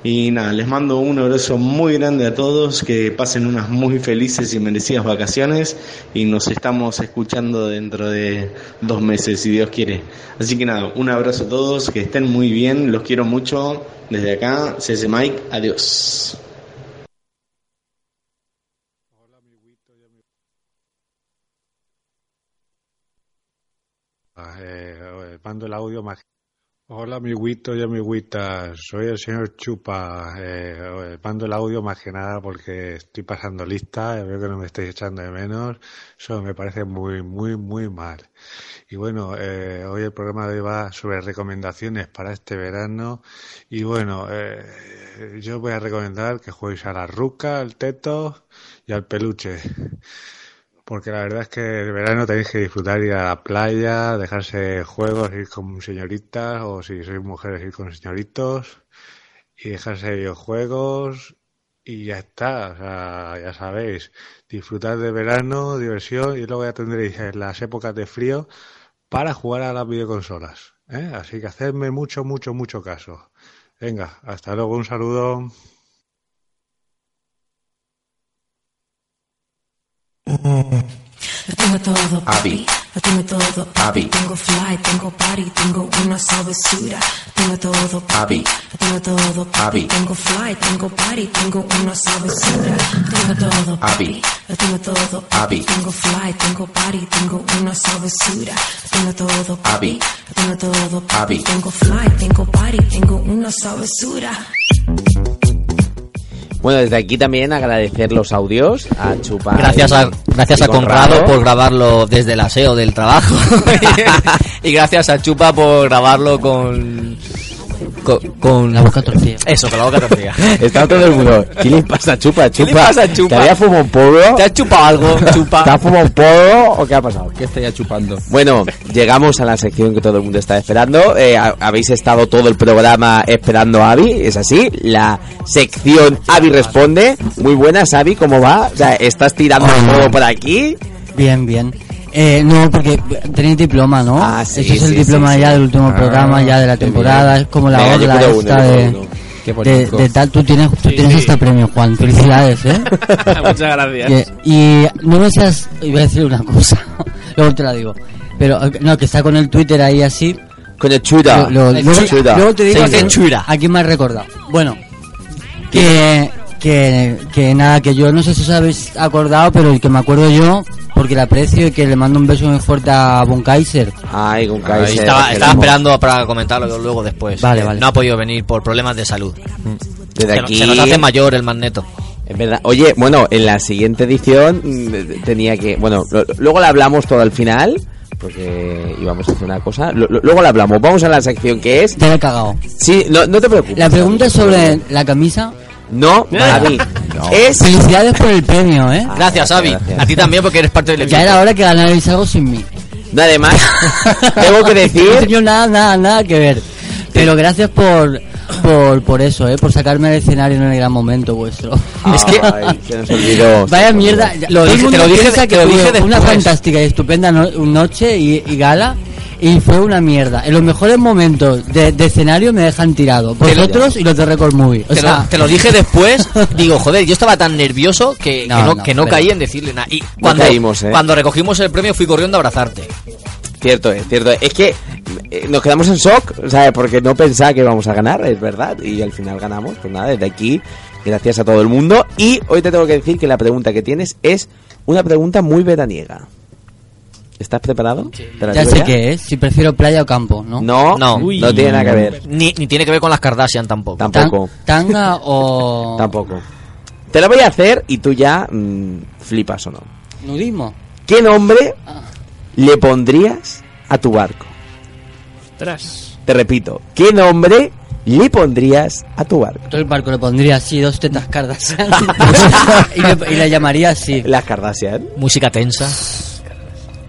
Speaker 20: Y nada, les mando un abrazo muy grande a todos, que pasen unas muy felices y merecidas vacaciones y nos estamos escuchando dentro de dos meses, si Dios quiere. Así que nada, un abrazo a todos, que estén muy bien, los quiero mucho. Desde acá, CC Mike, adiós.
Speaker 21: Ah, eh, eh, mando el audio más. Hola, amiguito y amiguita. Soy el señor Chupa. Eh, eh, mando el audio más que nada porque estoy pasando lista. eh, Veo que no me estáis echando de menos. Eso me parece muy, muy, muy mal. Y bueno, eh, hoy el programa de hoy va sobre recomendaciones para este verano. Y bueno, eh, yo voy a recomendar que juguéis a la ruca, al teto y al peluche porque la verdad es que el verano tenéis que disfrutar, ir a la playa, dejarse juegos, ir con señoritas, o si sois mujeres, ir con señoritos, y dejarse videojuegos, y ya está, o sea, ya sabéis, disfrutar de verano, diversión, y luego ya tendréis en las épocas de frío para jugar a las videoconsolas. ¿eh? Así que hacedme mucho, mucho, mucho caso. Venga, hasta luego, un saludo.
Speaker 22: Lo tengo todo, papi.
Speaker 21: Abi.
Speaker 22: Lo tengo todo, papi.
Speaker 21: Abi.
Speaker 22: Tengo fly, tengo party, tengo una sabrosura. Tengo todo, papi.
Speaker 21: Abi.
Speaker 22: Lo tengo todo, papi.
Speaker 21: Abi.
Speaker 22: Tengo fly, tengo party, tengo una sabrosura. Tengo todo, papi.
Speaker 21: Abi.
Speaker 22: Lo tengo todo, papi.
Speaker 21: Abi.
Speaker 22: Tengo fly, tengo party, tengo una sabrosura. Tengo todo, papi.
Speaker 21: Abi.
Speaker 22: Lo tengo todo, papi.
Speaker 21: Abi.
Speaker 22: Tengo fly, tengo party, tengo una sabrosura.
Speaker 5: Bueno, desde aquí también agradecer los audios a Chupa.
Speaker 6: Gracias
Speaker 5: y-
Speaker 6: a, gracias
Speaker 5: y
Speaker 6: a Conrado por grabarlo desde el aseo del trabajo. y gracias a Chupa por grabarlo con. Con, la boca torcida. Eso, con la boca torcida.
Speaker 5: Está todo el mundo. ¿Qué le pasa, Chupa? Chupa?
Speaker 6: ¿Qué le pasa, Chupa?
Speaker 5: ¿Te había fumado un polvo?
Speaker 6: ¿Te has chupado algo, Chupa?
Speaker 5: ¿Te has fumado un polvo o qué ha pasado?
Speaker 18: ¿Qué estaría chupando?
Speaker 5: Bueno, llegamos a la sección que todo el mundo está esperando. Eh, ha- habéis estado todo el programa esperando a Avi, es así. La sección Avi responde. Muy buenas, Avi, ¿cómo va? O sea, estás tirando el fuego por aquí.
Speaker 23: Bien, bien. Eh, no, porque tenéis diploma, ¿no? Ese es el
Speaker 5: Ah, sí,
Speaker 23: diploma
Speaker 5: sí,
Speaker 23: ya
Speaker 5: sí.
Speaker 23: del último
Speaker 5: Ah,
Speaker 23: programa, ya de la
Speaker 5: qué
Speaker 23: temporada.
Speaker 5: bien.
Speaker 23: Es como la
Speaker 5: Venga, yo
Speaker 23: ola
Speaker 5: quiero uno,
Speaker 23: esta
Speaker 5: yo
Speaker 23: de,
Speaker 5: quiero uno. Qué
Speaker 23: de,
Speaker 5: bonito.
Speaker 23: de tal. Tú tienes, tú
Speaker 5: Sí,
Speaker 23: tienes
Speaker 5: sí.
Speaker 23: este premio, Juan. Felicidades, ¿eh?
Speaker 10: Muchas gracias.
Speaker 23: Que- y no me seas... Iba a decir una cosa. Luego te la digo. Pero, eh, no, que está con el Twitter ahí así.
Speaker 5: Con el Twitter.
Speaker 23: Luego,
Speaker 5: El
Speaker 23: luego-
Speaker 5: Twitter.
Speaker 23: luego te digo
Speaker 5: Sí,
Speaker 23: aquí,
Speaker 5: el Twitter.
Speaker 23: aquí me has recordado. Bueno, que, que, que nada, que yo no sé si os habéis acordado, pero el que me acuerdo yo, porque le aprecio y que le mando un beso muy fuerte a Von Kaiser.
Speaker 5: Ay, con
Speaker 23: Kaiser,
Speaker 6: estaba,
Speaker 23: que
Speaker 6: estaba
Speaker 23: lo-
Speaker 6: esperando para comentarlo luego después.
Speaker 23: Vale,
Speaker 6: Eh,
Speaker 23: vale.
Speaker 6: No ha podido venir por problemas de salud.
Speaker 5: Desde
Speaker 6: se, no-
Speaker 5: aquí-
Speaker 6: se nos hace mayor el magneto.
Speaker 5: Es verdad. Oye, bueno, en la siguiente edición mm, de- de- tenía que. Bueno, lo- luego la hablamos todo al final. Porque íbamos a hacer una cosa. Lo- lo- luego la hablamos. Vamos a la sección que es.
Speaker 23: Te he cagado.
Speaker 5: Sí, no, no te preocupes.
Speaker 23: La pregunta es sobre la camisa.
Speaker 5: No,
Speaker 6: ¿Eh?
Speaker 5: David. Es.
Speaker 23: Felicidades por el premio, ¿eh?
Speaker 6: Gracias, Avi. A ti también, porque eres parte del equipo.
Speaker 23: Ya era hora que ganarais algo sin mí.
Speaker 5: No, además, tengo que decir.
Speaker 23: No tenía nada, nada, nada que ver. Pero gracias por, por, por eso, ¿eh? Por sacarme al escenario en el gran momento vuestro.
Speaker 5: Es que. se nos olvidó.
Speaker 23: Vaya mierda.
Speaker 6: Lo
Speaker 23: Todo el
Speaker 6: dije- te
Speaker 23: mundo
Speaker 6: lo dije-
Speaker 23: piensa
Speaker 6: te
Speaker 23: que
Speaker 6: lo
Speaker 23: tuve
Speaker 6: dije
Speaker 23: una
Speaker 6: después.
Speaker 23: fantástica y estupenda no- noche y, y gala. Y fue una mierda. En los mejores momentos de, de escenario me dejan tirado. Vosotros y los de Record Movie. O
Speaker 6: te,
Speaker 23: sea,
Speaker 6: lo, te lo dije después, digo, joder, yo estaba tan nervioso que que no,
Speaker 23: No, no,
Speaker 6: que no
Speaker 23: pero-
Speaker 6: caí en decirle nada. Y cuando,
Speaker 5: caímos, ¿eh?
Speaker 6: cuando recogimos el premio fui corriendo a abrazarte.
Speaker 5: Cierto es, cierto es. Es que eh, nos quedamos en shock, ¿sabes? Porque no pensaba que íbamos a ganar, es verdad. Y al final ganamos. Pues nada, desde aquí, gracias a todo el mundo. Y hoy te tengo que decir que la pregunta que tienes es una pregunta muy veraniega. ¿Estás preparado? ¿Te la
Speaker 23: ya
Speaker 5: digo
Speaker 23: sé qué es. Si prefiero playa o campo, ¿no?
Speaker 5: No, no, no tiene nada que ver.
Speaker 6: Ni, ni tiene que ver con las Kardashian tampoco.
Speaker 5: Tampoco.
Speaker 23: ¿Tanga o
Speaker 5: Ah. Tampoco. Te la voy a hacer y tú ya mm, flipas o no.
Speaker 23: nudismo?
Speaker 5: ¿Qué nombre le pondrías a tu barco?
Speaker 10: Tras.
Speaker 5: Te repito, ¿qué nombre le pondrías a tu barco?
Speaker 23: Todo el barco le pondría así, dos tetas Kardashian. y, le- y la llamaría así.
Speaker 5: Las Kardashian.
Speaker 6: Música tensa.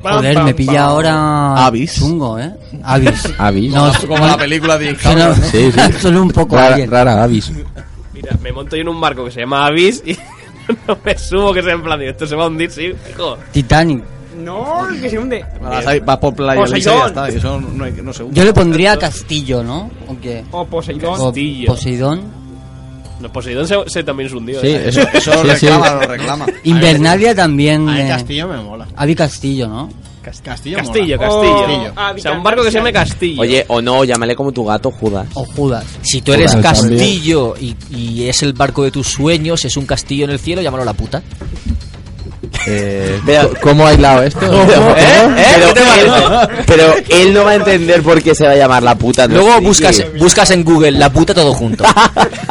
Speaker 23: Joder,
Speaker 6: Pam,
Speaker 23: me
Speaker 6: pam,
Speaker 23: pilla
Speaker 6: pam.
Speaker 23: ahora. Avis. Chungo, ¿eh? Avis.
Speaker 18: Avis.
Speaker 23: No,
Speaker 9: Como la película de
Speaker 23: que no-
Speaker 18: Sí, sí.
Speaker 23: Solo un poco
Speaker 18: rara,
Speaker 23: alguien.
Speaker 18: rara Avis.
Speaker 10: Mira, me monto yo en un barco que se llama Avis y no me subo que sea en plan, digo, esto se va a hundir, sí, hijo.
Speaker 23: Titanic.
Speaker 8: No, el que se hunde.
Speaker 7: Vas por Playa
Speaker 8: Poseidón.
Speaker 7: Elisa y ya está, que eso no, hay- no se hunde.
Speaker 23: Yo le pondría Castillo, ¿no? ¿O qué?
Speaker 8: O Poseidón.
Speaker 23: O
Speaker 10: Castillo.
Speaker 23: Poseidón.
Speaker 10: No, Poseidón se, se también se hundió.
Speaker 23: Sí,
Speaker 10: ¿eh?
Speaker 23: eso- eso Sí, reclama, sí. lo reclama. Invernalia también.
Speaker 9: A mí
Speaker 23: eh,
Speaker 9: Castillo me mola.
Speaker 23: Avi Castillo, ¿no?
Speaker 9: Castillo,
Speaker 7: Oh,
Speaker 10: Castillo, Oh,
Speaker 9: mola.
Speaker 10: Castillo. Ah,
Speaker 9: Castillo.
Speaker 10: o sea, un barco que se llame Castillo.
Speaker 5: Oye, o no, llámale como tu gato Judas.
Speaker 23: O Judas.
Speaker 6: Si tú eres
Speaker 5: Judas también.
Speaker 6: castillo y, y es el barco de tus sueños, es un castillo en el cielo, llámalo la puta.
Speaker 18: Eh, ¿Cómo ha aislado esto?
Speaker 5: ¿Eh?
Speaker 6: ¿Eh?
Speaker 5: Pero, él, pero él no va a entender por qué se va a llamar la puta. ¿no?
Speaker 6: Luego
Speaker 5: Sí,
Speaker 6: buscas,
Speaker 5: que-
Speaker 6: buscas en Google la puta todo junto.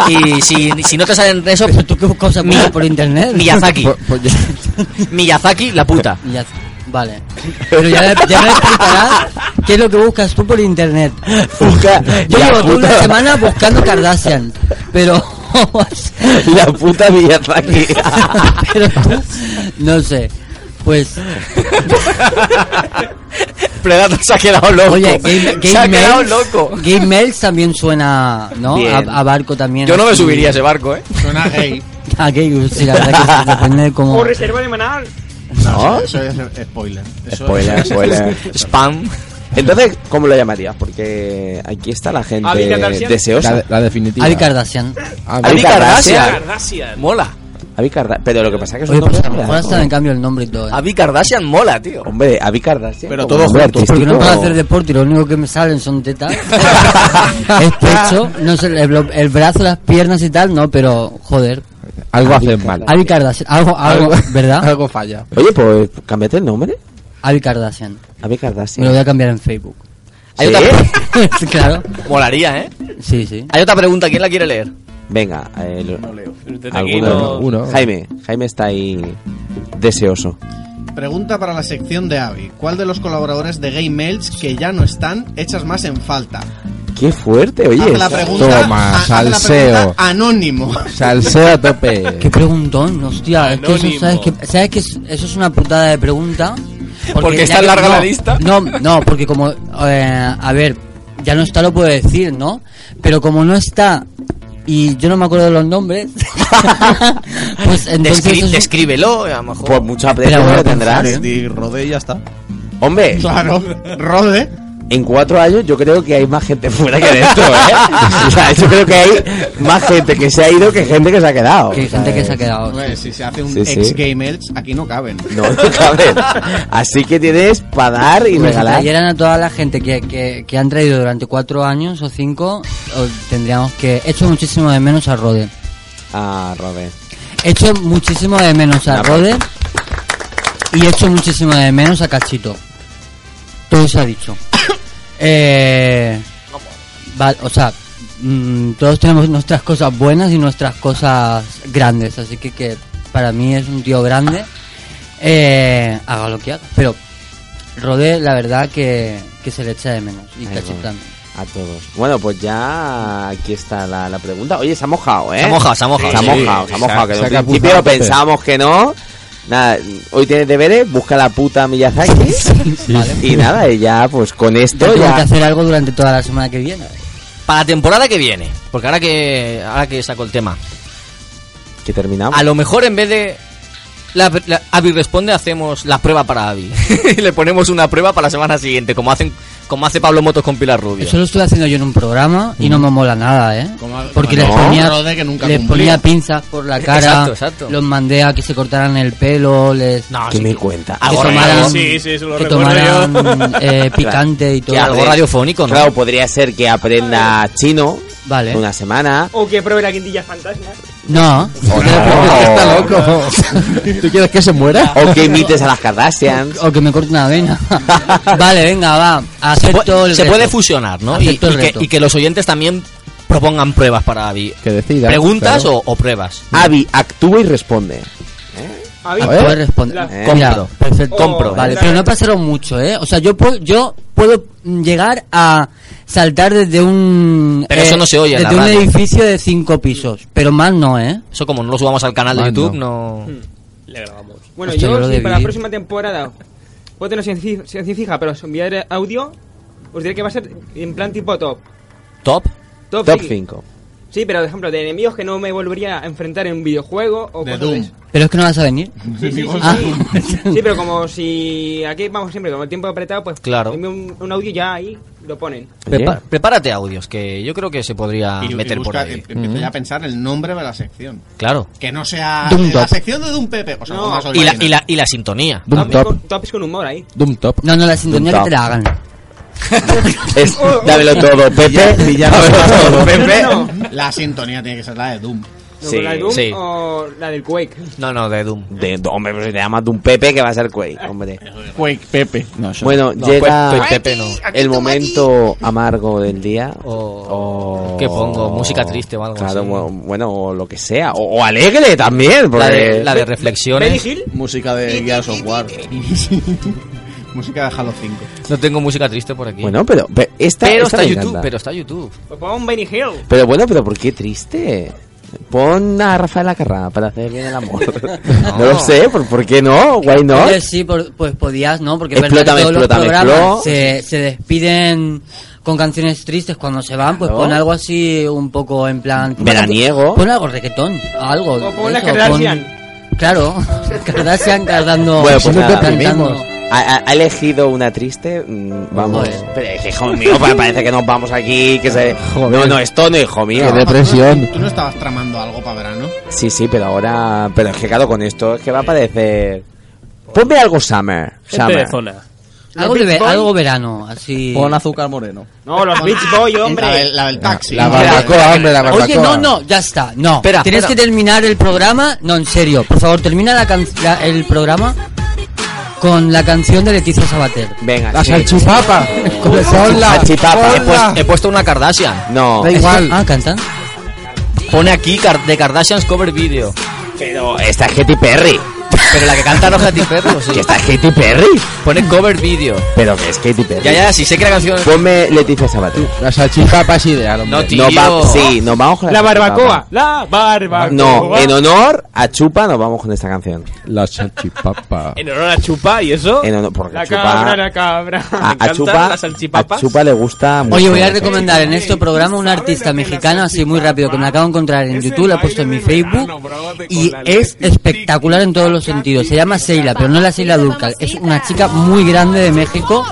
Speaker 6: Y si, si no te salen eso,
Speaker 23: pues, ¿Tú qué cosas buscas por internet?
Speaker 6: Miyazaki.
Speaker 23: Por-
Speaker 6: Miyazaki, la puta.
Speaker 23: Ya- vale. Pero ya, ya me explicarás qué es lo que buscas tú por internet.
Speaker 5: Busca
Speaker 23: Yo
Speaker 5: la
Speaker 23: llevo toda una
Speaker 5: puta-
Speaker 23: semana buscando Kardashian, pero...
Speaker 5: La puta Miyazaki.
Speaker 23: pero tú, no sé. Pues...
Speaker 6: Predator se ha quedado loco.
Speaker 23: Oye, Game,
Speaker 6: Se ha quedado loco.
Speaker 23: Game Mails también suena, ¿no? A,
Speaker 6: Bien.
Speaker 23: a barco también.
Speaker 6: Yo no me
Speaker 23: así.
Speaker 6: subiría a ese barco, ¿eh?
Speaker 9: Suena gay.
Speaker 23: A Ah, gay, sí, la verdad que sí, depende de cómo...
Speaker 8: O reserva de Manal.
Speaker 9: No, Ah, eso es spoiler. Eso
Speaker 5: ¿Ah? Spoiler,
Speaker 9: es-
Speaker 5: spoiler.
Speaker 6: Spam.
Speaker 5: Entonces, ¿cómo lo llamarías? Porque aquí está la
Speaker 10: Avi
Speaker 5: gente
Speaker 10: Kardashian.
Speaker 5: deseosa.
Speaker 18: La, la definitiva.
Speaker 23: Avi Kardashian.
Speaker 5: Avi Kardashian.
Speaker 10: Kardashian.
Speaker 6: Mola.
Speaker 5: Avi Kardashian. Pero lo que pasa es que es
Speaker 23: Oye,
Speaker 5: un
Speaker 23: pues a
Speaker 5: nombre
Speaker 23: lo mejor
Speaker 5: raro.
Speaker 23: hasta me cambio el nombre y todo. ¿eh?
Speaker 6: Avi Kardashian mola, tío.
Speaker 5: Hombre, Avi Kardashian.
Speaker 7: Pero
Speaker 5: como
Speaker 7: todo
Speaker 5: nombre
Speaker 7: junto,
Speaker 5: artístico.
Speaker 23: Porque no puedo hacer deporte y lo único que me salen son tetas. el pecho, no sé, el, blo- el brazo, las piernas y tal, no, pero joder.
Speaker 18: Algo haces mal.
Speaker 23: Avi Kardashian, algo, algo, ¿verdad?
Speaker 18: Algo falla.
Speaker 5: Oye, pues cámbiate el nombre.
Speaker 23: Avi Kardashian.
Speaker 5: Avi
Speaker 23: Me lo
Speaker 5: Kardashian.
Speaker 23: voy a cambiar en Facebook.
Speaker 6: Hay
Speaker 5: ¿Sí?
Speaker 6: otra...
Speaker 23: claro.
Speaker 6: Molaría, ¿eh?
Speaker 23: Sí, sí.
Speaker 6: Hay otra pregunta, ¿quién la quiere leer?
Speaker 5: Venga, el-
Speaker 10: Desde aquí
Speaker 5: alguno,
Speaker 10: no-
Speaker 18: uno.
Speaker 5: Jaime, Jaime está ahí deseoso.
Speaker 9: Pregunta para la sección de Avi. ¿Cuál de los colaboradores de Game Mails que ya no están echas más en falta?
Speaker 5: Qué fuerte, oye.
Speaker 9: Haz la pregunta,
Speaker 18: Toma,
Speaker 9: ha- haz la
Speaker 18: salseo.
Speaker 9: pregunta anónimo.
Speaker 18: Salseo a tope.
Speaker 23: Qué preguntón, hostia, es que eso,
Speaker 10: Anónimo.
Speaker 23: ¿sabes, que, ¿sabes que es- eso es una putada de pregunta?
Speaker 6: Porque
Speaker 23: ya
Speaker 6: está
Speaker 23: que-
Speaker 6: larga
Speaker 23: no,
Speaker 6: la lista.
Speaker 23: No, no, porque como, eh, a ver, ya no está, lo puedo decir, ¿no? Pero como no está y yo no me acuerdo de los nombres, pues entonces...
Speaker 6: Descri-
Speaker 23: eso es-
Speaker 6: descríbelo, a lo mejor.
Speaker 5: Pues mucha
Speaker 23: Espera,
Speaker 5: presión
Speaker 23: voy a
Speaker 5: lo tendrás.
Speaker 23: pensar, ¿eh?
Speaker 7: Y rodé y ya está.
Speaker 5: Hombre,
Speaker 9: Claro, Rode.
Speaker 5: en cuatro años yo creo que hay más gente fuera que dentro, ¿eh? o sea, yo creo que hay más gente que se ha ido que gente que se ha quedado.
Speaker 23: que hay gente que se ha quedado.
Speaker 9: Hombre, si se hace un
Speaker 5: Sí, sí.
Speaker 9: ex Game Mails, aquí no caben.
Speaker 5: No, no cabe. Así que tienes para dar y
Speaker 23: Pues si
Speaker 5: regalar.
Speaker 23: trayeran a toda la gente que, que, que han traído durante cuatro años o cinco, o tendríamos que... Echo muchísimo de menos a Rode.
Speaker 5: Ah, Robert.
Speaker 23: Echo muchísimo de menos a
Speaker 5: Una
Speaker 23: Rode y echo muchísimo de menos a Cachito. Todo se ha dicho. Eh, va- o sea, mm, todos tenemos nuestras cosas buenas y nuestras cosas grandes, así que, que para mí es un tío grande. Eh, haga lo que haga, pero Rode la verdad que, que se le echa de menos y
Speaker 5: Ahí
Speaker 23: Cachito
Speaker 5: va.
Speaker 23: también.
Speaker 5: A todos. Bueno, pues ya aquí está la, la pregunta. Oye, se ha mojado, ¿eh?
Speaker 6: Se ha mojado, se ha mojado.
Speaker 5: Se ha
Speaker 6: Sí,
Speaker 5: mojado, se ha
Speaker 18: sí.
Speaker 5: mojado.
Speaker 18: Se
Speaker 5: Que
Speaker 18: ha-
Speaker 5: en
Speaker 18: se ha
Speaker 5: un principio
Speaker 18: capuzado, Pepe.
Speaker 5: pensábamos que no. Nada, hoy tienes deberes, busca la puta Miyazaki. Y nada, y ya pues con
Speaker 23: Yo
Speaker 5: esto
Speaker 23: tengo que
Speaker 5: ya...
Speaker 23: hacer algo durante toda la semana que viene.
Speaker 6: Para la temporada que viene, porque ahora que ahora que saco el tema,
Speaker 5: Que terminamos.
Speaker 6: a lo mejor en vez de la, la- Avi responde hacemos la prueba para Avi y le ponemos una prueba para la semana siguiente, como hacen como hace Pablo Motos con Pilar Rubio.
Speaker 23: Eso lo estuve haciendo yo en un programa y no me mola nada, ¿eh?
Speaker 9: Como- como
Speaker 23: Porque
Speaker 9: no,
Speaker 23: les ponía,
Speaker 9: Rode que nunca
Speaker 23: les
Speaker 9: cumplió.
Speaker 23: ponía pinzas por la cara,
Speaker 6: Exacto, exacto.
Speaker 23: los mandé a que se cortaran el pelo, les
Speaker 6: No,
Speaker 5: ¿Qué
Speaker 6: sí,
Speaker 5: me cuenta?
Speaker 6: Ah,
Speaker 23: que
Speaker 6: gorra,
Speaker 23: tomaran,
Speaker 10: sí, sí, eso lo
Speaker 23: que
Speaker 10: recuerdo
Speaker 23: tomaran,
Speaker 10: yo.
Speaker 23: eh, picante y todo.
Speaker 6: que algo
Speaker 5: Hombre,
Speaker 6: radiofónico, ¿no?
Speaker 5: Claro, podría ser que aprenda chino
Speaker 23: Vale.
Speaker 5: una semana.
Speaker 8: O que pruebe la quintilla fantasma.
Speaker 23: No,
Speaker 5: O,
Speaker 18: Está
Speaker 5: no,
Speaker 18: loco. ¿Tú quieres que se muera?
Speaker 5: o que imites a las Kardashian.
Speaker 23: o que me corte una vena. vale, venga, va, acepto el
Speaker 6: se
Speaker 23: reto.
Speaker 6: puede fusionar, ¿no? Y,
Speaker 23: Acepto el
Speaker 6: y que,
Speaker 23: reto.
Speaker 6: y que los oyentes también propongan pruebas para Avi.
Speaker 18: Que decida.
Speaker 6: Preguntas
Speaker 18: claro.
Speaker 6: o, o pruebas.
Speaker 5: Avi, actúa y responde.
Speaker 23: A ver, puedes responder.
Speaker 6: La-
Speaker 23: Mira,
Speaker 6: Compro.
Speaker 23: perfecto.
Speaker 6: Compro. ¿eh?
Speaker 23: Vale, pero no pasaron mucho, ¿eh? O sea, yo puedo, yo puedo mm, llegar a saltar desde un. eh,
Speaker 6: Pero eso no se oye en la
Speaker 23: Desde un
Speaker 6: radio.
Speaker 23: edificio de cinco pisos. Pero más no, ¿eh?
Speaker 6: Eso como no lo subamos al canal de
Speaker 23: Mando.
Speaker 6: YouTube, no...
Speaker 10: Le grabamos.
Speaker 23: Bueno,
Speaker 10: Hostia,
Speaker 23: yo
Speaker 10: lo
Speaker 23: sí,
Speaker 10: debí.
Speaker 23: para
Speaker 8: La próxima temporada, voten ciencia ciencia fija, pero os enviaré audio. Os diré que va a ser en plan tipo top.
Speaker 6: ¿Top?
Speaker 8: Top,
Speaker 5: Top
Speaker 8: sí.
Speaker 5: 5.
Speaker 8: Sí, pero por ejemplo, de enemigos que no me volvería a enfrentar en un videojuego o cosas de eso.
Speaker 23: Pero es que no vas a venir.
Speaker 8: Sí, sí, sí,
Speaker 23: Ah.
Speaker 8: sí. Sí, pero como si aquí vamos siempre con el tiempo apretado, pues
Speaker 6: Claro.
Speaker 8: envío un, un audio ya ahí lo ponen.
Speaker 6: Prepa- prepárate audios, que yo creo que se podría
Speaker 9: Y, y
Speaker 6: meter
Speaker 9: busca-
Speaker 6: por ahí.
Speaker 9: em- empieza ya a pensar el nombre de la sección.
Speaker 6: Claro.
Speaker 9: Que no sea
Speaker 6: Doom
Speaker 9: eh, la
Speaker 6: Top.
Speaker 9: sección de Doom Pepe. O sea, algo más
Speaker 6: y, la,
Speaker 9: original.
Speaker 6: y, la, y la sintonía.
Speaker 23: Doom
Speaker 6: también.
Speaker 23: Top.
Speaker 8: Top es con humor ahí.
Speaker 18: Doom Top.
Speaker 23: No, no, la sintonía
Speaker 6: Doom
Speaker 23: que te la hagan.
Speaker 5: Es, dámelo todo, Pepe. Dámelo todo, Pepe.
Speaker 9: La sintonía tiene que ser la de Doom.
Speaker 5: Sí,
Speaker 8: ¿La de Doom
Speaker 5: sí.
Speaker 8: o la del Quake?
Speaker 6: No, no, de Doom.
Speaker 5: De, hombre, pero si te llamas Doom Pepe, que va a ser Quake, hombre.
Speaker 9: Quake Pepe. No, eso-
Speaker 5: Bueno,
Speaker 9: no,
Speaker 5: llega
Speaker 23: pues,
Speaker 9: Quake Pepe no.
Speaker 5: el momento amargo del día. O-
Speaker 6: ¿Qué pongo? Música triste o algo
Speaker 5: Oh. Claro,
Speaker 6: así.
Speaker 5: bu- bueno, o lo que sea. O, o alegre también.
Speaker 6: La
Speaker 5: porque-
Speaker 6: de, la de reflexiones.
Speaker 9: Música de Gears of War. Música de Halo 5.
Speaker 6: No tengo música triste por aquí.
Speaker 5: Bueno, pero, pero esta,
Speaker 6: pero
Speaker 5: esta
Speaker 6: está
Speaker 5: me
Speaker 6: YouTube,
Speaker 5: encanta.
Speaker 6: pero está YouTube.
Speaker 8: Pues pon un Benny Hill.
Speaker 5: Pero bueno, pero ¿por qué triste? Pon a Rafael Acarrá para hacer bien el amor. no. lo sé, ¿por, por qué no? Why not?
Speaker 23: Oye, sí, por- pues podías, ¿no? Porque es verdad
Speaker 5: Explótame,
Speaker 23: que todos los
Speaker 5: explótame,
Speaker 23: programas
Speaker 5: expló-
Speaker 23: se, se despiden con canciones tristes cuando se van, pues
Speaker 5: Claro.
Speaker 23: pon algo así un poco en plan...
Speaker 5: Veraniego.
Speaker 23: Pon algo reggaetón, algo.
Speaker 8: O pon la
Speaker 23: eso,
Speaker 8: Kardashian.
Speaker 23: pon- Claro, Kardashian cantando...
Speaker 5: bueno, pues nada,
Speaker 23: cantando.
Speaker 5: ha, ha- ha elegido una triste. mm, Vamos.
Speaker 23: Joder.
Speaker 5: Pero es que, hijo mío, pa- parece que nos vamos aquí. Que se...
Speaker 18: Joder.
Speaker 5: No, no, esto no, hijo mío.
Speaker 18: Qué depresión.
Speaker 9: Ah, ¿Tú no estabas tramando algo para verano?
Speaker 5: Sí, sí, pero ahora. Pero es que, claro, con esto es que va a parecer. Ponme algo Summer. Summer.
Speaker 23: Algo, de ve- algo verano, así...
Speaker 7: Pon azúcar moreno.
Speaker 8: No, los Beach Boy, hombre.
Speaker 9: La, del- la del taxi.
Speaker 23: La
Speaker 18: barbacoa, hombre, la barbacoa.
Speaker 23: Oye, no, no, ya está, no.
Speaker 6: Espera,
Speaker 23: Tienes
Speaker 6: espera.
Speaker 23: que terminar el programa, no, en serio, por favor, termina la can- la- el programa con la canción de Leticia Sabater.
Speaker 5: Venga,
Speaker 18: La salchipapa.
Speaker 23: Ponla,
Speaker 6: He,
Speaker 23: ponla.
Speaker 6: pues- he puesto una Kardashian.
Speaker 5: No.
Speaker 23: Da igual. Ah, cantan.
Speaker 6: Pone aquí Kar- de Kardashians cover video.
Speaker 5: Pero esta es Katy Perry.
Speaker 6: Pero la que canta no es Katy Perry. o sí.
Speaker 5: Que esta es Katy Perry.
Speaker 6: Pone cover video.
Speaker 5: Pero que es Katy Perry.
Speaker 6: Ya, ya, sí sé que la canción...
Speaker 5: Ponme Leticia Sabater.
Speaker 18: La salchipapa es ideal, hombre.
Speaker 6: No, tío.
Speaker 5: Nos va- sí, nos vamos con
Speaker 8: La barbacoa.
Speaker 5: salchipapa.
Speaker 8: La barbacoa.
Speaker 5: No, en honor a Chupa nos vamos con esta canción.
Speaker 18: La salchipapa.
Speaker 10: En honor a Chupa y eso.
Speaker 5: En honor- Eh, porque
Speaker 10: la
Speaker 5: Chupa- Ah.
Speaker 10: cabra, la cabra. Me
Speaker 5: A, a
Speaker 10: encantan
Speaker 5: Chupa,
Speaker 10: las salchipapas.
Speaker 5: a Chupa le gusta mucho.
Speaker 23: Oye, voy a recomendar en este programa una artista mexicana, así muy rápido, que me acabo de encontrar en YouTube, la he puesto en mi Facebook, y es espectacular en todos los sentidos. Se llama Seila, pero no la Seila Durcal, es una chica muy grande de México,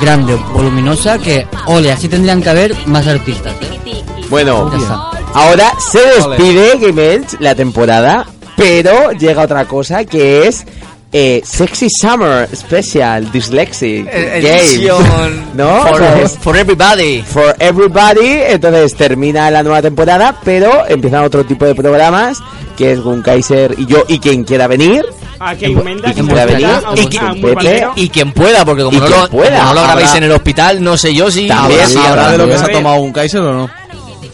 Speaker 23: grande, voluminosa, que, ole, así tendrían que haber más artistas. ¿eh?
Speaker 5: Bueno,
Speaker 23: Ya está.
Speaker 5: ahora se despide Game Edge la temporada, pero llega otra cosa que es eh, Sexy Summer Special Dyslexic
Speaker 6: Eh,
Speaker 5: Games.
Speaker 6: edición
Speaker 5: ¿No?
Speaker 6: For,
Speaker 5: Pues-
Speaker 6: for everybody.
Speaker 5: For Everybody, entonces termina la nueva temporada, pero empiezan otro tipo de programas, que es Gun Kaiser y yo y quien quiera venir.
Speaker 8: A Ah, que aumenta.
Speaker 5: Y quien pueda venir, y quien- Pepe,
Speaker 6: Y quien pueda, porque como
Speaker 5: Y
Speaker 6: no
Speaker 5: quien
Speaker 6: lo,
Speaker 5: pueda.
Speaker 6: como no lo grabéis
Speaker 5: Habrá-
Speaker 6: en el hospital, no sé yo si...
Speaker 5: También
Speaker 6: si
Speaker 5: habrá
Speaker 6: habrá-
Speaker 7: ¿Sabrá de lo que se ha
Speaker 8: A ver.
Speaker 7: tomado un Kaiser o no?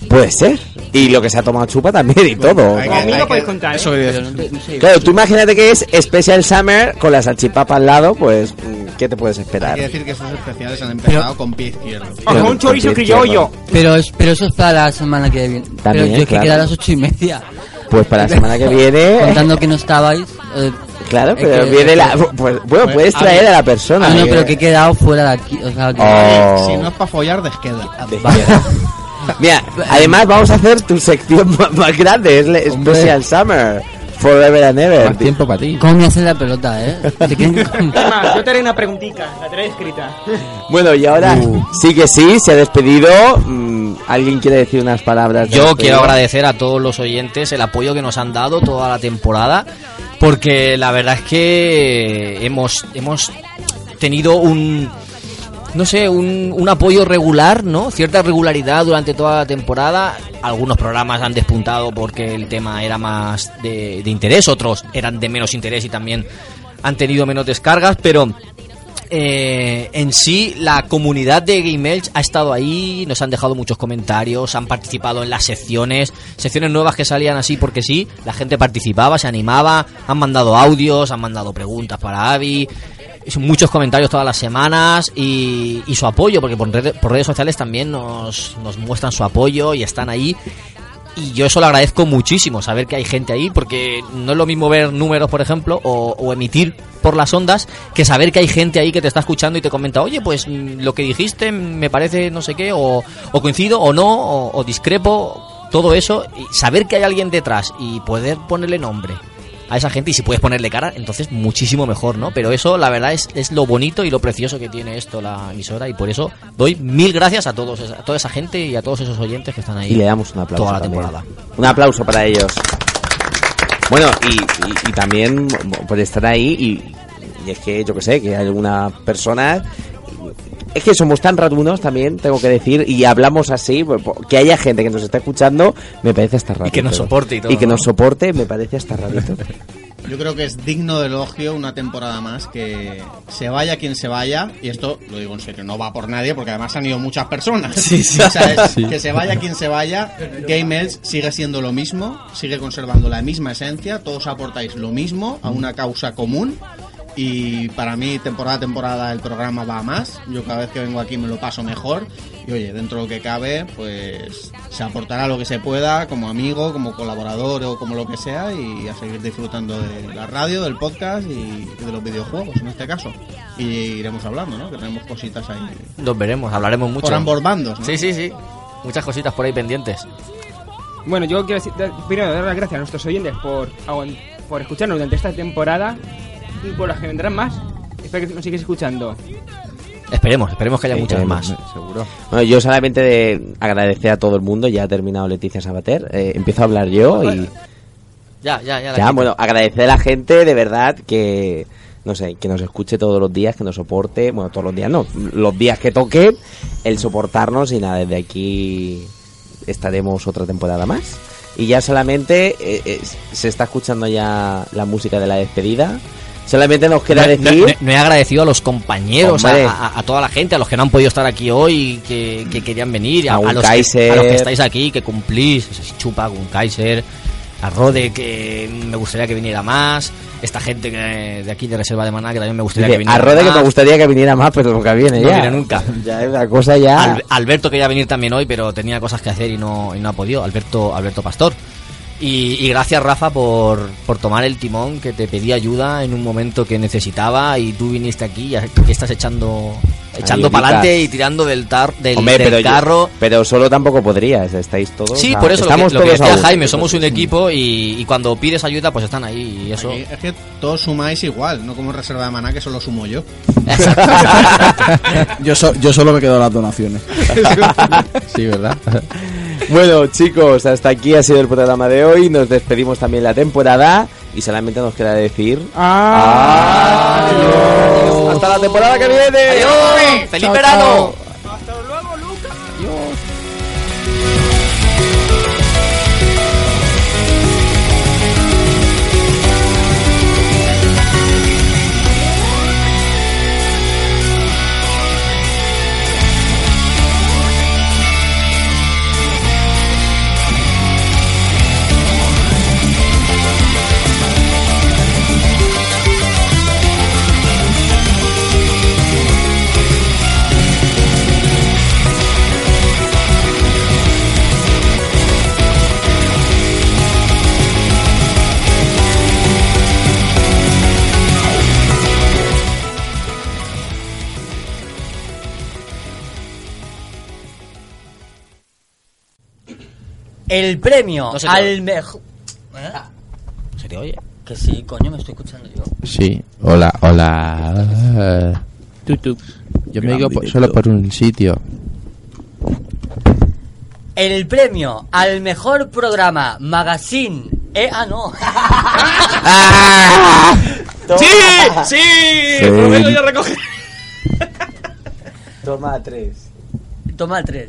Speaker 5: Puede ser. Y lo que se ha tomado chupa también y todo.
Speaker 8: Conmigo podéis contar.
Speaker 7: Eso
Speaker 8: ¿eh?
Speaker 7: quería
Speaker 23: Pero
Speaker 7: decir.
Speaker 23: no te- no sé.
Speaker 5: Claro, tú imagínate que es Special Summer con la salchipapa al lado, pues, mm, ¿qué te puedes
Speaker 9: Hay
Speaker 5: esperar?
Speaker 9: que decir que esos especiales han empezado
Speaker 23: Pero-
Speaker 9: con pie izquierdo.
Speaker 8: Ojo, un chorizo criollo.
Speaker 23: Pero, es- pero eso es para la semana que viene. pero yo es que
Speaker 5: claro.
Speaker 23: queda a las ocho y media,
Speaker 5: Pues para la semana que viene.
Speaker 23: contando que no estabais. eh,
Speaker 5: Claro,
Speaker 23: es
Speaker 5: pero
Speaker 23: que-
Speaker 5: viene la. pues, bueno, puedes traer a la persona.
Speaker 23: Ah, no,
Speaker 5: eh.
Speaker 23: pero que he quedado fuera de aquí. O sea, que-
Speaker 5: Oh.
Speaker 9: Si no es para follar, desqueda.
Speaker 5: De izquierda. Mira, además vamos a hacer tu sección ma- más grande, es la
Speaker 18: Hombre.
Speaker 5: Special Summer. Forever and ever.
Speaker 18: Más tiempo para ti.
Speaker 23: ¿Cómo me hacen la pelota, eh? ¿Te quieren-
Speaker 8: Es más, yo te haré una preguntita, la traeré escrita.
Speaker 5: Bueno, y ahora
Speaker 23: Uh.
Speaker 5: sí que sí, se ha despedido. Mm, ¿Alguien quiere decir unas palabras? de
Speaker 6: Yo
Speaker 5: despedida?
Speaker 6: quiero agradecer a todos los oyentes el apoyo que nos han dado toda la temporada, porque la verdad es que hemos, hemos tenido un, no sé, un, un apoyo regular, ¿no? Cierta regularidad durante toda la temporada. Algunos programas han despuntado porque el tema era más de, de interés, otros eran de menos interés y también han tenido menos descargas, pero eh, en sí, la comunidad de GameElch ha estado ahí, nos han dejado muchos comentarios, han participado en las secciones, secciones nuevas que salían así porque sí, la gente participaba, se animaba, han mandado audios, han mandado preguntas para Avi, muchos comentarios todas las semanas y, y su apoyo, porque por, red- por redes sociales también nos, nos muestran su apoyo y están ahí. Y yo eso lo agradezco muchísimo, saber que hay gente ahí, porque no es lo mismo ver números, por ejemplo, o, o emitir por las ondas, que saber que hay gente ahí que te está escuchando y te comenta, oye, pues mm, lo que dijiste mm, me parece no sé qué, o, o coincido, o no, o, o discrepo, todo eso, y saber que hay alguien detrás y poder ponerle nombre a esa gente y si puedes ponerle cara, entonces muchísimo mejor, ¿no? Pero eso, la verdad, es, es lo bonito y lo precioso que tiene esto la emisora y por eso doy mil gracias a todos a toda esa gente y a todos esos oyentes que están ahí.
Speaker 5: Y le damos un aplauso.
Speaker 6: Toda la
Speaker 5: también.
Speaker 6: temporada.
Speaker 5: Un aplauso para ellos. Bueno, y, y- y también por estar ahí y, y es que yo que sé, que hay algunas personas... Es que somos tan rarunos también, tengo que decir, y hablamos así, pues, po- que haya gente que nos está escuchando, me parece hasta raro.
Speaker 6: que nos soporte y todo,
Speaker 5: Y que
Speaker 6: ¿no?
Speaker 5: nos soporte, me parece hasta rarito.
Speaker 9: Yo creo que es digno de elogio una temporada más que se vaya quien se vaya, y esto lo digo en serio, no va por nadie porque además han ido muchas personas.
Speaker 6: Sí, sí.
Speaker 9: O sea, es
Speaker 6: Sí.
Speaker 9: Que se vaya quien se vaya, Game Elch sigue siendo lo mismo, sigue conservando la misma esencia, todos aportáis lo mismo a una causa común. Y para mí, temporada a temporada, el programa va a más. Yo cada vez que vengo aquí me lo paso mejor. Y oye, dentro de lo que cabe, pues se aportará lo que se pueda, como amigo, como colaborador o como lo que sea, y a seguir disfrutando de la radio, del podcast y y de los videojuegos en este caso. Y iremos hablando, ¿no? Que tenemos cositas ahí.
Speaker 6: Nos veremos, hablaremos mucho.
Speaker 9: Por ambos bandos, ¿no?
Speaker 6: Sí, sí, sí. Muchas cositas por ahí pendientes.
Speaker 8: Bueno, yo quiero decir, dar- primero dar las gracias a nuestros oyentes por, aguant- por escucharnos durante esta temporada y por las que vendrán más. Espero que nos sigáis escuchando.
Speaker 6: Esperemos, esperemos que haya
Speaker 5: Sí,
Speaker 6: muchas
Speaker 5: esperemos,
Speaker 6: más.
Speaker 5: eh,
Speaker 6: Seguro.
Speaker 5: Bueno, yo solamente de agradecer a todo el mundo, ya ha terminado Leticia Sabater, eh, empiezo a hablar yo y...
Speaker 6: Ya, ya, ya. la
Speaker 5: Ya,
Speaker 6: quito.
Speaker 5: bueno, agradecer a la gente de verdad que, no sé, que nos escuche todos los días, que nos soporte, bueno, todos los días no, los días que toque, el soportarnos y nada, desde aquí estaremos otra temporada más. Y ya solamente eh, eh, se está escuchando ya la música de la despedida. Solamente nos queda
Speaker 6: No he-
Speaker 5: decir...
Speaker 6: no he- no he agradecido a los compañeros,
Speaker 5: Hombre.
Speaker 6: a, a- a toda la gente, a los que no han podido estar aquí hoy, que, que querían venir, a,
Speaker 5: A un
Speaker 6: a los que,
Speaker 5: Kaiser.
Speaker 6: a los que estáis aquí, que cumplís, chupa un Kaiser, a Rode, que me gustaría que viniera más, esta gente que, de aquí de Reserva de Maná, que también me gustaría
Speaker 5: Dice,
Speaker 6: que viniera
Speaker 5: a Rode que
Speaker 6: más.
Speaker 5: me gustaría que viniera más, pero nunca viene
Speaker 6: No
Speaker 5: ya.
Speaker 6: viene nunca.
Speaker 5: Ya es una cosa ya...
Speaker 6: Al- Alberto quería venir también hoy, pero tenía cosas que hacer y no, y no ha podido. Alberto, Alberto Pastor. Y, y gracias, Rafa, por, por tomar el timón, que te pedí ayuda en un momento que necesitaba y tú viniste aquí y que estás echando echando
Speaker 5: Ayuditas.
Speaker 6: para adelante y tirando del, tar, del,
Speaker 5: Hombre,
Speaker 6: del
Speaker 5: pero yo-
Speaker 6: carro.
Speaker 5: pero solo tampoco podrías, estáis todos...
Speaker 6: Sí,
Speaker 5: a-
Speaker 6: por eso lo que,
Speaker 5: estamos
Speaker 6: lo que
Speaker 5: todos a
Speaker 6: decía
Speaker 5: uno.
Speaker 6: Jaime, somos un equipo y, y cuando pides ayuda, pues están ahí. Y eso.
Speaker 9: Aquí es que todos sumáis igual, no como en reserva de maná que solo sumo yo.
Speaker 7: Yo, so- yo solo me quedo las donaciones.
Speaker 18: sí, ¿verdad?
Speaker 5: Bueno, chicos, hasta aquí ha sido el programa de hoy. Nos despedimos también la temporada y solamente nos queda decir. ¡Adiós! ¡Hasta la temporada que viene!
Speaker 6: ¡Adiós! ¡Feliz verano!
Speaker 3: El premio
Speaker 6: No se te oye.
Speaker 3: al mejor. ¿Eh?
Speaker 6: ¿Se te oye?
Speaker 3: Que sí, coño, me estoy escuchando yo.
Speaker 18: Sí. Hola, hola. Yo me
Speaker 3: Gran
Speaker 18: digo por- solo por un sitio.
Speaker 3: El premio al mejor programa Magazine. Eh, ah, no.
Speaker 5: ¡Sí!
Speaker 3: ¡Sí!
Speaker 5: Sí. Prometo yo recoger. Toma tres.
Speaker 3: Toma tres.